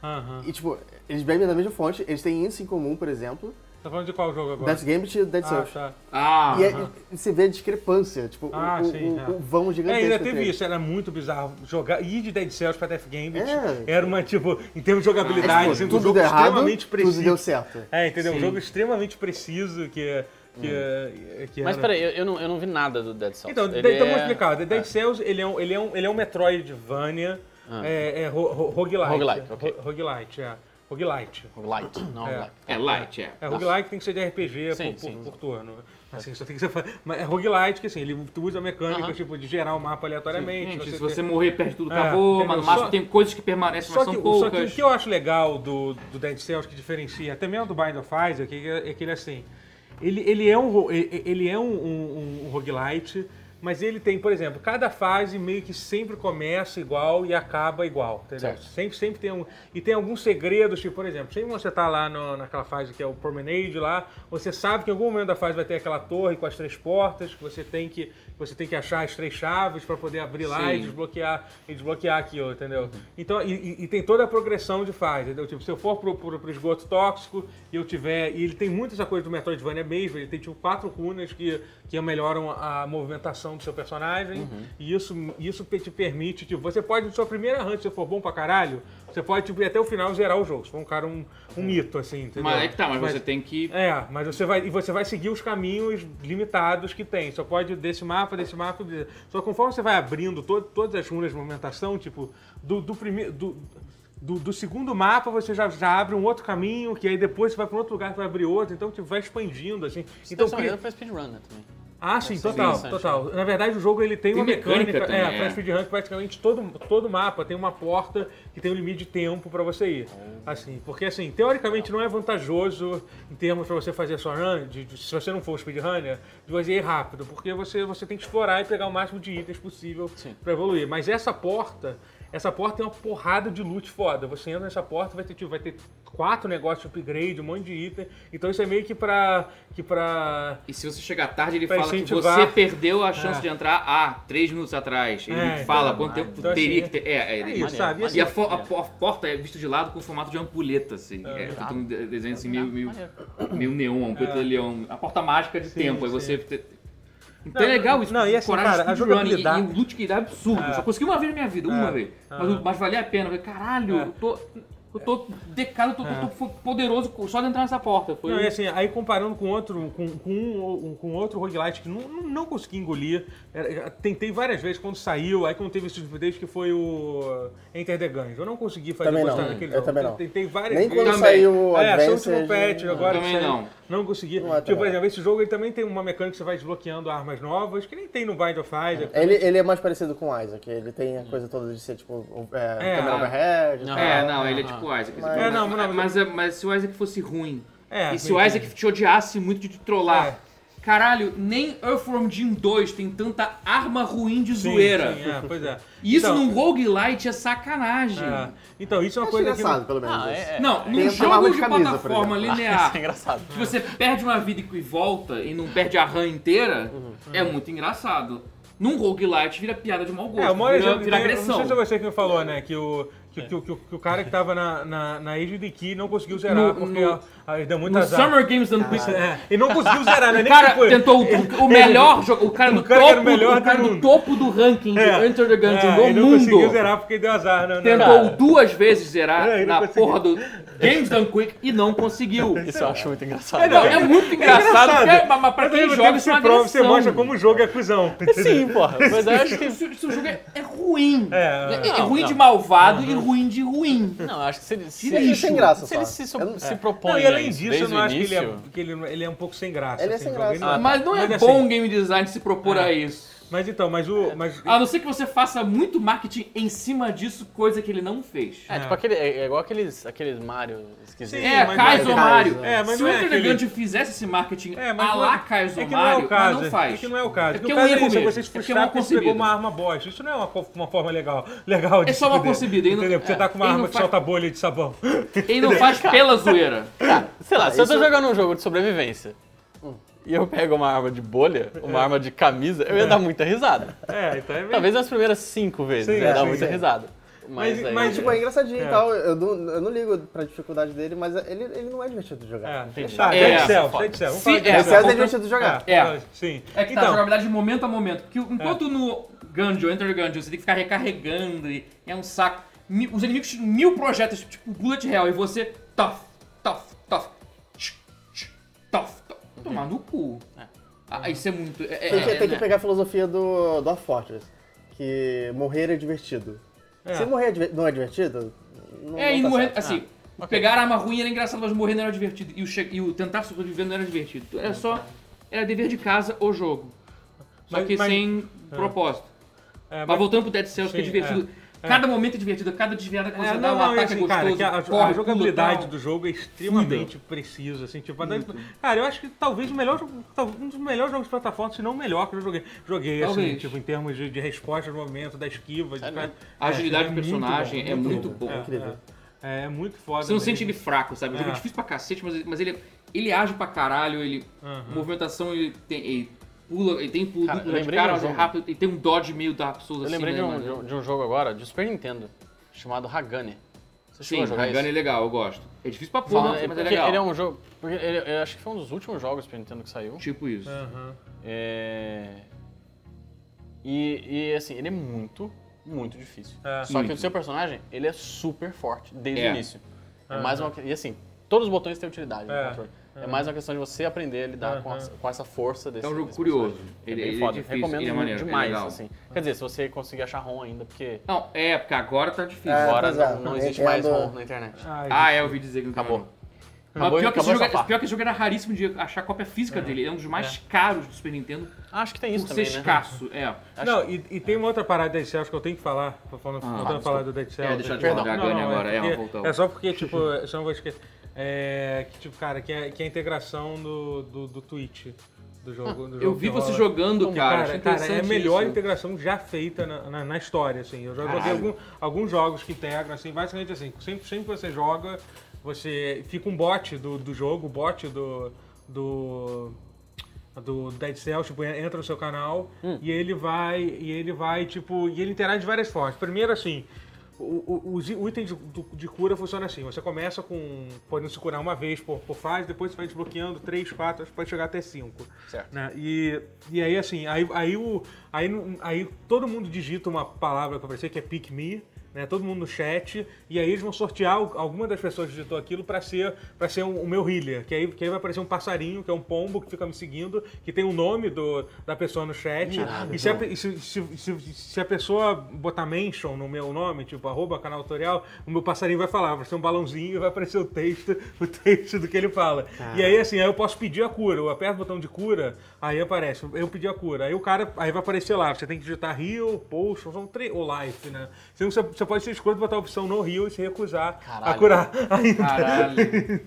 [SPEAKER 2] Aham.
[SPEAKER 3] E, tipo, eles bebem da mesma fonte, eles têm isso em comum, por exemplo,
[SPEAKER 2] Tá falando de qual jogo agora?
[SPEAKER 3] Death Gambit e Dead
[SPEAKER 2] ah,
[SPEAKER 3] Cells.
[SPEAKER 2] tá.
[SPEAKER 4] Ah,
[SPEAKER 3] E é- e se vê a discrepância, tipo, o-
[SPEAKER 2] Ah,
[SPEAKER 3] o,
[SPEAKER 2] sim,
[SPEAKER 3] o-
[SPEAKER 2] é.
[SPEAKER 3] o vão
[SPEAKER 2] É,
[SPEAKER 3] gigantesco.
[SPEAKER 2] ainda
[SPEAKER 3] entre
[SPEAKER 2] teve
[SPEAKER 3] eles.
[SPEAKER 2] isso, era muito bizarro jogar. Ir de Dead Cells pra Death Gambit
[SPEAKER 3] É.
[SPEAKER 2] era uma, tipo, em termos de jogabilidade, assim, um
[SPEAKER 3] Tudo
[SPEAKER 2] jogo
[SPEAKER 3] deu errado,
[SPEAKER 2] extremamente preciso.
[SPEAKER 3] tudo deu certo.
[SPEAKER 2] É, entendeu? Um
[SPEAKER 4] Sim.
[SPEAKER 2] jogo extremamente preciso que. que,
[SPEAKER 3] Hum.
[SPEAKER 2] que
[SPEAKER 1] Mas
[SPEAKER 2] era-
[SPEAKER 1] peraí, eu, eu não, eu não vi nada do Dead Cell.
[SPEAKER 2] Então,
[SPEAKER 1] Ele
[SPEAKER 2] então vamos
[SPEAKER 1] é-
[SPEAKER 2] explicar. The Dead
[SPEAKER 1] é. Ah.
[SPEAKER 2] Cells, ele é um, ele é um, ele é um Metroidvania é, é, ro- ro- roguelite.
[SPEAKER 1] Roguelite, ok.
[SPEAKER 2] Ro- roguelite, é. Roguelite.
[SPEAKER 1] Roguelite, não
[SPEAKER 2] É.
[SPEAKER 1] roguelite. Tá.
[SPEAKER 4] é light, é.
[SPEAKER 2] É, roguelike tem que ser de RPG
[SPEAKER 1] Sim,
[SPEAKER 2] por, por-
[SPEAKER 1] sim.
[SPEAKER 2] por turno. Assim, só tem que ser. Mas é roguelite que assim, ele usa a mecânica,
[SPEAKER 1] Aham.
[SPEAKER 2] tipo, de gerar o mapa aleatoriamente.
[SPEAKER 4] Gente, se
[SPEAKER 2] tem-
[SPEAKER 4] você morrer, perde tudo,
[SPEAKER 2] É,
[SPEAKER 4] acabou,
[SPEAKER 2] entendeu?
[SPEAKER 4] mas no máximo
[SPEAKER 2] Só-
[SPEAKER 4] tem coisas que permanecem,
[SPEAKER 2] Só
[SPEAKER 4] mas
[SPEAKER 2] que,
[SPEAKER 4] são
[SPEAKER 2] o- só que o
[SPEAKER 4] poucas.
[SPEAKER 2] que eu acho legal do, do Dead Cells, que diferencia até mesmo do Bind of Isaac, é que, é que ele é assim. Ele, ele é, um, ro- ele ele é um, um- um roguelite, mas ele tem, por exemplo, cada fase meio que sempre começa igual e acaba igual. Entendeu?
[SPEAKER 1] Certo.
[SPEAKER 2] Sempre, sempre tem um. E tem alguns segredos, tipo, por exemplo, sempre você tá lá no- naquela fase que é o Promenade lá, você sabe que em algum momento da fase vai ter aquela torre com as três portas, que você tem que, você tem que achar as três chaves para poder abrir lá e
[SPEAKER 4] Sim.
[SPEAKER 2] desbloquear, e desbloquear aquilo, entendeu? Então, e, e- e tem toda a progressão de fase, entendeu? Tipo, se eu for pro, pro, pro esgoto tóxico e eu tiver. E ele tem muito essa coisa do Metroidvania mesmo, ele tem tipo quatro runas que, que melhoram a movimentação do seu personagem.
[SPEAKER 4] Uhum.
[SPEAKER 2] E isso, isso pe- te permite, tipo, você pode, na sua primeira run, se você for bom pra caralho, você pode tipo, ir até o final e zerar o jogo. Se for um cara um, um mito, assim, entendeu?
[SPEAKER 4] Mas é que tá, mas, você tem que.
[SPEAKER 2] É, mas você vai, e você vai seguir os caminhos limitados que tem. Só pode desse mapa, desse mapa. desse- Só conforme você vai abrindo to- todas as runas de movimentação, tipo, do, do primeiro. Do, do- do segundo mapa você já, já abre um outro caminho, que aí depois você vai para outro lugar que vai abrir outro, então tipo, vai expandindo, assim.
[SPEAKER 1] Então,
[SPEAKER 4] tá
[SPEAKER 2] Então, cria-
[SPEAKER 1] foi speedrun, né, também.
[SPEAKER 2] ah, sim, total,
[SPEAKER 1] interessante,
[SPEAKER 2] total. Na verdade, o jogo ele tem,
[SPEAKER 4] né? Tem
[SPEAKER 2] uma mecânica,
[SPEAKER 4] mecânica também,
[SPEAKER 2] é,
[SPEAKER 4] é.
[SPEAKER 2] pra speed rank praticamente todo todo mapa tem uma porta que tem um limite de tempo pra você ir.
[SPEAKER 4] Oh.
[SPEAKER 2] Assim, porque assim, teoricamente não é vantajoso em termos pra você fazer sua run, de- de- se você não for speedrunner, de você ir rápido, porque você você tem que explorar e pegar o máximo de itens possível
[SPEAKER 1] Sim.
[SPEAKER 2] pra evoluir. Mas essa porta, essa porta tem uma porrada de loot foda. Você entra nessa porta, vai ter, tipo, vai ter quatro negócios de upgrade, um monte de item. Então isso é meio que pra que pra
[SPEAKER 4] E se você chegar tarde, ele
[SPEAKER 2] Pra
[SPEAKER 4] fala que
[SPEAKER 2] incentivar.
[SPEAKER 4] você perdeu a chance
[SPEAKER 2] É.
[SPEAKER 4] de entrar há três minutos atrás. Ele
[SPEAKER 2] É,
[SPEAKER 4] fala
[SPEAKER 2] então,
[SPEAKER 4] quanto
[SPEAKER 1] mas-
[SPEAKER 4] tempo
[SPEAKER 2] então,
[SPEAKER 4] teria
[SPEAKER 2] assim,
[SPEAKER 4] que ter. É, é,
[SPEAKER 2] é
[SPEAKER 4] ele-
[SPEAKER 2] isso, sabe? E, assim,
[SPEAKER 4] E a, fo- a po- a porta é vista de lado com o formato de ampulheta, assim. É,
[SPEAKER 2] Ah,
[SPEAKER 4] feito um de- desenho
[SPEAKER 2] é
[SPEAKER 4] assim, meio, meio, meio neon, ampulheta leão. A porta mágica de
[SPEAKER 2] Sim,
[SPEAKER 4] tempo. Aí
[SPEAKER 2] sim.
[SPEAKER 4] você. te- Então
[SPEAKER 2] Não,
[SPEAKER 4] é legal isso,
[SPEAKER 2] não, e
[SPEAKER 4] porque
[SPEAKER 2] assim,
[SPEAKER 4] coragem
[SPEAKER 2] cara, a
[SPEAKER 4] de speedrunning
[SPEAKER 2] jogabilidade- É.
[SPEAKER 4] E, e o loot que dá é absurdo. Eu Só consegui uma vez na minha vida, uma vez. Mas, o- mas valia a pena. Eu falei, caralho,
[SPEAKER 2] É.
[SPEAKER 4] eu tô. Eu tô decado, eu tô, eu tô poderoso só de entrar nessa porta. Foi...
[SPEAKER 2] Não, e assim, aí comparando com outro, com, com um, ou- com outro roguelite que não, não, não consegui engolir, era- já tentei várias vezes quando saiu, aí quando teve esse update que foi o Enter the Gungeon. Eu não consegui fazer
[SPEAKER 3] Também
[SPEAKER 2] gostar
[SPEAKER 3] não,
[SPEAKER 2] daquele
[SPEAKER 3] eu
[SPEAKER 2] jogo.
[SPEAKER 3] também não.
[SPEAKER 2] Tentei várias
[SPEAKER 3] Nem
[SPEAKER 2] vezes.
[SPEAKER 3] quando
[SPEAKER 4] Também.
[SPEAKER 3] saiu o
[SPEAKER 2] É, seu
[SPEAKER 3] Advance.
[SPEAKER 2] último patch agora.
[SPEAKER 4] Também
[SPEAKER 2] que saiu,
[SPEAKER 4] não.
[SPEAKER 2] Não consegui.
[SPEAKER 3] Não é
[SPEAKER 2] tipo, por
[SPEAKER 3] também.
[SPEAKER 2] exemplo, esse jogo ele também tem uma mecânica que você vai desbloqueando armas novas, que nem tem no Bind of Isaac.
[SPEAKER 3] Ele, ele é mais parecido com o Isaac, ele tem a coisa toda de ser tipo é,
[SPEAKER 2] É,
[SPEAKER 3] câmera
[SPEAKER 2] ah.
[SPEAKER 3] overhead. e tal.
[SPEAKER 4] É, não, ele é tipo o Isaac.
[SPEAKER 3] Mas-
[SPEAKER 2] É, não, não,
[SPEAKER 4] mas, mas, mas se o Isaac fosse ruim,
[SPEAKER 2] É,
[SPEAKER 4] e se o Isaac te odiasse muito de te trollar,
[SPEAKER 2] É.
[SPEAKER 4] caralho, nem Earthworm Jim 2 tem tanta arma ruim de
[SPEAKER 2] sim,
[SPEAKER 4] zoeira.
[SPEAKER 2] sim, é, pois é.
[SPEAKER 4] E isso
[SPEAKER 2] então,
[SPEAKER 4] num roguelite é sacanagem.
[SPEAKER 2] é. Então, isso é uma
[SPEAKER 3] Acho
[SPEAKER 2] coisa que...
[SPEAKER 3] engraçado, pelo menos.
[SPEAKER 1] Ah,
[SPEAKER 3] isso.
[SPEAKER 1] é, é.
[SPEAKER 4] Não,
[SPEAKER 1] é,
[SPEAKER 4] num
[SPEAKER 3] essa barba
[SPEAKER 4] jogo
[SPEAKER 3] de
[SPEAKER 4] de
[SPEAKER 3] camisa, por
[SPEAKER 4] plataforma
[SPEAKER 3] exemplo.
[SPEAKER 4] linear,
[SPEAKER 1] Isso é engraçado.
[SPEAKER 4] que você perde uma vida e volta e não perde a RAM inteira,
[SPEAKER 2] Uhum.
[SPEAKER 4] é muito engraçado. Num roguelite vira piada de mau gosto,
[SPEAKER 2] É, o maior
[SPEAKER 4] vira,
[SPEAKER 2] exemplo que
[SPEAKER 4] vira
[SPEAKER 2] tem-
[SPEAKER 4] agressão.
[SPEAKER 2] Não sei se foi você que me falou, né? Que o, que, que, que- que o cara que tava na, na, na Age de Key não conseguiu zerar,
[SPEAKER 4] No-
[SPEAKER 2] porque
[SPEAKER 4] no-
[SPEAKER 2] ó, aí deu muito
[SPEAKER 4] No
[SPEAKER 2] azar.
[SPEAKER 4] Summer Games dando Quick
[SPEAKER 2] É, e não conseguiu zerar, né?
[SPEAKER 4] O
[SPEAKER 2] Nem
[SPEAKER 4] cara
[SPEAKER 2] que foi.
[SPEAKER 4] tentou o, o melhor jogo, o cara do
[SPEAKER 2] cara que era
[SPEAKER 4] topo,
[SPEAKER 2] o melhor
[SPEAKER 4] o cara
[SPEAKER 2] do
[SPEAKER 4] do
[SPEAKER 2] mundo.
[SPEAKER 4] topo do ranking de
[SPEAKER 2] É.
[SPEAKER 4] Enter the Gungeon
[SPEAKER 2] É,
[SPEAKER 4] do
[SPEAKER 2] ele não conseguiu
[SPEAKER 4] mundo
[SPEAKER 2] zerar porque deu azar, né?
[SPEAKER 4] tentou
[SPEAKER 1] Cara.
[SPEAKER 4] duas vezes zerar
[SPEAKER 2] É, ele não
[SPEAKER 4] na
[SPEAKER 2] conseguiu. É,
[SPEAKER 4] porra do Games Done Quick e não conseguiu.
[SPEAKER 1] Isso eu acho muito engraçado.
[SPEAKER 4] Não, é muito engraçado,
[SPEAKER 2] engraçado.
[SPEAKER 4] porque- é, mas mas pra
[SPEAKER 2] Mas ao
[SPEAKER 4] quem
[SPEAKER 2] mesmo
[SPEAKER 4] joga
[SPEAKER 2] tempo
[SPEAKER 4] isso é uma
[SPEAKER 2] você prova, você
[SPEAKER 4] agressão.
[SPEAKER 2] mostra como o jogo é cuzão.
[SPEAKER 1] Sim, porra. Mas eu acho que.
[SPEAKER 4] Se, se o jogo é, é ruim.
[SPEAKER 2] É,
[SPEAKER 4] É- é
[SPEAKER 1] não,
[SPEAKER 4] ruim
[SPEAKER 1] não.
[SPEAKER 4] de malvado e ruim de ruim.
[SPEAKER 1] Não, eu acho que se ele. Se,
[SPEAKER 4] Que
[SPEAKER 1] ele-
[SPEAKER 4] lixo.
[SPEAKER 3] Sem graça,
[SPEAKER 1] se ele
[SPEAKER 3] só.
[SPEAKER 1] se,
[SPEAKER 3] Eu não-
[SPEAKER 1] so- se
[SPEAKER 3] é.
[SPEAKER 1] propõe.
[SPEAKER 2] Não, e além disso,
[SPEAKER 1] desde
[SPEAKER 2] eu não
[SPEAKER 1] o
[SPEAKER 2] acho que ele é,
[SPEAKER 1] início-
[SPEAKER 2] que ele, ele é um pouco sem graça.
[SPEAKER 3] Ele é sem graça.
[SPEAKER 2] não-
[SPEAKER 4] Mas não é
[SPEAKER 2] assim, é.
[SPEAKER 4] bom game design se propor a isso.
[SPEAKER 2] Mas então, mas o... Mas,
[SPEAKER 4] A não ser que você faça muito marketing em cima disso, coisa que ele não fez.
[SPEAKER 1] É, tipo aquele. É é igual aqueles, aqueles Mario esquisitos.
[SPEAKER 2] Sim,
[SPEAKER 4] É,
[SPEAKER 2] mas
[SPEAKER 4] Kaizo
[SPEAKER 3] não é-
[SPEAKER 4] Mario.
[SPEAKER 2] É, mas
[SPEAKER 4] Se
[SPEAKER 2] não
[SPEAKER 4] o
[SPEAKER 2] é
[SPEAKER 4] Enter the
[SPEAKER 2] aquele-
[SPEAKER 4] Gungeon fizesse esse marketing
[SPEAKER 2] É, mas
[SPEAKER 4] a
[SPEAKER 2] não-
[SPEAKER 4] lá Kaizo
[SPEAKER 2] é que não é
[SPEAKER 4] Mario,
[SPEAKER 2] o caso.
[SPEAKER 4] mas não faz.
[SPEAKER 2] É que não é o caso.
[SPEAKER 4] É
[SPEAKER 2] Porque o
[SPEAKER 4] porque é um
[SPEAKER 2] caso é
[SPEAKER 4] erro
[SPEAKER 2] isso, é
[SPEAKER 4] mesmo.
[SPEAKER 2] vocês
[SPEAKER 4] É porque é uma
[SPEAKER 2] frustraram porque você pegou
[SPEAKER 4] concebida.
[SPEAKER 2] uma arma bosta. Isso não é uma, co- uma forma legal, legal de
[SPEAKER 4] É só uma
[SPEAKER 2] se fuder,
[SPEAKER 4] concebida, e não-
[SPEAKER 2] Entendeu? Porque
[SPEAKER 4] é,
[SPEAKER 2] você tá com uma
[SPEAKER 4] ele
[SPEAKER 2] arma
[SPEAKER 4] não
[SPEAKER 2] que
[SPEAKER 4] faz-
[SPEAKER 2] solta bolha de sabão.
[SPEAKER 4] Ele não faz pela zoeira.
[SPEAKER 1] É, Sei
[SPEAKER 2] Ah,
[SPEAKER 1] lá, se eu tô
[SPEAKER 3] isso-
[SPEAKER 1] jogando um jogo de sobrevivência
[SPEAKER 2] Hum.
[SPEAKER 1] e eu pego uma arma de bolha, uma arma de camisa, eu ia dar muita risada.
[SPEAKER 2] É, então é mesmo.
[SPEAKER 1] Talvez nas primeiras cinco vezes
[SPEAKER 2] Sim,
[SPEAKER 1] eu ia dar
[SPEAKER 2] sim,
[SPEAKER 1] muita
[SPEAKER 3] sim.
[SPEAKER 1] risada. Mas,
[SPEAKER 2] Mas-
[SPEAKER 1] aí-
[SPEAKER 2] mas,
[SPEAKER 3] Tipo, é engraçadinho
[SPEAKER 2] É.
[SPEAKER 3] e tal. Eu não, eu não ligo pra dificuldade dele, mas ele, ele não é divertido de jogar.
[SPEAKER 2] É, tá,
[SPEAKER 4] É,
[SPEAKER 2] é, Excel,
[SPEAKER 1] foda.
[SPEAKER 2] é Excel. Vamos
[SPEAKER 4] Se-
[SPEAKER 2] falar de
[SPEAKER 4] é,
[SPEAKER 3] Esse é,
[SPEAKER 4] porque-
[SPEAKER 3] divertido de jogar.
[SPEAKER 4] É.
[SPEAKER 2] Ah, Sim.
[SPEAKER 4] É que tá, a
[SPEAKER 2] então, É.
[SPEAKER 4] jogabilidade de momento a momento. Porque enquanto no Gungeon, Enter the Gungeon, você tem que ficar recarregando e é um saco. Mi- Os inimigos tinham mil projetos, tipo bullet hell, e você... Tof, tof, tof, tch, tch, tof, tof. Tomar no cu. Ah, isso é muito... É, é,
[SPEAKER 3] Tem que,
[SPEAKER 4] é,
[SPEAKER 3] tem que
[SPEAKER 4] né?
[SPEAKER 3] pegar a filosofia do Dwarf Fortress, que morrer é divertido.
[SPEAKER 2] É.
[SPEAKER 3] Se morrer é diver- não é divertido, não,
[SPEAKER 4] É,
[SPEAKER 3] não
[SPEAKER 4] e
[SPEAKER 3] tá
[SPEAKER 4] morrer,
[SPEAKER 3] certo.
[SPEAKER 4] assim,
[SPEAKER 1] Ah,
[SPEAKER 4] pegar a arma ruim era engraçado, mas morrer não era divertido. E o, che- e o tentar sobreviver não era divertido. Era só, era dever de casa o jogo. Só
[SPEAKER 2] Mas-
[SPEAKER 4] que
[SPEAKER 2] mas-
[SPEAKER 4] sem propósito.
[SPEAKER 2] é,
[SPEAKER 4] Mas voltando pro Dead Cells, que é
[SPEAKER 2] Sim,
[SPEAKER 4] divertido. Cada momento é divertido, cada desviada que você
[SPEAKER 2] É,
[SPEAKER 4] dá,
[SPEAKER 2] não,
[SPEAKER 4] um
[SPEAKER 2] não, e
[SPEAKER 4] ataque
[SPEAKER 2] assim,
[SPEAKER 4] é
[SPEAKER 2] cara,
[SPEAKER 4] gostoso.
[SPEAKER 2] que a, a
[SPEAKER 4] corre,
[SPEAKER 2] jogabilidade
[SPEAKER 4] pula,
[SPEAKER 2] do jogo é extremamente precisa, assim, tipo, mas- cara, eu acho que talvez o melhor jogo- tal- um dos melhores jogos de plataforma, se não o melhor que eu joguei, joguei assim,
[SPEAKER 4] Talvez.
[SPEAKER 2] tipo, em termos de, de resposta do momento, da esquiva, de cara,
[SPEAKER 4] né? A agilidade
[SPEAKER 2] é
[SPEAKER 4] do personagem
[SPEAKER 2] muito
[SPEAKER 4] é muito
[SPEAKER 2] bom,
[SPEAKER 4] boa.
[SPEAKER 2] é,
[SPEAKER 3] Incrível.
[SPEAKER 2] É, é muito foda.
[SPEAKER 4] Você não
[SPEAKER 2] mesmo.
[SPEAKER 4] sente ele fraco, sabe? O jogo é
[SPEAKER 2] É.
[SPEAKER 4] difícil pra cacete, mas, ele- mas ele, ele age pra caralho, ele. Movimentação, ele tem. Ele pula, ele tem pulo
[SPEAKER 1] Cara,
[SPEAKER 4] duplo
[SPEAKER 1] eu
[SPEAKER 4] né, de
[SPEAKER 1] lembrei de
[SPEAKER 4] cara,
[SPEAKER 1] um
[SPEAKER 4] mas é
[SPEAKER 1] jogo.
[SPEAKER 4] rápido, ele tem um dodge meio Dark Souls
[SPEAKER 1] Eu
[SPEAKER 4] assim,
[SPEAKER 1] lembrei
[SPEAKER 4] né?
[SPEAKER 1] de um,
[SPEAKER 4] mas-
[SPEAKER 1] de um- de um jogo agora, de Super Nintendo, chamado Hagane. Você
[SPEAKER 4] Sim,
[SPEAKER 1] chegou a jogar
[SPEAKER 4] Hagane é
[SPEAKER 1] isso?
[SPEAKER 4] legal, eu gosto. É difícil pra porra,
[SPEAKER 1] Falando-
[SPEAKER 4] mas é
[SPEAKER 1] porque
[SPEAKER 4] legal.
[SPEAKER 1] ele é um jogo. Porque ele, eu acho que foi um dos últimos jogos Super Nintendo que saiu.
[SPEAKER 4] Tipo isso.
[SPEAKER 2] Aham.
[SPEAKER 1] É... E, e, assim, ele é muito, muito difícil.
[SPEAKER 2] É.
[SPEAKER 1] Só que
[SPEAKER 4] Muito.
[SPEAKER 1] o seu personagem, ele é super forte desde
[SPEAKER 4] É.
[SPEAKER 1] o início. É mais uma, que- e assim, todos os botões têm utilidade
[SPEAKER 2] É.
[SPEAKER 1] no controle. É mais uma questão de você aprender a lidar com, a- com essa força desse
[SPEAKER 4] É um jogo
[SPEAKER 1] desse
[SPEAKER 4] curioso.
[SPEAKER 1] personagem.
[SPEAKER 4] Ele-
[SPEAKER 1] é bem
[SPEAKER 4] ele é
[SPEAKER 1] foda.
[SPEAKER 4] difícil,
[SPEAKER 1] Recomendo
[SPEAKER 4] ele é maneiro, ele é
[SPEAKER 1] demais,
[SPEAKER 4] legal.
[SPEAKER 1] assim. Quer dizer, se você conseguir achar ROM ainda, porque
[SPEAKER 4] Não, é, porque agora tá difícil.
[SPEAKER 3] É,
[SPEAKER 1] agora
[SPEAKER 3] pois é.
[SPEAKER 1] não, não existe
[SPEAKER 3] Nintendo-
[SPEAKER 1] mais ROM na internet.
[SPEAKER 2] Ai,
[SPEAKER 4] Ah, é, eu ouvi dizer que não tá
[SPEAKER 1] Acabou.
[SPEAKER 4] bom. Mas
[SPEAKER 1] Acabou-
[SPEAKER 4] pior, que esse
[SPEAKER 1] acabou
[SPEAKER 4] jogo, é-
[SPEAKER 1] essa parte.
[SPEAKER 4] pior que esse jogo era raríssimo de achar cópia física dele. É um dos mais caros do Super Nintendo
[SPEAKER 1] Acho que tem isso
[SPEAKER 4] por ser
[SPEAKER 1] também, né?
[SPEAKER 4] escasso. É.
[SPEAKER 2] Não, e, e tem uma outra parada da Dead Cells que eu tenho que falar, tô falando, voltando a
[SPEAKER 4] desculpa.
[SPEAKER 2] falar do Dead Cells.
[SPEAKER 4] É, deixa eu te
[SPEAKER 1] Perdão.
[SPEAKER 4] falar da
[SPEAKER 2] Não,
[SPEAKER 4] Gane
[SPEAKER 2] não,
[SPEAKER 4] agora. É,
[SPEAKER 2] porque-
[SPEAKER 4] voltou.
[SPEAKER 2] é só porque, tipo, eu só não vou esquecer. É, que, tipo, cara, que é, que é a integração do, do, do Twitch do jogo. do
[SPEAKER 4] Eu
[SPEAKER 2] jogo
[SPEAKER 4] vi
[SPEAKER 2] que
[SPEAKER 4] você
[SPEAKER 2] rola.
[SPEAKER 4] jogando, cara.
[SPEAKER 2] Cara,
[SPEAKER 4] achei
[SPEAKER 2] cara, é a
[SPEAKER 4] interessante
[SPEAKER 2] melhor
[SPEAKER 4] isso.
[SPEAKER 2] integração já feita na, na- na história, assim. Eu já joguei
[SPEAKER 4] Caralho.
[SPEAKER 2] algum- alguns jogos que integram, assim, basicamente assim, sempre, sempre que você joga, você fica um bot do, do jogo, o bot do. do do Dead Cells, tipo, entra no seu canal e ele vai, e ele vai, tipo, e ele interage de várias formas. Primeiro, assim, o- o- os i- o item de, do- de cura funciona assim, você começa com, podendo se curar uma vez por, por fase, depois você vai desbloqueando três, quatro, acho que pode chegar até cinco.
[SPEAKER 1] Certo.
[SPEAKER 2] Né? E, e aí, assim, aí, aí, o, aí, no- aí todo mundo digita uma palavra que eu pensei, que é pick me, né? né? Todo mundo no chat. E aí eles vão sortear o- alguma das pessoas que digitou aquilo pra ser, pra ser um- o meu healer. Que aí, que aí vai aparecer um passarinho, que é um pombo que fica me seguindo, que tem o nome do, da pessoa no chat. e se a, pe- e se, se- se- se a pessoa botar mention no meu nome, tipo arroba canal tutorial, o meu passarinho vai falar, vai ser um balãozinho e vai aparecer o texto, o texto do que ele fala. E aí assim, aí eu posso pedir a cura. Eu aperto o botão de cura, aí aparece, eu pedi a cura. Aí o cara, aí vai aparecer lá, você tem que digitar heal, potion, são três, ou life, né? Você, não- você pode ser escroto e botar a opção no heal e se recusar a
[SPEAKER 1] Caralho.
[SPEAKER 2] curar. Aí-
[SPEAKER 4] Caralho.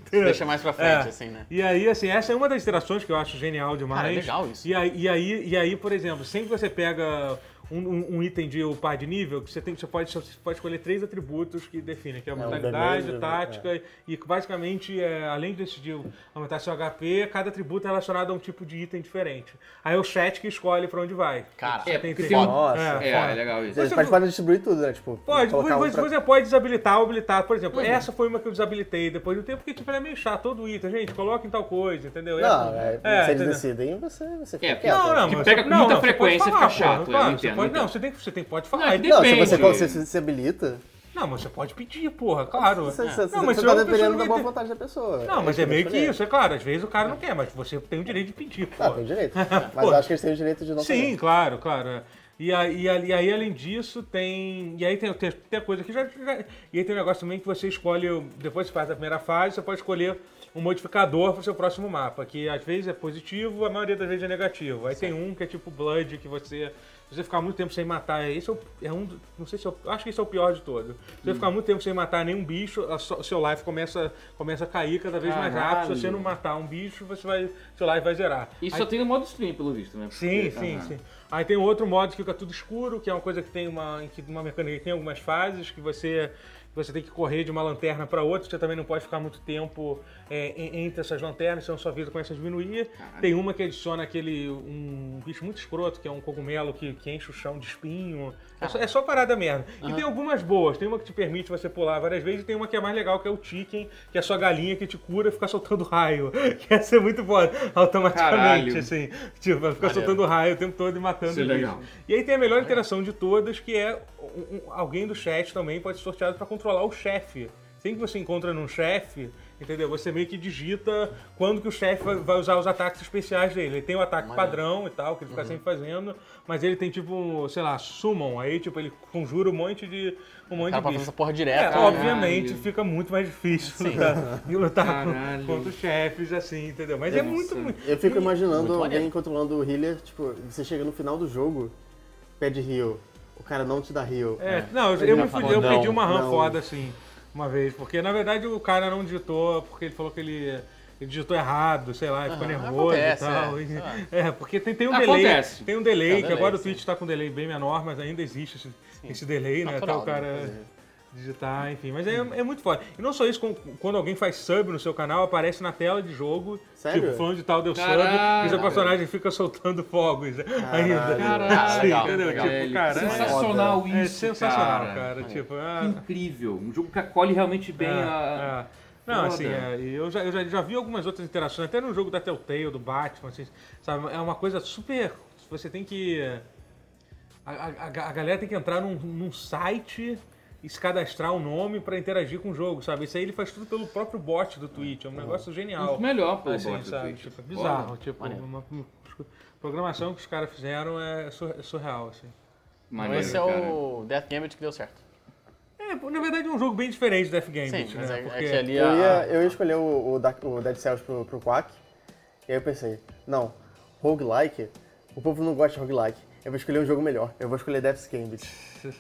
[SPEAKER 1] Deixa mais pra frente,
[SPEAKER 2] É.
[SPEAKER 1] assim, né?
[SPEAKER 2] E aí, assim, essa é uma das interações que eu acho genial demais.
[SPEAKER 1] Cara, é legal isso.
[SPEAKER 2] E aí, e aí, e aí, por exemplo, sempre que você pega um, um- um item de upar de nível, que você, tem, você, pode, você pode escolher três atributos que definem, que é a mentalidade,
[SPEAKER 3] beleza,
[SPEAKER 2] tática, e que basicamente, é, além de decidir aumentar seu HP, cada atributo é relacionado a um tipo de item diferente. Aí é o chat que escolhe pra onde vai.
[SPEAKER 1] Cara,
[SPEAKER 2] Você
[SPEAKER 1] é,
[SPEAKER 2] tem três.
[SPEAKER 4] porque tem um-
[SPEAKER 3] Nossa.
[SPEAKER 4] É, é legal isso.
[SPEAKER 3] Você
[SPEAKER 2] Você
[SPEAKER 3] pode,
[SPEAKER 2] não-
[SPEAKER 3] pode distribuir tudo, né? Tipo,
[SPEAKER 2] Pode,
[SPEAKER 3] colocar um
[SPEAKER 2] você,
[SPEAKER 3] pra-
[SPEAKER 2] você pode desabilitar ou habilitar. Por
[SPEAKER 1] Uhum.
[SPEAKER 2] exemplo, essa foi uma que eu desabilitei depois do tempo, porque tipo, era meio chato, todo item, gente, coloca em tal coisa, entendeu?
[SPEAKER 3] Não, é, se eles
[SPEAKER 2] entendeu?
[SPEAKER 3] decidem, você, você fica
[SPEAKER 4] É,
[SPEAKER 3] quieto.
[SPEAKER 2] Não, não,
[SPEAKER 4] Que
[SPEAKER 2] mas
[SPEAKER 4] pega
[SPEAKER 2] você-
[SPEAKER 4] com muita
[SPEAKER 2] você
[SPEAKER 4] frequência
[SPEAKER 2] pode falar,
[SPEAKER 4] fica chato,
[SPEAKER 2] pô,
[SPEAKER 4] eu
[SPEAKER 2] claro,
[SPEAKER 4] entendo,
[SPEAKER 2] Você pode,
[SPEAKER 4] entendo.
[SPEAKER 2] não, você tem, que- você tem, pode
[SPEAKER 4] Não,
[SPEAKER 2] falar.
[SPEAKER 4] é
[SPEAKER 2] Não,
[SPEAKER 4] que
[SPEAKER 3] Não, se
[SPEAKER 4] Depende.
[SPEAKER 3] tipo, você coloca- se se- se habilita,
[SPEAKER 2] não, mas você pode pedir, porra, claro.
[SPEAKER 3] você, você,
[SPEAKER 2] É. não, mas
[SPEAKER 3] você
[SPEAKER 2] se
[SPEAKER 3] tá
[SPEAKER 2] eu-
[SPEAKER 3] dependendo
[SPEAKER 2] eu-
[SPEAKER 3] da boa vontade da pessoa.
[SPEAKER 2] Não, mas
[SPEAKER 3] Aí
[SPEAKER 2] é meio que
[SPEAKER 3] escolher.
[SPEAKER 2] isso, é claro. Às vezes o cara não quer, mas você tem o direito de pedir, porra.
[SPEAKER 3] Ah, tem direito. Mas eu acho que eles têm o direito de não
[SPEAKER 2] Sim,
[SPEAKER 3] fazer.
[SPEAKER 2] claro, claro. é. E aí, e aí- e aí, além disso, tem. E aí tem, tem, tem a coisa que já, já- E aí tem um negócio também que você escolhe. o- Depois que você faz a primeira fase, você pode escolher um modificador para o seu próximo mapa, que às vezes é positivo, a maioria das vezes é negativo. Aí tem um que é tipo Blood, que você. Se você ficar muito tempo sem matar, esse é, o- é um. do- Não sei se eu. Acho que esse é o pior de todo. Se
[SPEAKER 4] Hum.
[SPEAKER 2] você ficar muito tempo sem matar nenhum bicho, a so- seu life começa, começa a cair cada vez mais rápido. Se você
[SPEAKER 4] Caralho.
[SPEAKER 2] não matar um bicho, você vai. Seu life vai zerar.
[SPEAKER 4] Isso
[SPEAKER 2] Aí
[SPEAKER 4] só tem no modo stream, pelo visto, né?
[SPEAKER 2] Sim,
[SPEAKER 4] Porque-
[SPEAKER 2] sim,
[SPEAKER 4] Aham.
[SPEAKER 2] sim. Aí tem um outro modo que fica tudo escuro, que é uma coisa que tem uma, em que uma mecânica que tem algumas fases, que você, você tem que correr de uma lanterna para outra, você também não pode ficar muito tempo é, en- entre essas lanternas, senão sua vida começa a diminuir. Tem uma que adiciona aquele um bicho muito escroto, que é um cogumelo que, que enche o chão de espinho. É só, é só parada merda. E tem algumas boas, tem uma que te permite você pular várias vezes, e tem uma que é mais legal, que é o chicken, que é a sua galinha que te cura e fica soltando raio. Que essa é muito boa, automaticamente,
[SPEAKER 4] Caralho.
[SPEAKER 2] assim. Tipo, vai ficar soltando raio o tempo todo e matando
[SPEAKER 4] Isso é
[SPEAKER 2] bicho.
[SPEAKER 4] legal. É.
[SPEAKER 2] E aí tem a melhor interação de todas, que é um- um- alguém do chat também pode ser sorteado para controlar o chefe. Sempre que você encontra num chefe, entendeu? Você meio que digita quando que o chefe vai- vai usar os ataques especiais dele. Ele tem o ataque padrão e tal, que ele
[SPEAKER 4] Uhum.
[SPEAKER 2] fica sempre fazendo, mas ele tem tipo, um, sei lá, summon. Aí, tipo, ele conjura um monte de. Um monte
[SPEAKER 1] cara pra
[SPEAKER 2] de bicho.
[SPEAKER 1] fazer essa porra
[SPEAKER 2] É,
[SPEAKER 1] direto. né?
[SPEAKER 2] obviamente fica muito mais difícil lutar, de lutar
[SPEAKER 4] Caralho.
[SPEAKER 2] com- contra os chefes, assim, entendeu? Mas é muito, muito.
[SPEAKER 3] Eu fico imaginando
[SPEAKER 1] Muito
[SPEAKER 3] alguém
[SPEAKER 1] maneiro.
[SPEAKER 3] controlando o healer, tipo, você chega no final do jogo, pede heal, o cara não te dá heal.
[SPEAKER 2] É, não, eu,
[SPEAKER 3] Ele
[SPEAKER 2] eu
[SPEAKER 3] já
[SPEAKER 2] me fudi,
[SPEAKER 3] falou,
[SPEAKER 2] eu
[SPEAKER 1] não,
[SPEAKER 2] perdi uma RAM
[SPEAKER 3] não.
[SPEAKER 2] foda assim, uma vez, porque na verdade o cara não digitou, porque ele falou que ele, ele digitou errado, sei lá, e ficou
[SPEAKER 1] Aham,
[SPEAKER 2] nervoso
[SPEAKER 1] acontece,
[SPEAKER 2] e tal.
[SPEAKER 1] é,
[SPEAKER 2] e-
[SPEAKER 1] sei
[SPEAKER 2] é, porque tem, tem um
[SPEAKER 4] Acontece.
[SPEAKER 2] delay, tem um delay,
[SPEAKER 1] Tem um
[SPEAKER 2] que
[SPEAKER 1] delay,
[SPEAKER 2] agora o
[SPEAKER 1] sim.
[SPEAKER 2] Twitch está com um delay bem menor, mas ainda existe esse, esse delay, né, até
[SPEAKER 1] Natural,
[SPEAKER 2] o cara
[SPEAKER 1] né?
[SPEAKER 2] digitar, enfim, mas é, é muito foda. E não só isso, com- quando alguém faz sub no seu canal, aparece na tela de jogo,
[SPEAKER 3] Sério?
[SPEAKER 2] tipo, fulano de tal deu sub, e
[SPEAKER 4] Caraca.
[SPEAKER 2] seu personagem fica soltando fogos né, ainda.
[SPEAKER 4] Caralho,
[SPEAKER 1] legal,
[SPEAKER 2] entendeu?
[SPEAKER 1] legal.
[SPEAKER 2] Tipo,
[SPEAKER 4] velho,
[SPEAKER 2] cara, é-
[SPEAKER 4] sensacional isso,
[SPEAKER 2] é sensacional, cara.
[SPEAKER 4] cara.
[SPEAKER 2] Tipo,
[SPEAKER 4] Que
[SPEAKER 2] ah,
[SPEAKER 4] incrível. Um jogo que acolhe realmente bem
[SPEAKER 2] é,
[SPEAKER 4] a...
[SPEAKER 2] é. Não,
[SPEAKER 4] Foda.
[SPEAKER 2] assim, é, e eu, já, eu já, já vi algumas outras interações, até no jogo da Telltale, do Batman, assim, sabe? É uma coisa super. Você tem que. A, a- a- a galera tem que entrar num, num site e se cadastrar o nome pra interagir com o jogo, sabe? Isso aí ele faz tudo pelo próprio bot do Twitch, é
[SPEAKER 4] Uhum.
[SPEAKER 2] um negócio genial.
[SPEAKER 4] Muito melhor, pô,
[SPEAKER 2] Assim,
[SPEAKER 4] bot do
[SPEAKER 2] sabe?
[SPEAKER 4] Twitch.
[SPEAKER 2] Tipo, é bizarro,
[SPEAKER 4] Foda.
[SPEAKER 2] tipo,
[SPEAKER 1] Maneiro.
[SPEAKER 2] uma, uma programação que os caras fizeram é sur- é surreal, assim.
[SPEAKER 1] Então
[SPEAKER 4] Maneiro,
[SPEAKER 1] esse é
[SPEAKER 4] cara.
[SPEAKER 1] o Death Gambit que deu certo.
[SPEAKER 2] É, na verdade é um jogo bem diferente do Death Gambit,
[SPEAKER 1] Sim,
[SPEAKER 2] né?
[SPEAKER 1] mas é,
[SPEAKER 2] Porque...
[SPEAKER 1] é que ali
[SPEAKER 3] Eu
[SPEAKER 1] a...
[SPEAKER 3] ia, eu ia escolher o, o Dark- o Dead Cells pro, pro Quack, e aí eu pensei, não, roguelike, o povo não gosta de roguelike, eu vou escolher um jogo melhor, eu vou escolher Death's Gambit. Você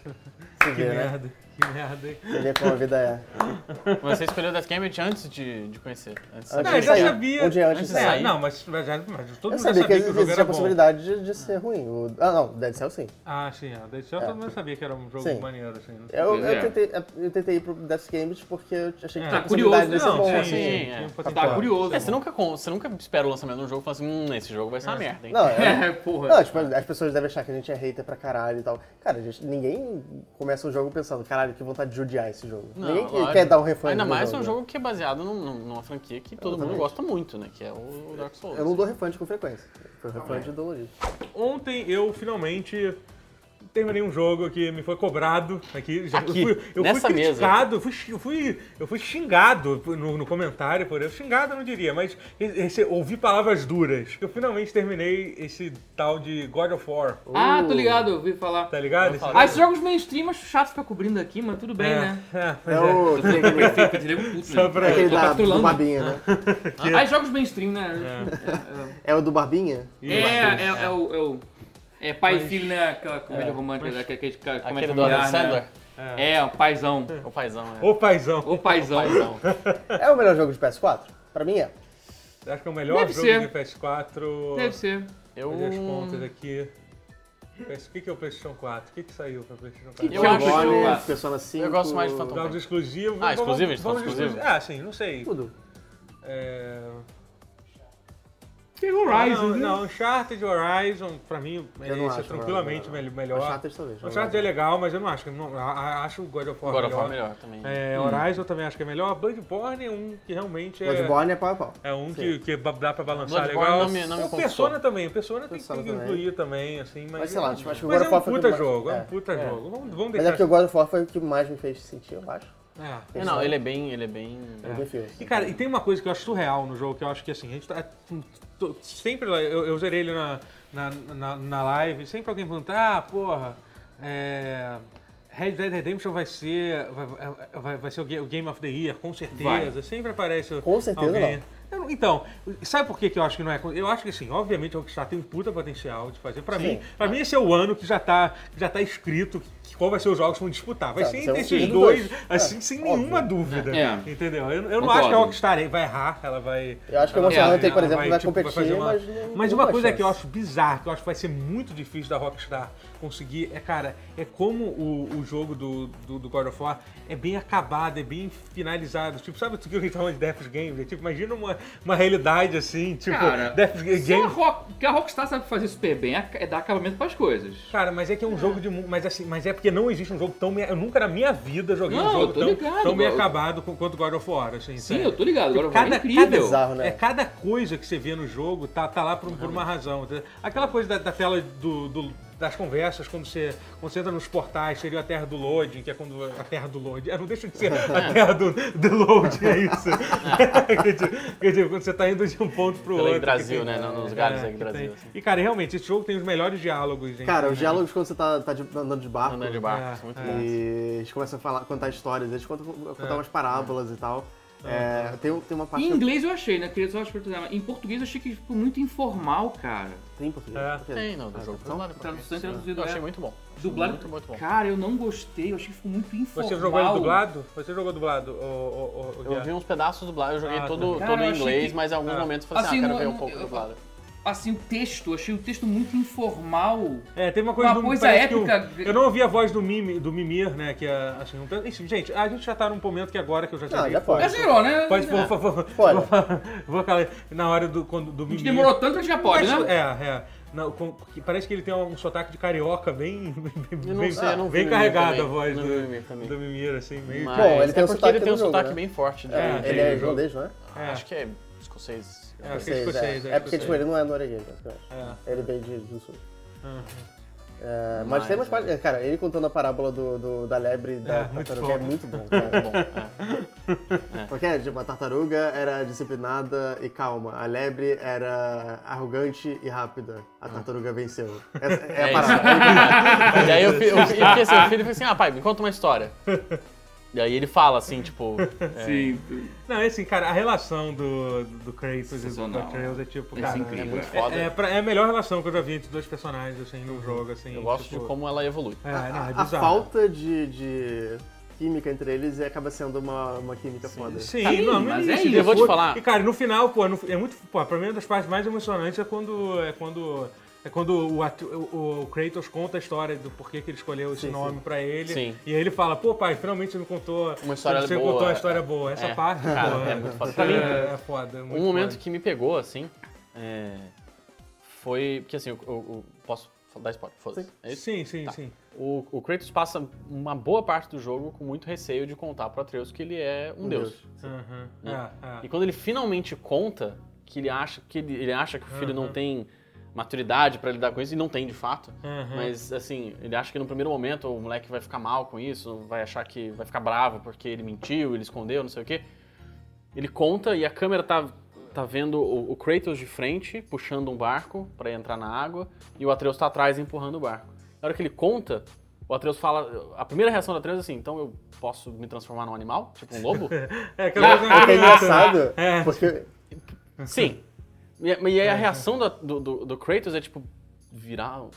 [SPEAKER 2] Que
[SPEAKER 3] vê, né?
[SPEAKER 2] merda, que merda, hein?
[SPEAKER 3] Você vê como a vida é.
[SPEAKER 1] Você escolheu o Death Gambit antes de, de conhecer. Antes de
[SPEAKER 3] Antes
[SPEAKER 1] saber.
[SPEAKER 2] Não, Ah, eu
[SPEAKER 3] de
[SPEAKER 2] já
[SPEAKER 3] sair.
[SPEAKER 2] sabia.
[SPEAKER 3] Um dia antes de
[SPEAKER 1] É,
[SPEAKER 3] sair.
[SPEAKER 2] não, mas, mas, mas todo mundo já
[SPEAKER 3] Eu sabia que
[SPEAKER 2] sabia que o jogo
[SPEAKER 3] existia
[SPEAKER 2] era
[SPEAKER 3] a
[SPEAKER 2] bom.
[SPEAKER 3] possibilidade de, de ser ruim. O- ah, não, Dead Cells sim.
[SPEAKER 2] Ah, sim, é. Daí só todo mundo sabia que era um jogo
[SPEAKER 3] Sim.
[SPEAKER 2] maneiro, assim. né?
[SPEAKER 3] Eu,
[SPEAKER 4] Pois
[SPEAKER 3] eu
[SPEAKER 4] é.
[SPEAKER 3] tentei, eu tentei ir pro Death Games porque eu achei que
[SPEAKER 2] É.
[SPEAKER 3] tinha
[SPEAKER 2] Tá
[SPEAKER 3] possibilidade
[SPEAKER 4] curioso,
[SPEAKER 3] desse
[SPEAKER 4] não,
[SPEAKER 3] bom.
[SPEAKER 1] Ah, sim,
[SPEAKER 3] assim.
[SPEAKER 1] sim,
[SPEAKER 2] tinha
[SPEAKER 1] é.
[SPEAKER 2] um
[SPEAKER 3] Tá
[SPEAKER 2] potencial.
[SPEAKER 4] Tá curioso.
[SPEAKER 1] É, você, nunca, con- você nunca espera o lançamento de um jogo e fala assim, hum, esse jogo vai ser uma merda, hein?
[SPEAKER 3] Não, é-
[SPEAKER 4] É, porra.
[SPEAKER 3] não, tipo, as pessoas devem achar que a gente é hater pra caralho e tal. Cara, a gente, ninguém começa um jogo pensando, caralho, que vontade de odiar esse jogo.
[SPEAKER 1] Não,
[SPEAKER 3] ninguém que-
[SPEAKER 1] lógico.
[SPEAKER 3] quer dar um refund
[SPEAKER 1] Ainda
[SPEAKER 3] no
[SPEAKER 1] mais
[SPEAKER 3] jogo.
[SPEAKER 2] né?
[SPEAKER 1] um jogo que é baseado num- num- numa franquia que todo mundo
[SPEAKER 3] Exatamente.
[SPEAKER 1] gosta muito, né? Que é o Dark Souls.
[SPEAKER 2] É
[SPEAKER 3] Eu não dou refund com frequência. Eu refund dolorido.
[SPEAKER 2] Ontem eu finalmente terminei um jogo que me foi cobrado aqui. já-
[SPEAKER 1] Aqui,
[SPEAKER 2] eu fui, eu
[SPEAKER 1] nessa
[SPEAKER 2] fui
[SPEAKER 1] mesa.
[SPEAKER 2] criticado, eu fui, eu fui, eu fui xingado por- no, no comentário por isso. Xingado eu não diria, mas rece- ouvi palavras duras. Eu finalmente terminei esse tal de God of War,
[SPEAKER 4] Ah,
[SPEAKER 1] Uh.
[SPEAKER 4] tô ligado, eu ouvi falar.
[SPEAKER 2] tá ligado? Esse-
[SPEAKER 4] Ah, esses jogos mainstream, acho chato ficar cobrindo aqui, mas tudo bem,
[SPEAKER 2] É,
[SPEAKER 4] né?
[SPEAKER 2] é, pois
[SPEAKER 3] É
[SPEAKER 2] é.
[SPEAKER 3] o aquele, aquele,
[SPEAKER 4] Fica de nego puto,
[SPEAKER 2] Só
[SPEAKER 4] né?
[SPEAKER 2] pra-
[SPEAKER 3] aquele
[SPEAKER 4] tô
[SPEAKER 3] da, do
[SPEAKER 4] capitulando.
[SPEAKER 3] Barbinha, né?
[SPEAKER 4] Ah, jogos mainstream, né?
[SPEAKER 3] É o do Barbinha?
[SPEAKER 4] É, é, é, é o. É, o- é pai e filho, né? Aquela comédia romântica, né? daquela aquele, aquela comédia
[SPEAKER 1] Aquele do Adam
[SPEAKER 4] familiar, né?
[SPEAKER 1] Sandler?
[SPEAKER 4] É, o paizão.
[SPEAKER 1] O paizão, é.
[SPEAKER 2] Ô paizão.
[SPEAKER 4] O paizão.
[SPEAKER 1] paizão.
[SPEAKER 3] É o melhor jogo de PS4? Pra mim é.
[SPEAKER 2] Acho que é o melhor
[SPEAKER 4] Deve
[SPEAKER 2] jogo
[SPEAKER 4] ser.
[SPEAKER 2] de PS4.
[SPEAKER 4] Deve ser. um
[SPEAKER 1] Eu,
[SPEAKER 2] Cadê as contas aqui? PS- O que que é o PlayStation 4? O que que saiu pra PlayStation 4?
[SPEAKER 4] que
[SPEAKER 1] Eu acho
[SPEAKER 3] Gone,
[SPEAKER 4] que eu-
[SPEAKER 3] Persona 5.
[SPEAKER 1] eu gosto mais de Phantom
[SPEAKER 2] Jogos exclusivos.
[SPEAKER 1] Então Ah, exclusivos?
[SPEAKER 2] Vamos,
[SPEAKER 1] São
[SPEAKER 2] vamos
[SPEAKER 1] exclusivos?
[SPEAKER 2] exclusivos. Ah, sim, não sei.
[SPEAKER 3] Tudo.
[SPEAKER 2] É...
[SPEAKER 4] Tem o
[SPEAKER 2] não,
[SPEAKER 4] Horizon, né?
[SPEAKER 2] não, Uncharted Horizon, pra mim,
[SPEAKER 3] Eu não
[SPEAKER 2] esse é
[SPEAKER 3] acho
[SPEAKER 2] tranquilamente
[SPEAKER 3] Horizon,
[SPEAKER 2] mel-
[SPEAKER 3] O
[SPEAKER 2] melhor.
[SPEAKER 3] Uncharted talvez.
[SPEAKER 2] Uncharted é legal, mas eu não acho. que- Não, a- a- acho o God of War
[SPEAKER 1] agora
[SPEAKER 2] melhor.
[SPEAKER 1] foi melhor também.
[SPEAKER 2] É,
[SPEAKER 3] Hum.
[SPEAKER 2] Horizon eu também acho que é melhor. Bloodborne é um que realmente é...
[SPEAKER 3] Bloodborne é pau a pau.
[SPEAKER 2] É um que, que ba- dá pra balançar
[SPEAKER 1] Bloodborne
[SPEAKER 2] legal.
[SPEAKER 1] não me- não me
[SPEAKER 2] o
[SPEAKER 1] conquistou.
[SPEAKER 2] Persona também, o Persona tem,
[SPEAKER 3] Persona
[SPEAKER 2] tem que
[SPEAKER 3] também.
[SPEAKER 2] incluir também, assim, mas.
[SPEAKER 3] Mas sei lá, acho que o
[SPEAKER 2] mas
[SPEAKER 3] God
[SPEAKER 2] é
[SPEAKER 3] of War
[SPEAKER 2] um
[SPEAKER 3] foi o
[SPEAKER 2] puta
[SPEAKER 3] que mais-
[SPEAKER 2] jogo, é um
[SPEAKER 3] é.
[SPEAKER 2] puta jogo. Vamos, vamos
[SPEAKER 3] Mas
[SPEAKER 2] deixar.
[SPEAKER 3] é que o God of War foi o que mais me fez sentir, eu acho.
[SPEAKER 2] É.
[SPEAKER 1] É, não, ele é bem. Ele é bem.
[SPEAKER 3] Eu prefiro.
[SPEAKER 2] E cara, e tem uma coisa que eu acho surreal no jogo, que eu acho que assim, a gente tá. tô- sempre lá- eu, eu zerei ele na, na, na, na live, sempre alguém pergunta, ah, porra, é. Red Dead Redemption vai ser. Vai, vai, vai ser o ga- o Game of the Year, com certeza. Sempre aparece.
[SPEAKER 3] Com certeza
[SPEAKER 2] alguém.
[SPEAKER 3] não.
[SPEAKER 2] Eu não- Então, sabe por que, que eu acho que não é? Eu acho que assim, obviamente a Rockstar tem um puta potencial de fazer. Pra mim, pra mim esse é o ano que já tá, já tá escrito que- qual vai ser os jogos que vão disputar. Vai
[SPEAKER 3] Tá,
[SPEAKER 2] ser
[SPEAKER 3] então,
[SPEAKER 2] entre esses
[SPEAKER 3] sim.
[SPEAKER 2] dois,
[SPEAKER 3] Dois. Ah,
[SPEAKER 2] assim, sem
[SPEAKER 3] óbvio.
[SPEAKER 2] nenhuma dúvida.
[SPEAKER 4] É.
[SPEAKER 2] Entendeu? Eu, eu não
[SPEAKER 4] Concordo. É,
[SPEAKER 2] acho que a Rockstar vai errar, ela vai.
[SPEAKER 3] Eu acho que o
[SPEAKER 2] ela
[SPEAKER 3] Monster
[SPEAKER 2] vai-
[SPEAKER 3] Hunter, por
[SPEAKER 2] ela
[SPEAKER 3] exemplo, vai
[SPEAKER 2] tipo,
[SPEAKER 3] competir,
[SPEAKER 2] fazer uma-
[SPEAKER 3] mas não-
[SPEAKER 2] Mas
[SPEAKER 3] não
[SPEAKER 2] uma
[SPEAKER 3] tem
[SPEAKER 2] coisa é
[SPEAKER 3] chance.
[SPEAKER 2] que eu acho bizarro, que eu acho que vai ser muito difícil da Rockstar conseguir, é, cara, é como o, o jogo do, do, do God of War é bem acabado, é bem finalizado. Tipo, sabe o que a gente fala de Death Games? É, tipo, imagina uma, uma realidade assim, tipo,
[SPEAKER 4] Cara, é um
[SPEAKER 2] Death
[SPEAKER 4] Se a
[SPEAKER 2] Games.
[SPEAKER 4] Rock- O que a Rockstar sabe fazer super bem é dar acabamento pras coisas.
[SPEAKER 2] Cara, mas é que é um jogo de. mu- Mas assim, mas é porque não existe um jogo tão. bem- Eu nunca na minha vida joguei
[SPEAKER 4] Não,
[SPEAKER 2] um
[SPEAKER 4] eu
[SPEAKER 2] jogo
[SPEAKER 4] tô
[SPEAKER 2] tão,
[SPEAKER 4] ligado,
[SPEAKER 2] tão bem
[SPEAKER 4] eu-
[SPEAKER 2] acabado com- quanto God of War, assim.
[SPEAKER 4] Sim,
[SPEAKER 2] sério.
[SPEAKER 4] eu tô ligado. Agora
[SPEAKER 2] cada,
[SPEAKER 4] é incrível.
[SPEAKER 3] cada- Bizarro, né?
[SPEAKER 2] É cada coisa que você vê no jogo tá, tá lá por, por uma razão. entendeu? Aquela coisa da, da tela do- do- das conversas, quando você, quando você entra nos portais, seria a terra do loading, que é quando a terra do loading. Ah, não deixa de ser a terra do, do loading, é isso. Quer dizer- quer dizer, quando você tá indo de um ponto pro
[SPEAKER 1] Pela
[SPEAKER 2] outro. que
[SPEAKER 1] Brasil,
[SPEAKER 2] tem- É,
[SPEAKER 1] né? no- Nos galhos aqui
[SPEAKER 2] que
[SPEAKER 1] do Brasil.
[SPEAKER 2] tem.
[SPEAKER 1] assim.
[SPEAKER 2] E, cara, realmente, esse jogo tem os melhores diálogos. gente.
[SPEAKER 3] Cara, os diálogos quando você tá, tá de- andando de barco.
[SPEAKER 1] Andando de
[SPEAKER 2] É,
[SPEAKER 1] barco. Muito bom.
[SPEAKER 3] E eles começam a falar, contar histórias, eles contam, contar umas parábolas e tal. É, tem, tem uma parte.
[SPEAKER 4] Em inglês eu achei, né? Queria só explicar. Em português eu achei que ficou muito informal, cara.
[SPEAKER 3] Tem em português. Ah, então?
[SPEAKER 2] É.
[SPEAKER 3] português.
[SPEAKER 1] Tem, não, do jogo.
[SPEAKER 3] tradução?
[SPEAKER 1] dublado em português.
[SPEAKER 4] Tradução e traduzido,
[SPEAKER 1] Eu
[SPEAKER 4] é.
[SPEAKER 2] né?
[SPEAKER 1] achei muito bom.
[SPEAKER 4] Dublado.
[SPEAKER 1] Muito, muito bom.
[SPEAKER 4] Cara, eu não gostei. Eu achei que ficou muito informal.
[SPEAKER 2] Você jogou ele dublado? Você jogou dublado? ô- ô- ô- ô,
[SPEAKER 1] Eu vi uns pedaços dublados, eu joguei
[SPEAKER 2] Ah,
[SPEAKER 1] todo,
[SPEAKER 4] tá.
[SPEAKER 1] todo
[SPEAKER 4] Cara, eu
[SPEAKER 1] em
[SPEAKER 4] achei
[SPEAKER 1] inglês,
[SPEAKER 4] que-
[SPEAKER 1] mas em alguns
[SPEAKER 2] Ah.
[SPEAKER 1] momentos eu falei assim,
[SPEAKER 4] Assim,
[SPEAKER 1] ah, quero
[SPEAKER 4] não-
[SPEAKER 1] ver um
[SPEAKER 4] não-
[SPEAKER 1] pouco
[SPEAKER 4] eu-
[SPEAKER 1] dublado.
[SPEAKER 4] Assim, o texto. eu Achei o texto muito informal.
[SPEAKER 2] É, teve uma coisa
[SPEAKER 4] Uma
[SPEAKER 2] do
[SPEAKER 4] coisa
[SPEAKER 2] parece que
[SPEAKER 4] épica.
[SPEAKER 2] o- eu não ouvi a voz do, Mimi, do Mimir, né? Que é assim. Um, tanto- enfim, gente, a gente já tá num momento que agora que eu já
[SPEAKER 3] Não,
[SPEAKER 2] sei-
[SPEAKER 3] já pode.
[SPEAKER 4] É zero, né?
[SPEAKER 2] Pode,
[SPEAKER 4] É.
[SPEAKER 2] por favor.
[SPEAKER 3] Pode.
[SPEAKER 2] Vou falar- Vou falar na hora do, quando, do
[SPEAKER 4] A gente
[SPEAKER 2] Mimir.
[SPEAKER 4] demorou tanto que já pode,
[SPEAKER 2] Mas,
[SPEAKER 4] né?
[SPEAKER 2] É, é. Não, com- porque parece que ele tem um sotaque de carioca bem. bem
[SPEAKER 1] Eu não sei, eu não vi
[SPEAKER 2] bem
[SPEAKER 1] o Mimir
[SPEAKER 2] carregado
[SPEAKER 1] também.
[SPEAKER 2] a voz
[SPEAKER 1] Não vi o Mimir
[SPEAKER 2] do,
[SPEAKER 1] também.
[SPEAKER 2] do Mimir, assim, meio.
[SPEAKER 1] Mas
[SPEAKER 3] Bom, ele tem
[SPEAKER 1] é porque
[SPEAKER 3] um sotaque
[SPEAKER 1] ele tem um
[SPEAKER 3] no jogo,
[SPEAKER 1] sotaque
[SPEAKER 3] né?
[SPEAKER 1] bem forte. De,
[SPEAKER 2] É,
[SPEAKER 1] de-
[SPEAKER 3] Ele
[SPEAKER 2] tem
[SPEAKER 3] é
[SPEAKER 2] jogo.
[SPEAKER 3] irlandês, não é?
[SPEAKER 2] É,
[SPEAKER 1] Acho que é escocês.
[SPEAKER 2] é, acho que é escocês,
[SPEAKER 3] é. É porque, tipo,
[SPEAKER 2] escocês.
[SPEAKER 3] ele não é norueguês, basicamente.
[SPEAKER 2] É.
[SPEAKER 3] Ele veio de, do sul.
[SPEAKER 2] Uhum.
[SPEAKER 3] É, mas, tem umas
[SPEAKER 1] é.
[SPEAKER 3] partes. Cara, ele contando a parábola do, do- da lebre e da
[SPEAKER 2] É, muito
[SPEAKER 3] tartaruga é
[SPEAKER 2] bom.
[SPEAKER 3] muito bom. Cara.
[SPEAKER 1] Bom, é.
[SPEAKER 3] Porque, tipo, a tartaruga era disciplinada e calma. A lebre era arrogante e rápida. A tartaruga venceu. Essa é a
[SPEAKER 1] É
[SPEAKER 3] parada.
[SPEAKER 1] E aí eu, fi- eu, fi- eu fiquei assim, o filho falou assim, ah, pai, me conta uma história. E aí ele fala assim, tipo, é,
[SPEAKER 4] Sim.
[SPEAKER 2] Não, é assim, cara, a relação do, do Kratos e do
[SPEAKER 4] Sensacional.
[SPEAKER 2] Atreus é tipo,
[SPEAKER 4] Isso
[SPEAKER 2] cara.
[SPEAKER 4] é
[SPEAKER 1] é
[SPEAKER 4] incrível.
[SPEAKER 1] muito foda.
[SPEAKER 2] É, é, pra- é a melhor relação que eu já vi entre dois personagens, assim, num jogo, assim.
[SPEAKER 1] eu gosto de
[SPEAKER 2] tipo,
[SPEAKER 1] como ela evolui.
[SPEAKER 2] É, não, é
[SPEAKER 3] A
[SPEAKER 2] bizarro.
[SPEAKER 3] falta de, de química entre eles é, acaba sendo uma, uma química foda.
[SPEAKER 2] Sim,
[SPEAKER 4] Sim,
[SPEAKER 2] não, não
[SPEAKER 4] mas
[SPEAKER 2] existe.
[SPEAKER 4] é isso.
[SPEAKER 1] Eu vou te falar.
[SPEAKER 2] E, cara, no final, pô, no- é muito. Pô, pra mim, uma das partes mais emocionantes é quando. É quando. É quando o, At- o- o Kratos conta a história do porquê que ele escolheu esse
[SPEAKER 3] Sim,
[SPEAKER 2] nome pra ele.
[SPEAKER 1] Sim.
[SPEAKER 2] E aí ele fala, pô, pai, finalmente você me contou.
[SPEAKER 1] Uma história
[SPEAKER 2] você
[SPEAKER 1] boa,
[SPEAKER 2] contou uma
[SPEAKER 1] é.
[SPEAKER 2] história boa. Essa
[SPEAKER 1] É,
[SPEAKER 2] parte,
[SPEAKER 1] cara,
[SPEAKER 2] pô,
[SPEAKER 1] é muito foda.
[SPEAKER 2] é-
[SPEAKER 1] Pra mim,
[SPEAKER 2] é foda. é muito
[SPEAKER 1] Um momento
[SPEAKER 2] foda.
[SPEAKER 1] que me pegou, assim, é, foi. Porque assim, eu, eu- eu posso dar spoiler, foda-se. É isso?
[SPEAKER 2] Sim, sim,
[SPEAKER 1] Tá.
[SPEAKER 2] sim.
[SPEAKER 1] O, o Kratos passa uma boa parte do jogo com muito receio de contar pro Atreus que ele é um, deus.
[SPEAKER 2] Aham,
[SPEAKER 1] Né?
[SPEAKER 2] é, é.
[SPEAKER 1] E quando ele finalmente conta que ele acha que, ele, ele acha que o filho não tem maturidade pra lidar com isso, e não tem de fato.
[SPEAKER 2] Uhum.
[SPEAKER 1] Mas, assim, ele acha que no primeiro momento o moleque vai ficar mal com isso, vai achar que vai ficar bravo porque ele mentiu, ele escondeu, não sei o quê. Ele conta e a câmera tá, tá vendo o, o Kratos de frente, puxando um barco pra entrar na água, e o Atreus tá atrás empurrando o barco. Na hora que ele conta, o Atreus fala. A primeira reação do Atreus é assim: então eu posso me transformar num animal? Tipo um lobo?
[SPEAKER 2] É, aquela coisa
[SPEAKER 3] O que é engraçado,
[SPEAKER 2] É.
[SPEAKER 3] porque
[SPEAKER 1] Sim. E, mas e aí a reação do, do, do- do Kratos é tipo, virar um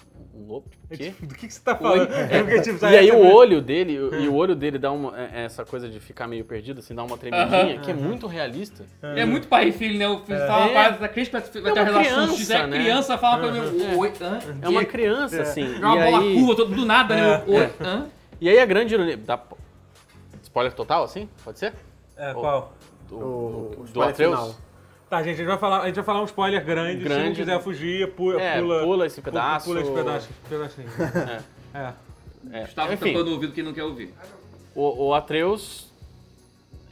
[SPEAKER 1] lobo? Tipo, o
[SPEAKER 2] É,
[SPEAKER 1] quê?
[SPEAKER 2] tipo, do que, que você tá falando? É, porque, tipo,
[SPEAKER 1] e aí
[SPEAKER 2] sabe-
[SPEAKER 1] o olho dele, e o olho dele dá uma. é- é Essa coisa de ficar meio perdido, assim, dá uma tremidinha, que é muito realista.
[SPEAKER 4] É muito pai e filho, né? O filho fala
[SPEAKER 1] É.
[SPEAKER 4] uma parada da Cris, vai ter
[SPEAKER 1] É uma
[SPEAKER 4] uma relação
[SPEAKER 1] criança,
[SPEAKER 4] X, é
[SPEAKER 1] né?
[SPEAKER 4] criança, fala pra mim, oi, hã?
[SPEAKER 1] É uma criança, assim.
[SPEAKER 4] Joga É uma
[SPEAKER 1] e,
[SPEAKER 4] bola
[SPEAKER 1] aí,
[SPEAKER 4] curva, todo do nada, né?
[SPEAKER 2] É.
[SPEAKER 4] Oi, hã?
[SPEAKER 1] e aí a grande ironia. dá- spoiler total, assim? Pode ser?
[SPEAKER 2] É, qual?
[SPEAKER 1] Do,
[SPEAKER 3] O-
[SPEAKER 1] do-
[SPEAKER 3] o
[SPEAKER 1] do
[SPEAKER 3] spoiler
[SPEAKER 1] Atreus?
[SPEAKER 3] final.
[SPEAKER 2] Tá, gente, a gente vai falar, a gente vai falar um spoiler grande. Se não
[SPEAKER 1] Grande.
[SPEAKER 2] quiser fugir, pula,
[SPEAKER 1] É,
[SPEAKER 2] pula,
[SPEAKER 1] pula esse pedaço.
[SPEAKER 2] Pula esse pedaço, tá pedacinho. É.
[SPEAKER 1] É,
[SPEAKER 4] Gustavo
[SPEAKER 1] Enfim,
[SPEAKER 4] tapando o ouvido que não quer ouvir.
[SPEAKER 1] o, o Atreus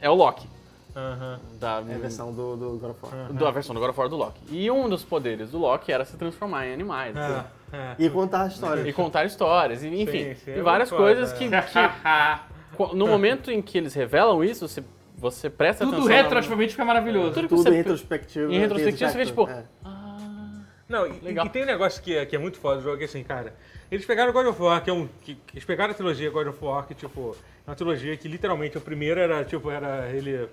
[SPEAKER 1] é o Loki.
[SPEAKER 2] Aham.
[SPEAKER 1] Da,
[SPEAKER 3] é a versão do, do God of War.
[SPEAKER 1] da versão do God of War do Loki. E um dos poderes do Loki era se transformar em animais. assim.
[SPEAKER 2] É, é.
[SPEAKER 3] E contar a história.
[SPEAKER 1] E contar histórias, e, enfim,
[SPEAKER 2] Sim, sim,
[SPEAKER 1] e
[SPEAKER 2] é
[SPEAKER 1] várias
[SPEAKER 2] muito foda,
[SPEAKER 1] coisas que,
[SPEAKER 2] é.
[SPEAKER 1] que- co- No momento em que eles revelam isso, você, você presta
[SPEAKER 4] Tudo
[SPEAKER 1] atenção. na-
[SPEAKER 4] retroativamente fica maravilhoso.
[SPEAKER 1] Tá Tudo que
[SPEAKER 3] Tudo
[SPEAKER 1] você-
[SPEAKER 3] em retrospectiva.
[SPEAKER 1] em retrospectiva, você vê, tipo,
[SPEAKER 3] É.
[SPEAKER 4] Ah,
[SPEAKER 2] Não, e,
[SPEAKER 1] Legal.
[SPEAKER 2] e tem um negócio que é, que é muito foda do jogo, que assim, cara, eles pegaram God of War, que é um. que- que eles pegaram a trilogia God of War, que, tipo, é uma trilogia que literalmente o primeiro era, tipo, era ele.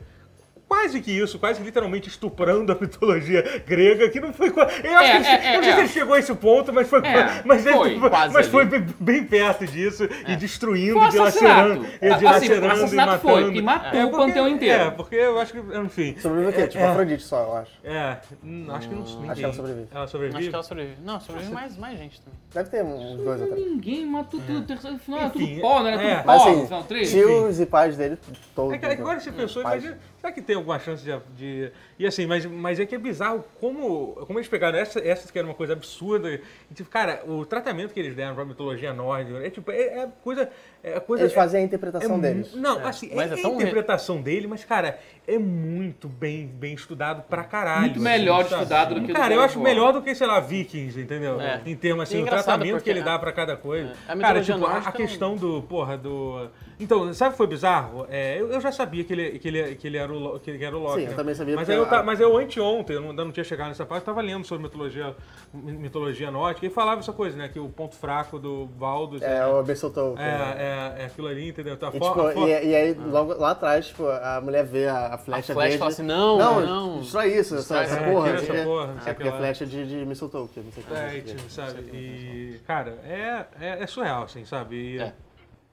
[SPEAKER 2] Quase que isso, quase que literalmente estuprando a mitologia grega, que não foi. qua- Eu, acho
[SPEAKER 4] É,
[SPEAKER 2] que ele,
[SPEAKER 4] é,
[SPEAKER 2] eu não sei
[SPEAKER 4] é,
[SPEAKER 2] se
[SPEAKER 4] é.
[SPEAKER 2] ele chegou a esse ponto, mas foi.
[SPEAKER 4] É,
[SPEAKER 2] mas ele-
[SPEAKER 4] foi,
[SPEAKER 1] quase
[SPEAKER 2] mas foi
[SPEAKER 1] ali.
[SPEAKER 2] bem, bem perto disso, e destruindo,
[SPEAKER 4] Foi um
[SPEAKER 2] e dilacerando.
[SPEAKER 4] assassinato.
[SPEAKER 2] E
[SPEAKER 4] Assim,
[SPEAKER 2] dilacerando e
[SPEAKER 4] assassinato
[SPEAKER 2] matando.
[SPEAKER 4] foi, que matou o panteão inteiro.
[SPEAKER 2] É, porque eu acho que. Enfim.
[SPEAKER 3] Sobrevive o quê? Tipo, Afrodite só, eu acho.
[SPEAKER 2] É, hum, acho que não. Ninguém.
[SPEAKER 3] ela sobrevive.
[SPEAKER 2] Ela sobrevive?
[SPEAKER 1] Acho que ela sobrevive. Não, sobrevive mais, mais gente também.
[SPEAKER 3] Deve ter uns dois até.
[SPEAKER 4] Ninguém matou tudo. Terceiro final era
[SPEAKER 2] É. Enfim,
[SPEAKER 4] tudo pó, né? Era
[SPEAKER 2] é.
[SPEAKER 4] tudo
[SPEAKER 3] Mas
[SPEAKER 4] pó. no Final
[SPEAKER 3] assim,
[SPEAKER 4] 3.
[SPEAKER 3] tios e pais dele todos. então.
[SPEAKER 2] É que agora você pensou,
[SPEAKER 3] Pais.
[SPEAKER 2] imagina, será que tem alguma chance de. de- e assim, mas, mas é que é bizarro como, como eles pegaram essa, essa que era uma coisa absurda. E, tipo, cara, o tratamento que eles deram pra mitologia nórdica é tipo, é, é coisa. É coisa
[SPEAKER 3] Eles
[SPEAKER 2] é-
[SPEAKER 3] fazem a
[SPEAKER 2] é
[SPEAKER 3] interpretação
[SPEAKER 2] mu-
[SPEAKER 3] deles.
[SPEAKER 2] Não, assim,
[SPEAKER 1] Mas
[SPEAKER 2] é,
[SPEAKER 1] é
[SPEAKER 2] a
[SPEAKER 1] tão re-
[SPEAKER 2] interpretação dele, mas, cara, é muito bem, bem estudado pra caralho. assim,
[SPEAKER 4] Muito melhor
[SPEAKER 2] sabe?
[SPEAKER 4] estudado do que o
[SPEAKER 2] Cara,
[SPEAKER 4] do
[SPEAKER 2] eu
[SPEAKER 4] God
[SPEAKER 2] acho
[SPEAKER 4] of War.
[SPEAKER 2] melhor do que, sei lá, Vikings, entendeu?
[SPEAKER 1] É.
[SPEAKER 2] Em termos
[SPEAKER 1] E
[SPEAKER 2] assim, o
[SPEAKER 1] engraçado
[SPEAKER 2] tratamento
[SPEAKER 1] porque
[SPEAKER 2] que ele
[SPEAKER 1] a-
[SPEAKER 2] dá pra cada coisa.
[SPEAKER 1] a
[SPEAKER 2] Cara,
[SPEAKER 1] mitologia
[SPEAKER 2] tipo, a, a
[SPEAKER 1] nórdica é um não-
[SPEAKER 2] questão do, porra, do... Então, sabe o que foi bizarro? É, eu, eu já sabia que ele, que ele, que ele, era, o, Lo- que ele era o Loki,
[SPEAKER 3] Sim, eu
[SPEAKER 2] né?
[SPEAKER 3] também sabia
[SPEAKER 2] Mas,
[SPEAKER 3] porque
[SPEAKER 2] aí eu,
[SPEAKER 3] a-
[SPEAKER 2] ta- mas eu anteontem, eu não- ainda não tinha chegado nessa parte, eu tava lendo sobre mitologia, mi- mitologia nórdica e falava essa coisa, né? Que o ponto fraco do Baldus
[SPEAKER 3] É, o Bessotou.
[SPEAKER 2] é, é, é aquilo ali, entendeu? Tá
[SPEAKER 3] E,
[SPEAKER 2] fo-
[SPEAKER 3] tipo,
[SPEAKER 2] fo-
[SPEAKER 3] e, e aí, logo lá atrás, tipo, a mulher vê a, a flecha
[SPEAKER 1] A flecha
[SPEAKER 3] verde.
[SPEAKER 1] fala assim, não, não.
[SPEAKER 3] destrói isso, essa,
[SPEAKER 1] Destrói
[SPEAKER 3] essa
[SPEAKER 1] essa
[SPEAKER 3] porra.
[SPEAKER 2] porra,
[SPEAKER 3] não sei o
[SPEAKER 2] essa
[SPEAKER 3] quê.
[SPEAKER 2] porra, não sei
[SPEAKER 3] é
[SPEAKER 2] o que
[SPEAKER 3] porque a
[SPEAKER 2] lá.
[SPEAKER 3] flecha de, de Mistletoe, que eu não sei o que
[SPEAKER 2] É, e,
[SPEAKER 3] que é.
[SPEAKER 2] tipo, sabe? E, cara, é, é, é surreal, assim, sabe? E-
[SPEAKER 1] É.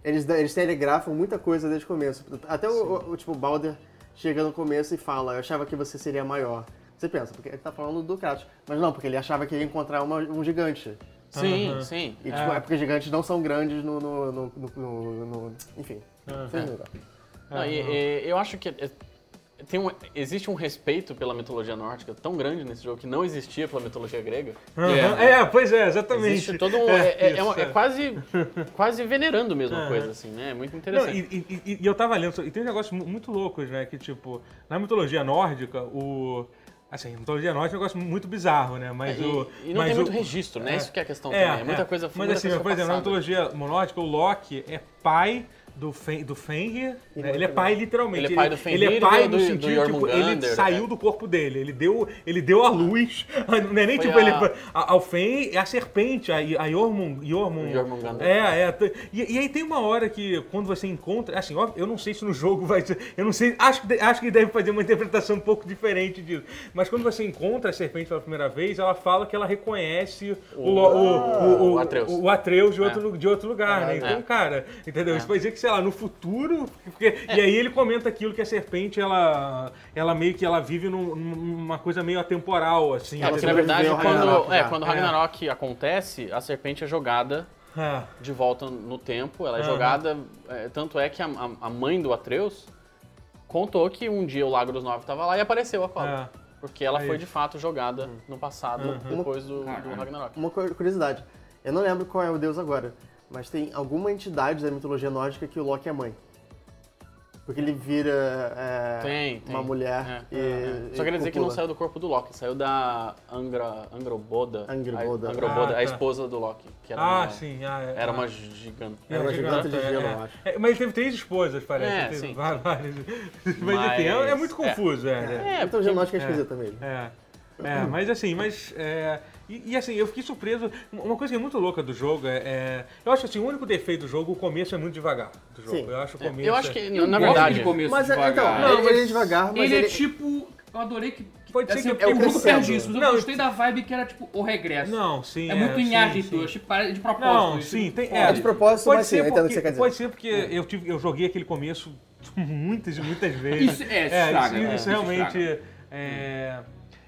[SPEAKER 3] Eles, da- eles telegrafam muita coisa desde o começo. Até o, o- o, tipo, o Balder chega no começo e fala, eu achava que você seria maior. Você pensa, porque ele tá falando do Kratos. Mas não, porque ele achava que ia encontrar uma- um gigante.
[SPEAKER 1] Sim,
[SPEAKER 2] Aham.
[SPEAKER 1] sim.
[SPEAKER 3] E tipo, é. porque gigantes não são grandes no. no, no, no- no- no- enfim. Vocês
[SPEAKER 1] Uhum.
[SPEAKER 3] entenderam.
[SPEAKER 1] Não, e- e eu acho que é- tem um- existe um respeito pela mitologia nórdica tão grande nesse jogo que não existia pela mitologia grega.
[SPEAKER 2] Aham, É. pois é, exatamente.
[SPEAKER 1] Existe todo um. É, é- é
[SPEAKER 2] isso,
[SPEAKER 1] uma- é
[SPEAKER 2] é.
[SPEAKER 1] quase, quase venerando mesmo a
[SPEAKER 2] Aham.
[SPEAKER 1] coisa, assim, né? É muito
[SPEAKER 2] Não,
[SPEAKER 1] interessante.
[SPEAKER 2] e, e- e- e eu tava lendo, e tem um negócio mu- muito louco, né? Que, tipo, na mitologia nórdica, o. Assim, a mitologia nórdica é um negócio muito bizarro, né? Mas
[SPEAKER 1] É, E-
[SPEAKER 2] o.
[SPEAKER 1] e não
[SPEAKER 2] mas
[SPEAKER 1] tem
[SPEAKER 2] o-
[SPEAKER 1] muito registro, né? Isso que é a questão também. É muita coisa
[SPEAKER 2] Mas
[SPEAKER 1] muita
[SPEAKER 2] assim,
[SPEAKER 1] coisa
[SPEAKER 2] por exemplo, na
[SPEAKER 1] passada.
[SPEAKER 2] mitologia monórdica, o Loki é pai do, Fen do Fenrir. né? Ele é pai literalmente.
[SPEAKER 1] Ele é pai do Fenrir
[SPEAKER 2] Ele é
[SPEAKER 1] e
[SPEAKER 2] pai
[SPEAKER 1] do-
[SPEAKER 2] no
[SPEAKER 1] do- do
[SPEAKER 2] sentido, tipo, ele
[SPEAKER 1] Jormungandr,
[SPEAKER 2] saiu
[SPEAKER 1] é.
[SPEAKER 2] do corpo dele. Ele deu, ele deu a luz. Não é nem
[SPEAKER 1] Foi
[SPEAKER 2] tipo, ele,
[SPEAKER 1] a-
[SPEAKER 2] a- ao Fenrir, é a serpente, a, a Jormung, Jormung,
[SPEAKER 1] Jormungandr.
[SPEAKER 2] é, é. T- E, e aí tem uma hora que quando você encontra. Assim, óbvio, eu não sei se no jogo vai ser. Eu não sei. Acho que, de- acho que deve fazer uma interpretação um pouco diferente disso. Mas quando você encontra a serpente pela primeira vez, ela fala que ela reconhece o, lo- o, o,
[SPEAKER 1] o Atreus.
[SPEAKER 2] o Atreus de outro, lu- de outro lugar, né?
[SPEAKER 1] É.
[SPEAKER 2] Então,
[SPEAKER 1] É. É.
[SPEAKER 2] cara, entendeu? Isso vai dizer que, sei lá, no futuro. porque- E aí ele comenta aquilo que a serpente, ela. Ela meio que ela vive num- numa coisa meio atemporal, assim.
[SPEAKER 1] É, porque na
[SPEAKER 2] entendeu?
[SPEAKER 1] verdade,
[SPEAKER 3] sobreviveu ao Ragnarok
[SPEAKER 1] quando, é,
[SPEAKER 3] já.
[SPEAKER 1] quando o
[SPEAKER 2] É.
[SPEAKER 1] Ragnarok acontece, a serpente é jogada
[SPEAKER 2] É.
[SPEAKER 1] de volta no tempo. Ela é
[SPEAKER 2] Aham.
[SPEAKER 1] jogada. é, tanto é que a, a- a mãe do Atreus contou que um dia o Lago dos Nove estava lá e apareceu a cobra.
[SPEAKER 2] É. Uhum.
[SPEAKER 1] Porque ela
[SPEAKER 2] Aí.
[SPEAKER 1] foi de fato jogada no passado, depois do, do
[SPEAKER 4] Caralho.
[SPEAKER 1] Ragnarok.
[SPEAKER 3] Uma cu- curiosidade. Eu não lembro qual é o deus agora, mas tem alguma entidade da mitologia nórdica que o Loki é mãe. Porque ele vira é,
[SPEAKER 1] Tem, tem.
[SPEAKER 3] uma mulher
[SPEAKER 1] É.
[SPEAKER 3] e,
[SPEAKER 1] É. Só
[SPEAKER 3] e
[SPEAKER 1] queria dizer que não
[SPEAKER 3] copula.
[SPEAKER 1] saiu do corpo do Loki, saiu da Angra, Angroboda.
[SPEAKER 3] Angroboda.
[SPEAKER 1] A, Angroboda,
[SPEAKER 2] Ah, tá.
[SPEAKER 1] a esposa do Loki. Que era
[SPEAKER 2] Ah,
[SPEAKER 1] uma,
[SPEAKER 2] sim. Ah, é,
[SPEAKER 1] Era
[SPEAKER 2] ah.
[SPEAKER 1] uma gigante.
[SPEAKER 3] Era uma gigante de
[SPEAKER 2] é,
[SPEAKER 3] gelo,
[SPEAKER 2] é.
[SPEAKER 3] eu acho.
[SPEAKER 2] É, mas ele teve três esposas, parece.
[SPEAKER 1] É,
[SPEAKER 2] Ele teve
[SPEAKER 1] sim.
[SPEAKER 2] várias. Mas,
[SPEAKER 1] Mas-
[SPEAKER 2] enfim, é, é muito
[SPEAKER 1] é.
[SPEAKER 2] confuso, é. né?
[SPEAKER 1] É,
[SPEAKER 3] Então, genótica é
[SPEAKER 2] é.
[SPEAKER 3] esquisita mesmo.
[SPEAKER 2] É. É, mas assim, mas. é, e, e, assim, eu fiquei surpreso. Uma coisa que é muito louca do jogo é. é, eu acho assim, o único defeito do jogo, o começo é muito devagar do jogo.
[SPEAKER 3] Sim.
[SPEAKER 2] Eu acho o
[SPEAKER 1] é.
[SPEAKER 2] começo.
[SPEAKER 1] Eu acho que,
[SPEAKER 4] Eu
[SPEAKER 1] na
[SPEAKER 4] gosto
[SPEAKER 1] verdade.
[SPEAKER 4] de começo
[SPEAKER 3] Mas, é- então,
[SPEAKER 4] devagar.
[SPEAKER 3] não,
[SPEAKER 4] Ele-
[SPEAKER 3] ele, é devagar, mas
[SPEAKER 4] ele,
[SPEAKER 3] ele,
[SPEAKER 4] é tipo. Eu adorei que.
[SPEAKER 2] Pode ser
[SPEAKER 4] assim,
[SPEAKER 2] que-
[SPEAKER 4] porque
[SPEAKER 2] é o
[SPEAKER 4] o jogo
[SPEAKER 3] crescendo.
[SPEAKER 4] perde isso, mas
[SPEAKER 2] Não,
[SPEAKER 4] eu gostei da vibe que era tipo o regresso.
[SPEAKER 2] Não, sim.
[SPEAKER 4] é, muito
[SPEAKER 2] sim,
[SPEAKER 4] inhárito,
[SPEAKER 2] sim.
[SPEAKER 4] achei pare- de propósito.
[SPEAKER 2] Não,
[SPEAKER 4] isso
[SPEAKER 2] sim, tem.
[SPEAKER 4] fora.
[SPEAKER 2] É,
[SPEAKER 3] de propósito,
[SPEAKER 2] pode
[SPEAKER 3] mas sim,
[SPEAKER 2] ser
[SPEAKER 3] eu entendo o então, é que
[SPEAKER 2] porque,
[SPEAKER 3] você quer dizer.
[SPEAKER 2] Pode ser porque eu, tive, eu joguei aquele começo muitas e muitas vezes.
[SPEAKER 4] Isso- é, isso estraga,
[SPEAKER 2] isso,
[SPEAKER 4] né?
[SPEAKER 2] isso
[SPEAKER 4] Isso
[SPEAKER 2] realmente. é,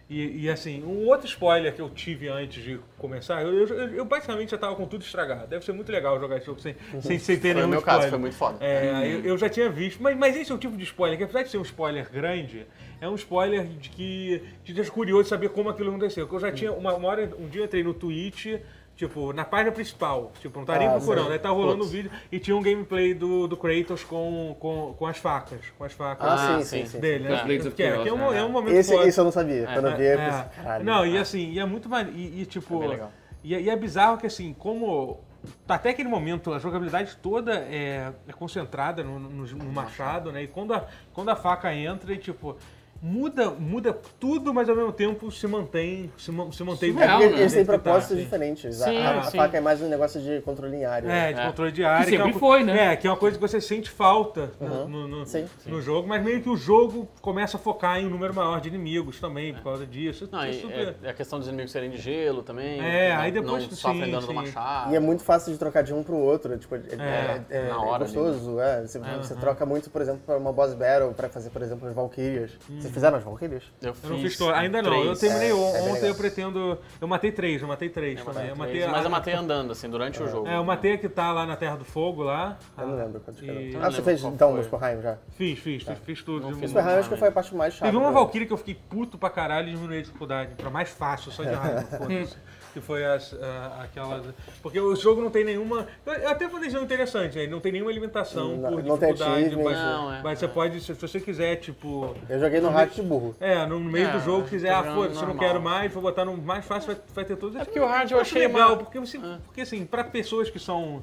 [SPEAKER 2] e, e, assim, um outro spoiler que eu tive antes de começar, eu, eu- eu- eu basicamente já tava com tudo estragado. Deve ser muito legal jogar esse jogo sem, sem, sem ter
[SPEAKER 1] Uhum. Foi o
[SPEAKER 2] nenhum
[SPEAKER 1] meu
[SPEAKER 2] spoiler.
[SPEAKER 1] caso, foi muito foda.
[SPEAKER 2] É, eu, eu já tinha visto. Mas, mas esse é o tipo de spoiler, que apesar de ser um spoiler grande, é um spoiler de que te deixa curioso de saber como aquilo aconteceu. Que eu já tinha. Uma, uma hora, um dia eu entrei no Twitch, tipo, na página principal. Tipo, não tava nem
[SPEAKER 3] Ah,
[SPEAKER 2] procurando.
[SPEAKER 3] sim.
[SPEAKER 2] Aí tava rolando o
[SPEAKER 3] Putz.
[SPEAKER 2] vídeo e tinha um gameplay do, do Kratos com, com, com as facas. Com as facas.
[SPEAKER 3] Ah,
[SPEAKER 1] Ah,
[SPEAKER 3] sim, sim,
[SPEAKER 1] sim.
[SPEAKER 3] sim.
[SPEAKER 2] Dele, né?
[SPEAKER 4] Os Blades of
[SPEAKER 2] Que é, que é um,
[SPEAKER 4] Chaos, né?
[SPEAKER 2] é um momento
[SPEAKER 3] Esse,
[SPEAKER 2] foda.
[SPEAKER 3] esse eu não sabia. Quando eu vi, eu
[SPEAKER 2] É.
[SPEAKER 3] pensei, caralho. né?"
[SPEAKER 2] Não, e assim, e é muito maneiro. E, e, tipo.
[SPEAKER 1] É bem legal.
[SPEAKER 2] e, é- e é bizarro que assim, como. Até aquele momento, a jogabilidade toda é, é concentrada no, no- no machado, né? E quando a, quando a faca entra e tipo. Muda, muda tudo, mas ao mesmo tempo se mantém. Se, ma- se mantém
[SPEAKER 3] É
[SPEAKER 4] Surreal,
[SPEAKER 3] porque
[SPEAKER 4] Não, né?
[SPEAKER 3] eles têm
[SPEAKER 2] Tá,
[SPEAKER 3] propósitos
[SPEAKER 2] sim.
[SPEAKER 3] diferentes.
[SPEAKER 1] Sim,
[SPEAKER 3] a, a
[SPEAKER 1] sim.
[SPEAKER 3] faca é mais um negócio de controle em área.
[SPEAKER 2] É, de
[SPEAKER 1] É.
[SPEAKER 2] controle de área.
[SPEAKER 4] Que
[SPEAKER 2] é uma
[SPEAKER 4] sempre
[SPEAKER 2] co-
[SPEAKER 4] foi, né?
[SPEAKER 2] É, que é uma coisa que você sente falta no-
[SPEAKER 3] Uhum.
[SPEAKER 2] no, no-
[SPEAKER 3] Sim.
[SPEAKER 2] no jogo, mas meio que o jogo começa a focar em um número maior de inimigos também, por causa disso.
[SPEAKER 1] Não,
[SPEAKER 2] é
[SPEAKER 1] e-
[SPEAKER 2] super-
[SPEAKER 1] é, é a questão dos inimigos serem de gelo também.
[SPEAKER 2] É,
[SPEAKER 1] não,
[SPEAKER 2] aí depois
[SPEAKER 1] não
[SPEAKER 2] que-
[SPEAKER 1] sofrem
[SPEAKER 2] sim,
[SPEAKER 1] dano do
[SPEAKER 2] sim.
[SPEAKER 1] machado.
[SPEAKER 3] E é muito fácil de trocar de um pro outro. Tipo, é,
[SPEAKER 2] É,
[SPEAKER 3] é- é
[SPEAKER 1] na hora,
[SPEAKER 3] gostoso. É. Você, você troca muito, por exemplo, pra uma boss battle, pra fazer, por exemplo, as Valkyrias. Vocês fizeram as Valkyrias?
[SPEAKER 1] Eu,
[SPEAKER 2] Eu não fiz todas. Ainda não. Eu
[SPEAKER 1] três.
[SPEAKER 2] terminei
[SPEAKER 3] É,
[SPEAKER 2] on-
[SPEAKER 3] é bem
[SPEAKER 2] ontem,
[SPEAKER 3] legal.
[SPEAKER 2] eu pretendo. Eu matei três, eu matei três também. Eu matei a-
[SPEAKER 1] É, Mas eu matei andando, assim, durante o jogo.
[SPEAKER 2] É, eu matei a que tá lá na Terra do Fogo lá.
[SPEAKER 3] Eu não lembro quantos que Tá.
[SPEAKER 2] E-
[SPEAKER 1] Eu
[SPEAKER 3] eram. Ah,
[SPEAKER 1] não
[SPEAKER 3] você
[SPEAKER 1] lembro
[SPEAKER 3] fez
[SPEAKER 1] qual
[SPEAKER 3] então
[SPEAKER 1] foi.
[SPEAKER 3] o Spurheim já?
[SPEAKER 2] Fiz, fiz, fiz, fiz tudo.
[SPEAKER 1] Não
[SPEAKER 2] de
[SPEAKER 1] fiz
[SPEAKER 2] um-
[SPEAKER 1] mais
[SPEAKER 3] Spurheim acho que foi a parte mais chata.
[SPEAKER 2] Teve uma
[SPEAKER 3] pra-
[SPEAKER 2] Valkyrie que eu fiquei puto pra caralho e diminuí a dificuldade. Pra mais fácil, só de raiva. foda-se. que foi as, a- aquela. Porque o jogo não tem nenhuma. Eu eu até falei isso é interessante, né? Ele não tem nenhuma limitação
[SPEAKER 3] Não-
[SPEAKER 2] por
[SPEAKER 3] não tem
[SPEAKER 2] dificuldade.
[SPEAKER 3] achievement.
[SPEAKER 2] mas
[SPEAKER 1] Não, é,
[SPEAKER 2] mas você pode, se, se você quiser, tipo.
[SPEAKER 3] Eu joguei no hack de burro.
[SPEAKER 2] É, no meio
[SPEAKER 1] É,
[SPEAKER 2] do jogo,
[SPEAKER 1] tô
[SPEAKER 2] quiser, ah,
[SPEAKER 1] jogando
[SPEAKER 2] foda-se, eu não
[SPEAKER 1] normal.
[SPEAKER 2] quero mais, vou botar no mais fácil, vai, vai ter todos
[SPEAKER 1] É porque o hard eu
[SPEAKER 2] acho
[SPEAKER 1] achei
[SPEAKER 2] legal,
[SPEAKER 1] uma-
[SPEAKER 2] porque, você,
[SPEAKER 1] Ah.
[SPEAKER 2] porque assim, pra pessoas que são.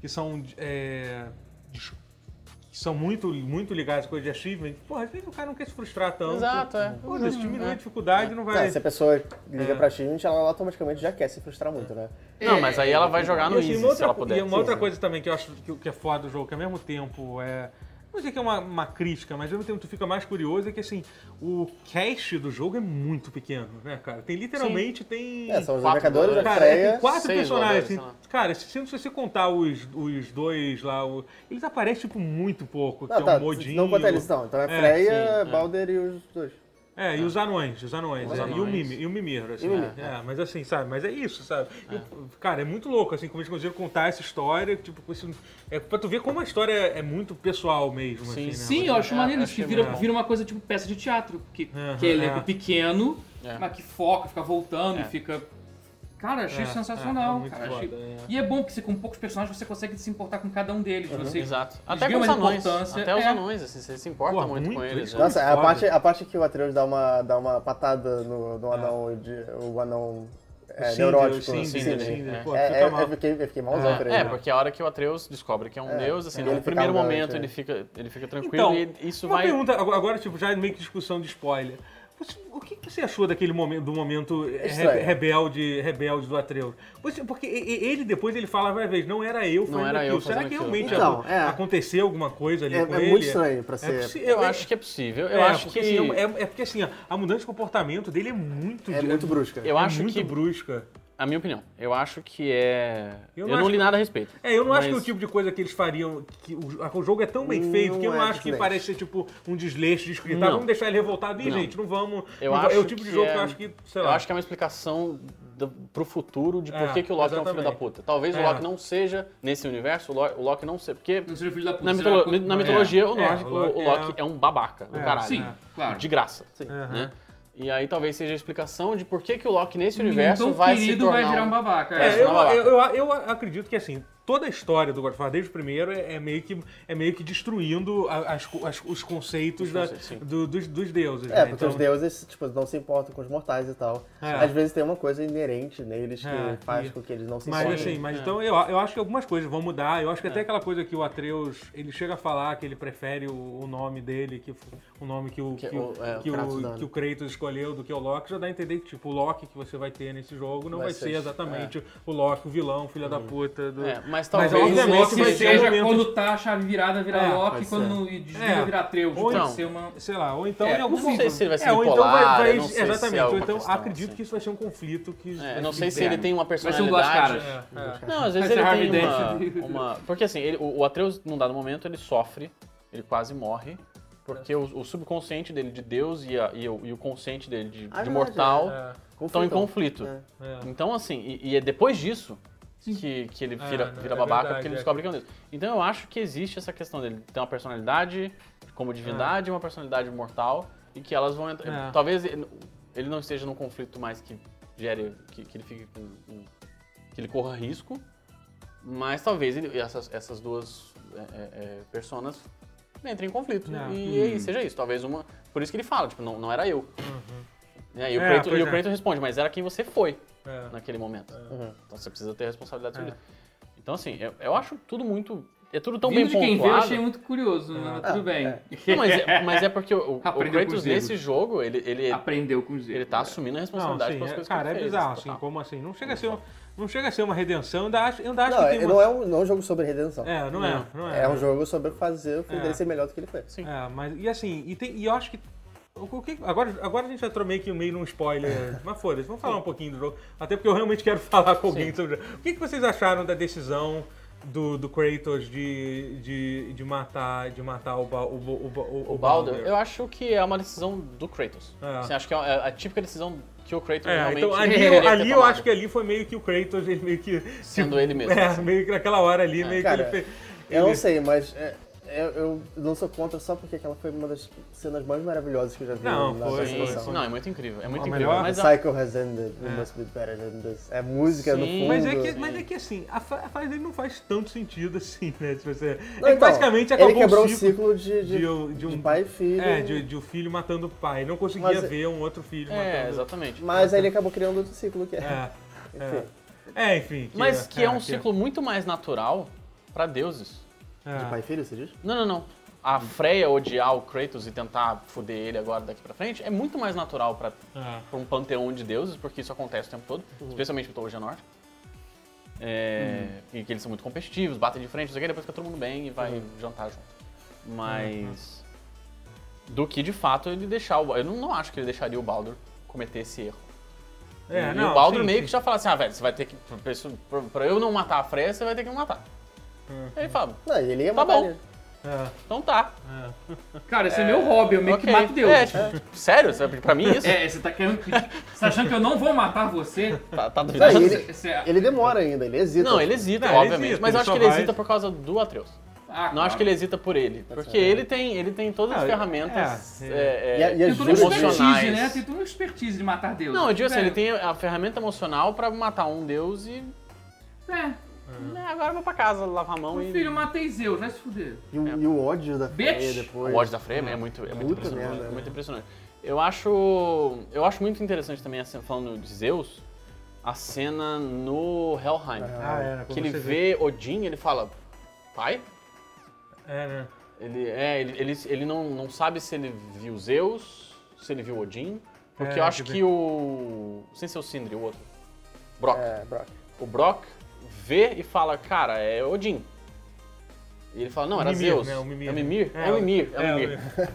[SPEAKER 2] que são. é, des- que são muito, muito ligadas à coisa de achievement, porra, às vezes o cara não quer se frustrar tanto.
[SPEAKER 1] Exato, é.
[SPEAKER 2] Foda-se, diminui a dificuldade, não vai.
[SPEAKER 1] Tá,
[SPEAKER 3] Não, se a pessoa liga pra X, ela automaticamente já quer se frustrar muito, né?
[SPEAKER 1] Não, mas aí ela vai jogar
[SPEAKER 2] E,
[SPEAKER 1] no
[SPEAKER 2] assim,
[SPEAKER 1] Easy,
[SPEAKER 2] uma
[SPEAKER 1] se
[SPEAKER 2] outra-
[SPEAKER 1] ela puder.
[SPEAKER 2] e uma outra coisa também que eu acho que, que é foda do jogo, que ao mesmo tempo é. Não sei que é uma, uma crítica, mas ao mesmo tempo tu fica mais curioso, é que assim, o cache do jogo é muito pequeno, né, cara? Tem literalmente, tem.
[SPEAKER 3] É, são os
[SPEAKER 1] Quatro
[SPEAKER 3] Vingadores, a
[SPEAKER 1] jogadores.
[SPEAKER 2] Cara, é, tem
[SPEAKER 3] Freya...
[SPEAKER 2] quatro
[SPEAKER 1] seis jogadores,
[SPEAKER 2] personagens. tem-
[SPEAKER 1] sei
[SPEAKER 2] cara, se, se você contar os, os dois lá, o- eles aparecem tipo muito pouco. que
[SPEAKER 3] Não,
[SPEAKER 2] é
[SPEAKER 3] tá,
[SPEAKER 2] um modinho.
[SPEAKER 3] não conta eles, não. Então é
[SPEAKER 2] É,
[SPEAKER 3] Freya,
[SPEAKER 1] sim, é.
[SPEAKER 3] Balder e os dois.
[SPEAKER 2] É, e os anões, os anões.
[SPEAKER 1] Os
[SPEAKER 2] é, E, o
[SPEAKER 1] anões.
[SPEAKER 2] Mimi, e o Mimir, assim.
[SPEAKER 3] E o Mimir,
[SPEAKER 2] é, é, mas assim, sabe? Mas é isso, sabe? E, cara, é muito louco, assim, como eles conseguiram contar essa história, tipo, com esse, é, pra tu ver como a história é muito pessoal mesmo,
[SPEAKER 1] Sim,
[SPEAKER 2] assim,
[SPEAKER 4] Sim,
[SPEAKER 2] né?
[SPEAKER 4] eu acho
[SPEAKER 1] É,
[SPEAKER 4] maneiro isso,
[SPEAKER 1] achei
[SPEAKER 4] que vira,
[SPEAKER 1] legal.
[SPEAKER 4] vira uma coisa tipo peça de teatro, que,
[SPEAKER 2] Aham,
[SPEAKER 4] que é elenco
[SPEAKER 2] é.
[SPEAKER 4] pequeno,
[SPEAKER 1] É.
[SPEAKER 4] mas que foca, fica voltando e
[SPEAKER 1] É.
[SPEAKER 4] fica... Cara, achei
[SPEAKER 2] É, é, é
[SPEAKER 4] sensacional.
[SPEAKER 2] muito
[SPEAKER 4] cara,
[SPEAKER 2] foda,
[SPEAKER 4] achei-
[SPEAKER 2] é.
[SPEAKER 4] E é bom, porque você, com poucos personagens você consegue se importar com cada um deles. Você...
[SPEAKER 1] Exato.
[SPEAKER 4] Eles
[SPEAKER 1] Até com
[SPEAKER 4] ganham
[SPEAKER 1] os
[SPEAKER 4] uma
[SPEAKER 1] anões.
[SPEAKER 4] importância,
[SPEAKER 1] Até os
[SPEAKER 4] é.
[SPEAKER 1] anões, assim, você se importa
[SPEAKER 2] Porra,
[SPEAKER 1] muito,
[SPEAKER 2] muito,
[SPEAKER 1] com eles.
[SPEAKER 2] isso.
[SPEAKER 1] né?
[SPEAKER 3] Nossa, a
[SPEAKER 2] Então, foda.
[SPEAKER 3] parte, a parte que o Atreus dá uma, dá uma patada no, no anão, de, o anão é,
[SPEAKER 2] Cinder,
[SPEAKER 3] neurótico.
[SPEAKER 2] Ah. o Cinder,
[SPEAKER 3] Cinder.
[SPEAKER 2] o Cinder, pô, tá
[SPEAKER 3] É,
[SPEAKER 2] fica
[SPEAKER 3] é,
[SPEAKER 2] mal. Ah,
[SPEAKER 3] eu, fiquei, eu fiquei malzão pra ele.
[SPEAKER 1] É, é, porque a hora que o Atreus descobre que é um deus, assim,
[SPEAKER 3] é. Ele
[SPEAKER 1] no
[SPEAKER 3] fica
[SPEAKER 1] primeiro
[SPEAKER 3] arrogante,
[SPEAKER 1] momento
[SPEAKER 3] é.
[SPEAKER 1] ele fica, ele fica
[SPEAKER 2] Então,
[SPEAKER 1] tranquilo e isso
[SPEAKER 2] uma
[SPEAKER 1] vai...
[SPEAKER 2] pergunta, agora- agora, tipo, já meio que discussão de spoiler. Você- O que que você achou daquele momento, do momento eh,
[SPEAKER 3] Estranho.
[SPEAKER 2] rebe- rebelde, rebelde do Atreus? Você- porque e- e- ele depois ele fala várias vezes, não era eu fazendo
[SPEAKER 1] era eu
[SPEAKER 2] aquilo. Será
[SPEAKER 1] fazendo
[SPEAKER 2] que
[SPEAKER 1] aquilo.
[SPEAKER 2] realmente
[SPEAKER 3] Então,
[SPEAKER 2] acon-
[SPEAKER 3] é.
[SPEAKER 2] aconteceu alguma coisa ali
[SPEAKER 3] É-
[SPEAKER 2] com
[SPEAKER 3] é
[SPEAKER 2] ele?
[SPEAKER 3] muito estranho pra ser-
[SPEAKER 2] possi-
[SPEAKER 1] Eu acho que é possível. Eu
[SPEAKER 2] É,
[SPEAKER 1] acho que...
[SPEAKER 2] porque, assim, é, é porque assim, ó, a mudança de comportamento dele é muito.
[SPEAKER 3] É muito brusca.
[SPEAKER 1] Eu
[SPEAKER 2] é
[SPEAKER 1] acho
[SPEAKER 2] muito
[SPEAKER 1] que-
[SPEAKER 2] brusca.
[SPEAKER 1] A minha opinião. Eu acho que é...
[SPEAKER 2] Eu
[SPEAKER 1] Eu,
[SPEAKER 2] não
[SPEAKER 1] não
[SPEAKER 2] acho
[SPEAKER 1] li
[SPEAKER 2] que-
[SPEAKER 1] nada a respeito.
[SPEAKER 2] É, eu não acho que é
[SPEAKER 1] Mas-
[SPEAKER 2] o tipo de coisa que eles fariam. Que o, o jogo é tão bem feito que eu
[SPEAKER 3] Não
[SPEAKER 2] não
[SPEAKER 3] é
[SPEAKER 2] acho que
[SPEAKER 3] desleixo.
[SPEAKER 2] parece ser tipo um desleixo de escrita.
[SPEAKER 1] Não.
[SPEAKER 2] Vamos deixar ele revoltado. Ih,
[SPEAKER 1] Não.
[SPEAKER 2] gente, não vamos.
[SPEAKER 1] Eu
[SPEAKER 2] não va-
[SPEAKER 1] acho
[SPEAKER 2] é o tipo de
[SPEAKER 1] que
[SPEAKER 2] jogo que
[SPEAKER 1] é-
[SPEAKER 2] eu acho que, sei
[SPEAKER 1] Eu
[SPEAKER 2] lá.
[SPEAKER 1] acho que é uma explicação do, pro futuro de por
[SPEAKER 2] É,
[SPEAKER 1] que, que o Loki é um filho
[SPEAKER 2] exatamente.
[SPEAKER 1] da puta. Talvez
[SPEAKER 2] É.
[SPEAKER 1] o Loki não seja, nesse universo, o Lo- o Loki não seja. Porque
[SPEAKER 4] Não seja filho da puta.
[SPEAKER 1] na,
[SPEAKER 4] será
[SPEAKER 1] mitolo-
[SPEAKER 4] que-
[SPEAKER 1] na mitologia o,
[SPEAKER 2] É,
[SPEAKER 1] nórdico,
[SPEAKER 2] o Loki
[SPEAKER 1] o Loki
[SPEAKER 2] é-
[SPEAKER 1] é... um babaca do
[SPEAKER 2] É.
[SPEAKER 1] caralho.
[SPEAKER 4] Sim, claro.
[SPEAKER 1] De graça.
[SPEAKER 2] Aham.
[SPEAKER 1] né? E aí talvez seja a explicação de por que, que o Loki nesse
[SPEAKER 4] Um menino
[SPEAKER 1] universo
[SPEAKER 4] tão
[SPEAKER 1] vai se
[SPEAKER 4] querido
[SPEAKER 1] tornar um
[SPEAKER 4] vai virar um babaca.
[SPEAKER 1] É,
[SPEAKER 2] É, eu,
[SPEAKER 1] não é
[SPEAKER 2] eu, eu, eu acredito que assim, toda a história do Godfather, desde o primeiro, é, é meio, que, é meio que destruindo a- as co- as- os conceitos,
[SPEAKER 1] Os
[SPEAKER 2] da-
[SPEAKER 1] conceitos, sim.
[SPEAKER 2] do- dos, dos deuses.
[SPEAKER 3] É,
[SPEAKER 2] né?
[SPEAKER 3] porque os deuses, tipo, não se importam com os mortais e tal.
[SPEAKER 2] É.
[SPEAKER 3] Às vezes tem uma coisa inerente neles que
[SPEAKER 2] É,
[SPEAKER 3] faz
[SPEAKER 2] e-
[SPEAKER 3] com que eles não se
[SPEAKER 2] Mas
[SPEAKER 3] importem.
[SPEAKER 2] assim,
[SPEAKER 1] É.
[SPEAKER 2] mas então eu, eu acho que algumas coisas vão mudar. Eu acho que até aquela coisa que o Atreus, ele chega a falar que ele prefere o, o nome dele, que f- o nome que o,
[SPEAKER 3] Que
[SPEAKER 2] que,
[SPEAKER 3] o-
[SPEAKER 2] o,
[SPEAKER 3] é,
[SPEAKER 2] que,
[SPEAKER 3] o Kratos
[SPEAKER 2] o,
[SPEAKER 3] dá,
[SPEAKER 2] que
[SPEAKER 3] né?
[SPEAKER 2] o Kratos escolheu do que o Loki, já dá a entender que tipo, o Loki que você vai ter nesse jogo não vai,
[SPEAKER 3] Vai
[SPEAKER 2] ser,
[SPEAKER 3] ser isso,
[SPEAKER 2] exatamente o Loki, o vilão, filho da puta.
[SPEAKER 4] um
[SPEAKER 2] Do...
[SPEAKER 1] É, mas
[SPEAKER 2] Mas
[SPEAKER 1] talvez
[SPEAKER 2] obviamente
[SPEAKER 1] esse
[SPEAKER 2] vai
[SPEAKER 4] que
[SPEAKER 2] ter um
[SPEAKER 4] seja
[SPEAKER 2] momento-
[SPEAKER 4] quando tá a chave virada, vira
[SPEAKER 2] É,
[SPEAKER 3] pode
[SPEAKER 4] Loki,
[SPEAKER 3] ser.
[SPEAKER 4] quando desliga,
[SPEAKER 2] É.
[SPEAKER 4] vira Atreus.
[SPEAKER 2] Ou
[SPEAKER 4] Tem
[SPEAKER 1] então-
[SPEAKER 4] que ser uma...
[SPEAKER 2] Sei lá, ou então
[SPEAKER 4] É,
[SPEAKER 2] em algum
[SPEAKER 1] não sei se ele vai ser
[SPEAKER 2] é, ou então vai-
[SPEAKER 1] bipolar,
[SPEAKER 2] vai-
[SPEAKER 1] eu não sei se é
[SPEAKER 2] Exatamente, ou
[SPEAKER 1] alguma
[SPEAKER 2] então
[SPEAKER 1] questão,
[SPEAKER 2] acredito
[SPEAKER 1] assim.
[SPEAKER 2] que isso vai ser um conflito que.
[SPEAKER 1] É, eu não sei se ele tem uma
[SPEAKER 4] ser um duas
[SPEAKER 1] personalidade.
[SPEAKER 4] caras.
[SPEAKER 2] É, é.
[SPEAKER 1] Não, às vezes
[SPEAKER 4] Vai ser
[SPEAKER 1] ele tem
[SPEAKER 4] Harvey Dent.
[SPEAKER 1] uma, uma- Porque assim, ele- o o Atreus, num dado momento, ele sofre, ele quase morre, porque o, o subconsciente dele de Deus e, a- e o, e o consciente dele de, de
[SPEAKER 3] Ah, verdade,
[SPEAKER 1] mortal
[SPEAKER 2] É,
[SPEAKER 1] estão em
[SPEAKER 3] Conflitam.
[SPEAKER 1] conflito.
[SPEAKER 3] É.
[SPEAKER 2] é.
[SPEAKER 1] Então, assim, e, e é depois disso que, que ele
[SPEAKER 2] Ah,
[SPEAKER 1] vira,
[SPEAKER 2] não,
[SPEAKER 1] vira
[SPEAKER 2] é
[SPEAKER 1] babaca
[SPEAKER 2] verdade,
[SPEAKER 1] porque ele
[SPEAKER 2] é.
[SPEAKER 1] descobre que é um deus. Então eu acho que existe essa questão dele ter uma personalidade como divindade, uma personalidade mortal, e que elas vão entrar.
[SPEAKER 2] É.
[SPEAKER 1] Talvez ele ele não esteja num conflito mais que gere. que, que ele fique com. com- que ele corra risco, mas talvez ele- essas, essas duas é, é, é, personas entrem em conflito. né?
[SPEAKER 2] Não.
[SPEAKER 1] E, aí seja isso. Talvez uma. Por isso que ele fala, tipo, não, não era eu. Né, E o
[SPEAKER 2] É,
[SPEAKER 1] Preto,
[SPEAKER 2] pois
[SPEAKER 1] e o
[SPEAKER 2] é.
[SPEAKER 1] Preto responde, mas era quem você foi
[SPEAKER 2] é.
[SPEAKER 1] naquele momento.
[SPEAKER 3] Uhum.
[SPEAKER 1] Então você precisa ter responsabilidade sobre
[SPEAKER 2] É.
[SPEAKER 1] isso. Então, assim, eu, eu acho tudo muito. É tudo tão bem
[SPEAKER 4] Vindo de quem vê, eu
[SPEAKER 1] pontuado.
[SPEAKER 4] achei muito curioso, né? mas
[SPEAKER 3] Ah,
[SPEAKER 4] tudo bem.
[SPEAKER 3] é.
[SPEAKER 1] Não, mas, é, mas é porque o, o- o
[SPEAKER 4] Aprendeu com
[SPEAKER 1] Kratos
[SPEAKER 4] os erros.
[SPEAKER 1] nesse jogo, ele, ele,
[SPEAKER 4] Aprendeu com os erros.
[SPEAKER 1] ele tá
[SPEAKER 4] né?
[SPEAKER 1] assumindo a
[SPEAKER 2] Não,
[SPEAKER 1] responsabilidade
[SPEAKER 2] sim,
[SPEAKER 1] pelas
[SPEAKER 2] é-
[SPEAKER 1] coisas
[SPEAKER 2] cara,
[SPEAKER 1] que ele
[SPEAKER 2] é
[SPEAKER 1] fez.
[SPEAKER 2] bizarro, assim,
[SPEAKER 1] total.
[SPEAKER 2] como assim? Não chega, a ser, um- não chega a ser uma redenção, ainda acho, ainda acho
[SPEAKER 3] Não,
[SPEAKER 2] que
[SPEAKER 3] é,
[SPEAKER 2] tem
[SPEAKER 3] não,
[SPEAKER 2] uma...
[SPEAKER 3] é um, não é um jogo sobre redenção.
[SPEAKER 2] É, não é, não é.
[SPEAKER 3] É um jogo sobre fazer o filho
[SPEAKER 2] É.
[SPEAKER 3] dele ser melhor do que ele foi.
[SPEAKER 1] Sim.
[SPEAKER 2] É, mas, e assim, e, tem, e eu acho que... o- o que- agora, agora a gente entrou meio que meio num spoiler, mas foda-se, vamos falar um pouquinho do jogo. Até porque eu realmente quero falar com alguém sobre o jogo. O que, que vocês acharam da decisão do, do Kratos de, de, de matar, de matar o, Ba- o, Bo- o, Ba- o,
[SPEAKER 1] O Balder, eu acho que é uma decisão do Kratos.
[SPEAKER 2] É.
[SPEAKER 1] Assim, acho que é a, é a típica decisão que o Kratos
[SPEAKER 2] É,
[SPEAKER 1] realmente.
[SPEAKER 2] então ali,
[SPEAKER 1] deveria
[SPEAKER 2] eu,
[SPEAKER 1] ter
[SPEAKER 2] ali eu
[SPEAKER 1] tomado,
[SPEAKER 2] acho que ali foi meio que o Kratos, ele meio que...
[SPEAKER 1] Sendo ele mesmo.
[SPEAKER 2] É,
[SPEAKER 1] assim.
[SPEAKER 2] meio que naquela hora ali, meio
[SPEAKER 3] Cara,
[SPEAKER 2] que ele fez...
[SPEAKER 3] Eu
[SPEAKER 2] ele-
[SPEAKER 3] não sei, mas é, eu, eu não sou contra só porque aquela foi uma das cenas mais maravilhosas que eu já vi
[SPEAKER 2] Não,
[SPEAKER 3] na
[SPEAKER 2] foi,
[SPEAKER 1] Sim,
[SPEAKER 3] apresentação.
[SPEAKER 1] sim. Não, é muito incrível. É muito
[SPEAKER 2] A
[SPEAKER 1] incrível.
[SPEAKER 2] melhor-
[SPEAKER 3] The
[SPEAKER 1] Mas a-
[SPEAKER 3] cycle has ended, we must be better than this. É música no
[SPEAKER 1] Sim.
[SPEAKER 3] fundo.
[SPEAKER 2] Mas é, que, mas é que assim, a, fa- a fase dele não faz tanto sentido assim, né? Se você,
[SPEAKER 3] Não,
[SPEAKER 2] é que
[SPEAKER 3] então,
[SPEAKER 2] basicamente acabou
[SPEAKER 3] ele quebrou
[SPEAKER 2] um
[SPEAKER 3] o
[SPEAKER 2] ciclo
[SPEAKER 3] ciclo de, de,
[SPEAKER 2] de um- de um-
[SPEAKER 3] de pai e filho.
[SPEAKER 2] é, de, de o filho matando o pai. Não conseguia
[SPEAKER 3] Mas é-
[SPEAKER 2] ver um outro filho
[SPEAKER 1] É,
[SPEAKER 2] matando
[SPEAKER 1] exatamente.
[SPEAKER 3] Mas aí ele acabou criando outro ciclo que é.
[SPEAKER 2] É,
[SPEAKER 3] Enfim.
[SPEAKER 2] é. É, enfim.
[SPEAKER 1] Mas que é um ciclo muito mais natural pra deuses.
[SPEAKER 2] é.
[SPEAKER 3] De pai e filho, você diz?
[SPEAKER 1] Não, não, não. A Freya odiar o Kratos e tentar foder ele agora daqui pra frente é muito mais natural pra,
[SPEAKER 2] É.
[SPEAKER 1] pra um panteão de deuses, porque isso acontece o tempo todo,
[SPEAKER 2] Uhum.
[SPEAKER 1] especialmente mitologia norte. É,
[SPEAKER 2] Uhum.
[SPEAKER 1] E que eles são muito competitivos, batem de frente, não sei o que, depois fica todo mundo bem e vai jantar junto. Mas. Do que de fato ele deixar o. Eu não, não acho que ele deixaria o Baldur cometer esse erro.
[SPEAKER 2] É,
[SPEAKER 1] e
[SPEAKER 2] não,
[SPEAKER 1] o Baldur
[SPEAKER 2] sim,
[SPEAKER 1] meio
[SPEAKER 2] sim.
[SPEAKER 1] que já fala assim: ah, velho, você vai ter que. pra- Pra, pra eu não matar a Freya, você vai ter que me matar.
[SPEAKER 2] Uhum.
[SPEAKER 1] Aí ele fala:
[SPEAKER 3] Não, e ele ia
[SPEAKER 1] Tá
[SPEAKER 3] matar
[SPEAKER 1] bom.
[SPEAKER 3] ele.
[SPEAKER 2] É,
[SPEAKER 1] então tá.
[SPEAKER 2] é.
[SPEAKER 4] Cara, esse é, meu hobby, eu meio que
[SPEAKER 1] Ok.
[SPEAKER 4] mato Deus.
[SPEAKER 1] É, tipo, sério? Sabe, Pra mim isso?
[SPEAKER 4] É, você tá querendo. que- Você tá achando que eu não vou matar você?
[SPEAKER 1] Tá, tá
[SPEAKER 3] Não,
[SPEAKER 1] duvidando?
[SPEAKER 3] e ele,
[SPEAKER 4] Você- é- você-
[SPEAKER 3] ele demora ainda, ele hesita.
[SPEAKER 1] Não, ele hesita,
[SPEAKER 2] Não, ele
[SPEAKER 1] obviamente.
[SPEAKER 2] hesita,
[SPEAKER 1] mas
[SPEAKER 2] ele
[SPEAKER 1] eu acho
[SPEAKER 2] só
[SPEAKER 1] que ele
[SPEAKER 2] vai-
[SPEAKER 1] hesita por causa do Atreus. Não
[SPEAKER 4] Ah,
[SPEAKER 1] acho
[SPEAKER 4] claro.
[SPEAKER 1] que ele hesita por ele. Porque ele tem, ele tem todas as
[SPEAKER 2] Ah,
[SPEAKER 1] ferramentas
[SPEAKER 2] é,
[SPEAKER 1] é,
[SPEAKER 3] E a- e a
[SPEAKER 1] é,
[SPEAKER 4] Tem toda uma expertise, né?
[SPEAKER 1] emocionais.
[SPEAKER 4] Tem É. toda uma expertise de matar Deus.
[SPEAKER 1] Não, eu digo assim,
[SPEAKER 4] Velho,
[SPEAKER 1] ele tem a ferramenta emocional pra matar um deus e.
[SPEAKER 4] É,
[SPEAKER 1] "Ah, agora eu vou pra casa lavar a mão
[SPEAKER 4] meu
[SPEAKER 1] e.
[SPEAKER 4] filho, eu matei Zeus, vai se fuder.
[SPEAKER 3] E o, e o ódio da
[SPEAKER 4] Bitch!
[SPEAKER 3] Freya
[SPEAKER 1] é. O
[SPEAKER 3] depois.
[SPEAKER 1] ódio da Freya é muito, é muito
[SPEAKER 3] Puta
[SPEAKER 1] impressionante.
[SPEAKER 3] merda,
[SPEAKER 1] é
[SPEAKER 3] né?
[SPEAKER 1] muito impressionante. Eu acho, eu acho muito interessante também, assim, falando de Zeus, a cena no Helheim.
[SPEAKER 2] Ah, é, quando
[SPEAKER 1] que ele
[SPEAKER 2] você
[SPEAKER 1] vê Odin, ele fala, pai?
[SPEAKER 2] É, né?
[SPEAKER 1] Ele, é, ele, ele, ele não, não sabe se ele viu Zeus, se ele viu Odin, porque
[SPEAKER 2] É,
[SPEAKER 1] eu acho
[SPEAKER 2] que
[SPEAKER 1] que,
[SPEAKER 2] vê.
[SPEAKER 1] o... Sem ser é o Sindri, o outro. Brock.
[SPEAKER 3] É, Brock.
[SPEAKER 1] O Brock vê e fala, cara, é Odin. E ele fala, não, era
[SPEAKER 2] Mimir,
[SPEAKER 1] Zeus.
[SPEAKER 2] né? O Mimir.
[SPEAKER 1] É o Mimir?
[SPEAKER 2] É,
[SPEAKER 1] É o Mimir, é
[SPEAKER 2] é,
[SPEAKER 1] o
[SPEAKER 2] o
[SPEAKER 1] Mimir. Eu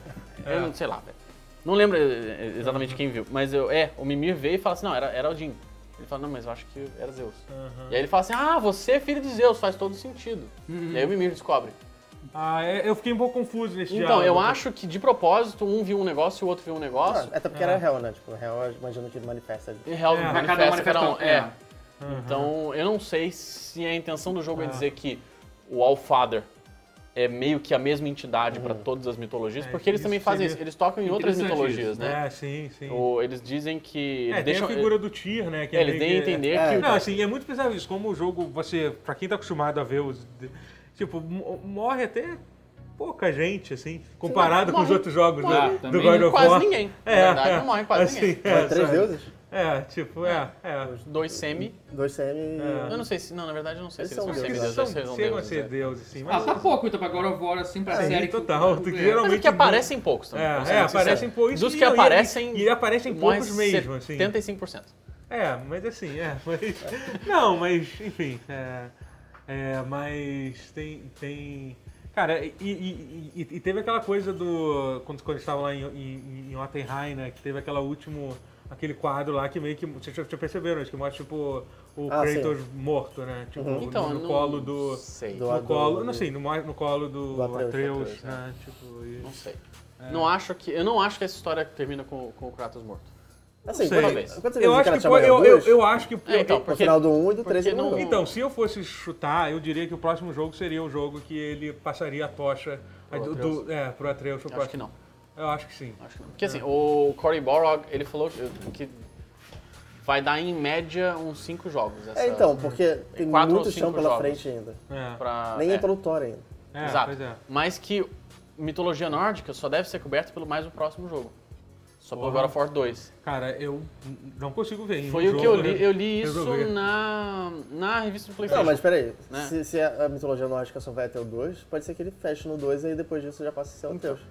[SPEAKER 2] É.
[SPEAKER 1] não sei lá, velho. Não lembro eh, exatamente quem viu, mas eu, é, o Mimir veio e fala assim, não, era, era Odin. Ele fala, não, mas eu acho que era Zeus.
[SPEAKER 2] Aham.
[SPEAKER 1] E aí ele fala assim, ah, você é filho de Zeus, faz todo sentido. E aí o Mimir descobre.
[SPEAKER 2] Ah, é, eu fiquei um pouco confuso nesse
[SPEAKER 1] Então, eu
[SPEAKER 2] diálogo.
[SPEAKER 1] acho que de propósito, um viu um negócio e o outro viu um negócio.
[SPEAKER 3] Ah, até porque era real, né? Tipo, real, imagino que ele manifesta.
[SPEAKER 1] E realmente
[SPEAKER 2] É,
[SPEAKER 1] manifesta
[SPEAKER 4] cada um
[SPEAKER 1] que era um-
[SPEAKER 4] manifesta-
[SPEAKER 1] É. Então, eu não sei se a intenção do jogo é, dizer que o All Father é meio que a mesma entidade para todas as mitologias,
[SPEAKER 2] É,
[SPEAKER 1] porque eles
[SPEAKER 2] isso
[SPEAKER 1] também fazem
[SPEAKER 2] seria
[SPEAKER 1] isso. Eles tocam em outras
[SPEAKER 4] interessante
[SPEAKER 1] mitologias,
[SPEAKER 4] isso,
[SPEAKER 1] né?
[SPEAKER 2] É, sim, sim.
[SPEAKER 1] Ou eles dizem que. Eles
[SPEAKER 2] É,
[SPEAKER 1] deixam,
[SPEAKER 2] tem a figura do Tyr, né? Que
[SPEAKER 1] é, eles
[SPEAKER 2] meio
[SPEAKER 1] têm a
[SPEAKER 2] que-
[SPEAKER 1] entender
[SPEAKER 3] é.
[SPEAKER 1] que.
[SPEAKER 2] Não, assim, é muito bizarro isso. Como o jogo, você, pra quem tá acostumado a ver os. Tipo, mo- morre até pouca gente, assim, comparado com os
[SPEAKER 1] morre-
[SPEAKER 2] outros jogos do-
[SPEAKER 1] morre
[SPEAKER 2] do,
[SPEAKER 4] também
[SPEAKER 2] God of
[SPEAKER 1] Quase
[SPEAKER 2] War.
[SPEAKER 1] ninguém. Na
[SPEAKER 2] É,
[SPEAKER 1] verdade, não morre quase
[SPEAKER 2] assim,
[SPEAKER 1] ninguém.
[SPEAKER 2] É,
[SPEAKER 3] Mas três
[SPEAKER 2] sabe?
[SPEAKER 3] deuses?
[SPEAKER 2] É, tipo, é, é.
[SPEAKER 1] Dois semi.
[SPEAKER 3] Dois semi.
[SPEAKER 2] É.
[SPEAKER 1] Eu não sei se. Não, na verdade, eu não sei
[SPEAKER 3] Eles
[SPEAKER 1] se eles são
[SPEAKER 3] são deuses.
[SPEAKER 1] semi-deuses ou se eles são
[SPEAKER 2] Chegam a
[SPEAKER 1] deuses.
[SPEAKER 2] ser
[SPEAKER 1] é.
[SPEAKER 2] deuses, assim,
[SPEAKER 4] Ah,
[SPEAKER 2] mas.
[SPEAKER 4] tá pouco, então, pra God of War, assim, pra
[SPEAKER 3] É,
[SPEAKER 4] série. que-
[SPEAKER 2] total, tem então tá, que um-
[SPEAKER 4] É.
[SPEAKER 1] Mas é que
[SPEAKER 2] Realmente
[SPEAKER 1] aparecem poucos também. vamos ser
[SPEAKER 2] É, é,
[SPEAKER 1] sinceros.
[SPEAKER 2] aparecem poucos.
[SPEAKER 1] Dos
[SPEAKER 2] e-
[SPEAKER 1] que
[SPEAKER 2] e-
[SPEAKER 1] aparecem.
[SPEAKER 2] E aparecem
[SPEAKER 1] morre
[SPEAKER 2] poucos mesmo, assim.
[SPEAKER 1] 75%.
[SPEAKER 2] É, mas assim, é, mas. Não, mas, enfim. É, é, mas tem. tem... Cara, e, e- e- e teve aquela coisa do. Quando, quando estavam lá em, em, em Ottenheim, né? Que teve aquela último. aquele quadro lá que meio que. Vocês já já perceberam, acho que mostra, tipo, o
[SPEAKER 3] Ah, Uhum.
[SPEAKER 2] Kratos morto, né? Tipo, no-
[SPEAKER 1] Então,
[SPEAKER 2] no,
[SPEAKER 1] eu não
[SPEAKER 2] colo do.
[SPEAKER 1] Sei.
[SPEAKER 3] do-
[SPEAKER 2] No
[SPEAKER 3] do-
[SPEAKER 2] colo. Não sei, no, mo- no colo do,
[SPEAKER 3] né? do Atreus,
[SPEAKER 2] Atreus,
[SPEAKER 1] Atreus, é.
[SPEAKER 2] né? Tipo, e-
[SPEAKER 1] Não sei.
[SPEAKER 3] É.
[SPEAKER 1] Não acho que, eu não acho que essa história termina com, com o Kratos morto.
[SPEAKER 3] Assim,
[SPEAKER 2] sei.
[SPEAKER 3] quantas quantas
[SPEAKER 2] Eu
[SPEAKER 3] vezes o
[SPEAKER 2] acho
[SPEAKER 3] cara
[SPEAKER 2] que
[SPEAKER 3] te amarra
[SPEAKER 2] pode. Eu, eu,
[SPEAKER 3] duas?
[SPEAKER 2] eu acho que.
[SPEAKER 1] É, então,
[SPEAKER 2] eu-
[SPEAKER 3] No
[SPEAKER 1] porque-
[SPEAKER 3] final do 1 e
[SPEAKER 1] porque
[SPEAKER 3] do 3 ele
[SPEAKER 1] não-
[SPEAKER 3] morreu.
[SPEAKER 1] Então,
[SPEAKER 2] Então, se eu fosse chutar, eu diria que o próximo jogo seria o jogo que ele passaria a tocha
[SPEAKER 1] Pro
[SPEAKER 2] a- do,
[SPEAKER 1] Atreus.
[SPEAKER 2] do- é, pro Atreus. pro
[SPEAKER 1] Eu acho que
[SPEAKER 2] próximo.
[SPEAKER 1] não.
[SPEAKER 2] Eu acho que sim.
[SPEAKER 1] Acho que não. Porque
[SPEAKER 2] É.
[SPEAKER 1] assim, o Cory Borog, ele falou que- que vai dar em média uns 5 jogos. Essa,
[SPEAKER 3] É, então, porque tem
[SPEAKER 1] quatro ou
[SPEAKER 3] muito chão
[SPEAKER 1] cinco
[SPEAKER 3] pela
[SPEAKER 1] jogos.
[SPEAKER 3] frente ainda.
[SPEAKER 2] É.
[SPEAKER 1] pra-
[SPEAKER 3] Nem
[SPEAKER 1] é,
[SPEAKER 3] entrou no Thor ainda.
[SPEAKER 2] É,
[SPEAKER 1] Exato.
[SPEAKER 2] pois é.
[SPEAKER 1] Mas que mitologia nórdica só deve ser coberta pelo mais o próximo jogo. Só pelo
[SPEAKER 2] Porra.
[SPEAKER 1] God of War 2.
[SPEAKER 2] Cara, eu não consigo ver. em um
[SPEAKER 1] Foi o que eu
[SPEAKER 2] jogo,
[SPEAKER 1] li.
[SPEAKER 2] né?
[SPEAKER 1] Eu li isso
[SPEAKER 2] Resolver.
[SPEAKER 1] na, na revista do PlayStation.
[SPEAKER 3] Não, mas peraí.
[SPEAKER 1] Né?
[SPEAKER 3] Se, se a mitologia nórdica só vai até o 2, pode ser que ele feche no 2 e aí depois disso já passa a ser o Atreus.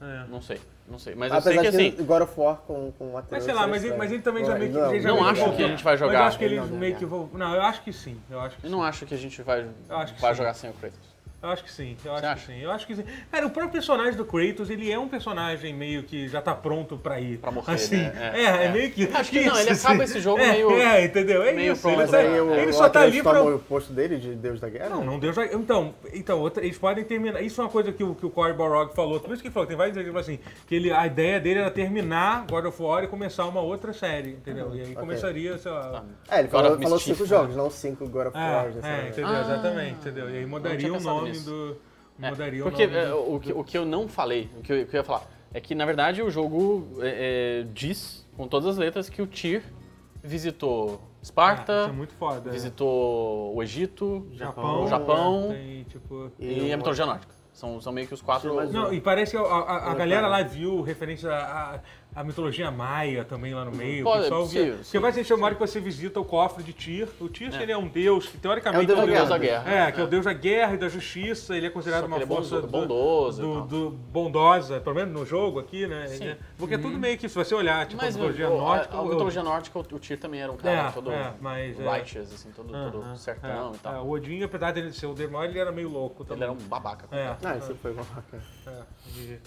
[SPEAKER 2] É.
[SPEAKER 1] Não sei, não sei. Mas
[SPEAKER 3] Apesar
[SPEAKER 1] eu sei que
[SPEAKER 3] de
[SPEAKER 1] assim.
[SPEAKER 3] que God of War com, com o Atreus...
[SPEAKER 2] Mas sei lá, mas ele, mas ele também já meio que. ele já
[SPEAKER 1] Não
[SPEAKER 2] meio
[SPEAKER 1] acho que a gente vai
[SPEAKER 2] voltou.
[SPEAKER 1] jogar.
[SPEAKER 2] Mas eu acho que
[SPEAKER 3] Ele
[SPEAKER 2] ele,
[SPEAKER 3] não vai
[SPEAKER 2] meio
[SPEAKER 3] jogar.
[SPEAKER 2] que. vol- Não, eu acho que sim. Eu acho que
[SPEAKER 1] Eu
[SPEAKER 2] sim.
[SPEAKER 1] não acho que a gente vai,
[SPEAKER 2] acho que
[SPEAKER 1] vai
[SPEAKER 2] sim.
[SPEAKER 1] jogar sem o Kratos.
[SPEAKER 2] Eu acho que sim, eu
[SPEAKER 1] Você
[SPEAKER 2] acho
[SPEAKER 1] acha?
[SPEAKER 2] que sim, eu acho que sim. Cara, o próprio personagem do Kratos, ele é um personagem meio que já tá pronto pra ir.
[SPEAKER 1] Pra morrer,
[SPEAKER 2] assim.
[SPEAKER 1] né? É,
[SPEAKER 2] É, é,
[SPEAKER 1] é.
[SPEAKER 2] meio que.
[SPEAKER 1] Acho que não,
[SPEAKER 2] isso,
[SPEAKER 1] ele acaba
[SPEAKER 2] assim.
[SPEAKER 1] esse jogo
[SPEAKER 2] é,
[SPEAKER 1] meio-
[SPEAKER 2] É, entendeu? É
[SPEAKER 1] meio
[SPEAKER 2] isso. Ele,
[SPEAKER 1] pronto,
[SPEAKER 2] só,
[SPEAKER 1] né?
[SPEAKER 3] o,
[SPEAKER 2] ele
[SPEAKER 3] o
[SPEAKER 2] só tá
[SPEAKER 3] Atreus
[SPEAKER 2] ali pra.
[SPEAKER 3] toma o posto dele de Deus da Guerra?
[SPEAKER 2] É, Não, não deu já. Então, então outra- eles podem terminar. Isso é uma coisa que o, que o Cory Barrog falou. Por isso que ele falou, tem vários exemplos assim, que ele, a ideia dele era terminar God of War e começar uma outra série, entendeu? E aí começaria, sei
[SPEAKER 1] Tá.
[SPEAKER 2] lá.
[SPEAKER 3] É, ele
[SPEAKER 1] God
[SPEAKER 3] falou,
[SPEAKER 1] of
[SPEAKER 3] falou
[SPEAKER 1] Mischief,
[SPEAKER 3] cinco jogos, não cinco God of
[SPEAKER 2] É,
[SPEAKER 3] War.
[SPEAKER 2] é,
[SPEAKER 3] necessariamente.
[SPEAKER 2] entendeu? Exatamente, entendeu? E aí mudaria o
[SPEAKER 1] pensado
[SPEAKER 2] nome
[SPEAKER 1] nisso.
[SPEAKER 2] do.
[SPEAKER 1] É,
[SPEAKER 2] Mudaria
[SPEAKER 1] porque
[SPEAKER 2] o nome.
[SPEAKER 1] é,
[SPEAKER 2] do-
[SPEAKER 1] o, que, o que eu não falei, o que eu, o que eu ia falar, é que na verdade o jogo é, é, diz, com todas as letras, que o Tyr visitou
[SPEAKER 2] É,
[SPEAKER 1] Esparta,
[SPEAKER 2] isso é muito foda. é.
[SPEAKER 1] visitou o Egito,
[SPEAKER 2] Japão,
[SPEAKER 1] o Japão
[SPEAKER 2] Tem, tipo...
[SPEAKER 1] e a mitologia nórdica. São, são meio que os quatro.
[SPEAKER 3] Sim, mas
[SPEAKER 2] Não, e parece que a, a- a galera lá viu referência à, à mitologia maia também lá no meio.
[SPEAKER 1] Pode-
[SPEAKER 2] o pessoal
[SPEAKER 1] sim,
[SPEAKER 2] via.
[SPEAKER 1] sim,
[SPEAKER 2] Porque vai ser chamado que você visita o cofre de Tyr. O Tyr, ele é um deus que teoricamente
[SPEAKER 3] É o deus da
[SPEAKER 1] guerra. né?
[SPEAKER 2] É, que é o deus da guerra e da justiça. Ele é considerado
[SPEAKER 1] Só que
[SPEAKER 2] uma
[SPEAKER 1] ele é
[SPEAKER 2] força
[SPEAKER 1] bonzo-
[SPEAKER 2] do-
[SPEAKER 1] bondoso e
[SPEAKER 2] do-
[SPEAKER 1] tal.
[SPEAKER 2] do- bondosa, pelo menos no jogo aqui, né?
[SPEAKER 1] Sim. Uhum.
[SPEAKER 2] Porque é tudo meio que, se você olhar, tipo,
[SPEAKER 1] Mas
[SPEAKER 2] a mitologia
[SPEAKER 1] o- a-
[SPEAKER 2] nórdica...
[SPEAKER 1] a,
[SPEAKER 2] o-
[SPEAKER 1] mitologia nórdica, o, o Tyr também era um cara
[SPEAKER 2] É,
[SPEAKER 1] todo
[SPEAKER 2] é, mas, é.
[SPEAKER 1] righteous, assim, todo, todo
[SPEAKER 2] Aham,
[SPEAKER 1] certão
[SPEAKER 2] é,
[SPEAKER 1] e tal.
[SPEAKER 2] é, o Odin, apesar dele ser o Deus maior, ele era meio louco
[SPEAKER 1] Ele
[SPEAKER 2] também.
[SPEAKER 1] era um babaca.
[SPEAKER 2] É.
[SPEAKER 3] Ah, isso foi uma vaca.
[SPEAKER 2] É, e-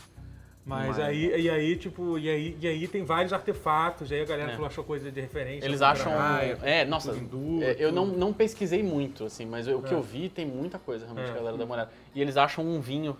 [SPEAKER 2] Mas, aí, e aí, tipo, e aí, e aí tem vários artefatos, e aí a galera
[SPEAKER 1] É.
[SPEAKER 2] falou, achou coisa de referência.
[SPEAKER 1] Eles
[SPEAKER 2] pra
[SPEAKER 1] acham.
[SPEAKER 2] Maia.
[SPEAKER 1] É, nossa,
[SPEAKER 2] hindu,
[SPEAKER 1] é, eu
[SPEAKER 2] um tudo.
[SPEAKER 1] não, não pesquisei muito, assim, mas o que
[SPEAKER 2] É.
[SPEAKER 1] eu vi tem muita coisa realmente,
[SPEAKER 2] É.
[SPEAKER 1] que a galera dá uma olhada. E eles acham um vinho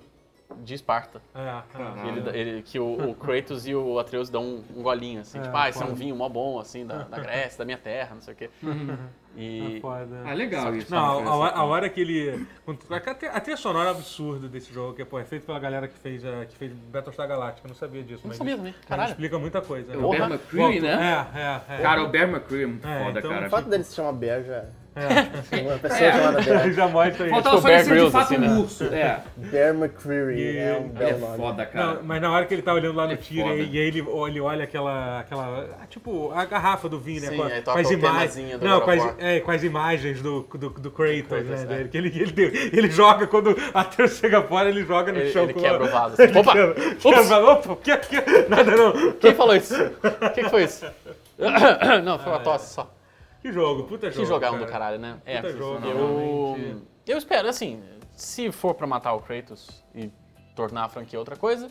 [SPEAKER 1] de Esparta.
[SPEAKER 2] É, é,
[SPEAKER 1] que ele- ele- que o, o Kratos e o Atreus dão um, um golinho, assim,
[SPEAKER 2] É,
[SPEAKER 1] tipo, ah, esse é um
[SPEAKER 2] foda.
[SPEAKER 1] vinho mó bom, assim, da, da Grécia, da minha terra, não sei o quê.
[SPEAKER 2] é, é
[SPEAKER 1] E.
[SPEAKER 2] foda.
[SPEAKER 4] Ah, legal isso.
[SPEAKER 2] Não, a, a
[SPEAKER 4] Não,
[SPEAKER 2] hora- a hora que ele. quando- é A te- a trilha sonora absurda desse jogo, que pô, é feito pela galera que fez, a- que fez Battlestar Galactica, eu não sabia disso,
[SPEAKER 1] Não
[SPEAKER 2] mas.
[SPEAKER 1] sabia
[SPEAKER 2] ele-
[SPEAKER 1] também,
[SPEAKER 2] mas ele
[SPEAKER 1] caralho.
[SPEAKER 2] explica muita coisa.
[SPEAKER 4] É o Bear McCreary, né?
[SPEAKER 2] É, é, é.
[SPEAKER 4] Cara, o Bear McCreary é muito
[SPEAKER 2] É,
[SPEAKER 4] foda,
[SPEAKER 2] então,
[SPEAKER 3] O
[SPEAKER 4] cara.
[SPEAKER 3] fato dele se chamar Bear já...
[SPEAKER 2] É.
[SPEAKER 3] Uma pessoa chamada Bear.
[SPEAKER 2] Já mostra isso.
[SPEAKER 4] Faltava
[SPEAKER 1] tipo
[SPEAKER 4] só ele
[SPEAKER 1] Bear
[SPEAKER 4] ser de
[SPEAKER 1] Grylls,
[SPEAKER 4] fato
[SPEAKER 1] assim, né?
[SPEAKER 4] um urso. É.
[SPEAKER 3] Bear McCreary
[SPEAKER 2] E-
[SPEAKER 3] é um
[SPEAKER 4] Ele
[SPEAKER 3] belo
[SPEAKER 4] é
[SPEAKER 3] nome.
[SPEAKER 4] foda, cara.
[SPEAKER 2] Não, mas na hora que ele tá olhando lá no
[SPEAKER 4] É
[SPEAKER 2] tiro
[SPEAKER 4] foda.
[SPEAKER 2] e, aí ele, ele olha aquela, aquela. ah, Tipo, a garrafa do vinho, né?
[SPEAKER 1] Sim,
[SPEAKER 2] com, a-
[SPEAKER 1] aí
[SPEAKER 2] com
[SPEAKER 1] toca
[SPEAKER 2] as
[SPEAKER 1] o
[SPEAKER 2] imagens.
[SPEAKER 1] temazinho do
[SPEAKER 2] Não,
[SPEAKER 1] God
[SPEAKER 2] com as,
[SPEAKER 1] of War.
[SPEAKER 2] é, com as imagens do, do, do Kratos, né?
[SPEAKER 1] Kratos,
[SPEAKER 2] dele,
[SPEAKER 1] é.
[SPEAKER 2] que ele, ele, deu- ele joga quando até chega fora, ele joga no
[SPEAKER 1] Ele,
[SPEAKER 2] chão
[SPEAKER 1] ele
[SPEAKER 2] com
[SPEAKER 1] quebra o
[SPEAKER 2] a-
[SPEAKER 1] vaso. assim, Opa!
[SPEAKER 2] Quebra,
[SPEAKER 1] Ops!
[SPEAKER 2] quebra, opa, que, que, nada não.
[SPEAKER 1] Quem falou isso? O que, que foi isso? não, foi uma tosse só.
[SPEAKER 2] Que jogo, puta jogo.
[SPEAKER 1] Que jogão
[SPEAKER 2] cara.
[SPEAKER 1] do caralho, né? É,
[SPEAKER 2] Puta jogo,
[SPEAKER 1] eu,
[SPEAKER 2] realmente.
[SPEAKER 1] eu espero, assim, se for pra matar o Kratos e tornar a franquia outra coisa,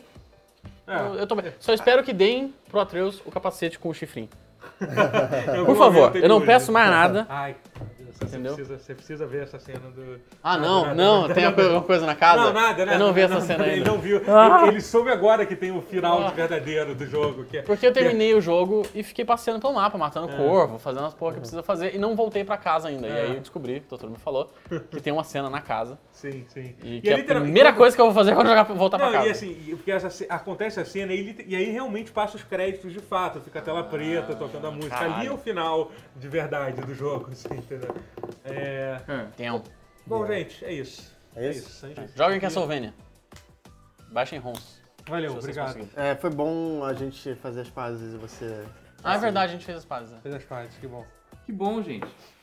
[SPEAKER 1] eu,
[SPEAKER 2] É,
[SPEAKER 1] eu tô bem. Só espero que deem pro Atreus o capacete com o chifrinho.
[SPEAKER 2] em algum
[SPEAKER 1] Por favor,
[SPEAKER 2] momento tem
[SPEAKER 1] eu não
[SPEAKER 2] que-
[SPEAKER 1] peço mais nada.
[SPEAKER 2] Ai, meu Deus.
[SPEAKER 1] Entendeu?
[SPEAKER 2] Precisa, você precisa ver essa cena do.
[SPEAKER 1] Ah, não, não, tem alguma coisa na casa?
[SPEAKER 2] Não, nada, né?
[SPEAKER 1] Eu não vi essa cena
[SPEAKER 2] Ele
[SPEAKER 1] ainda. Ah!
[SPEAKER 2] não viu. Ele, ele soube agora que tem o final verdadeiro do jogo. Que é,
[SPEAKER 1] Porque eu terminei o jogo e fiquei passeando pelo mapa, matando corvo, fazendo as porra que precisa fazer e não voltei pra casa ainda. E
[SPEAKER 2] É.
[SPEAKER 1] aí eu descobri, o doutor me falou, que tem uma cena na casa
[SPEAKER 2] Sim, sim.
[SPEAKER 1] e, que é a
[SPEAKER 2] literalmente-
[SPEAKER 1] primeira coisa que eu vou fazer quando jogar, voltar pra
[SPEAKER 2] Não,
[SPEAKER 1] casa.
[SPEAKER 2] e assim, e- porque essa ce- acontece a cena e, ele- e aí realmente passa os créditos de fato, fica a tela preta tocando a música. Ali é
[SPEAKER 1] caralho.
[SPEAKER 2] o final de verdade do jogo, assim, entendeu? É,
[SPEAKER 1] Tem um.
[SPEAKER 2] Bom, gente, é isso.
[SPEAKER 3] É isso?
[SPEAKER 2] A gente-
[SPEAKER 1] Joga em Castlevania. Baixem Rons.
[SPEAKER 2] Valeu,
[SPEAKER 1] se vocês
[SPEAKER 2] obrigado.
[SPEAKER 1] conseguirem.
[SPEAKER 3] É, foi bom a gente fazer as pazes e você.
[SPEAKER 1] Ah, é verdade, a gente fez as pazes. né?
[SPEAKER 2] Fez as partes, que bom.
[SPEAKER 4] Que bom, gente.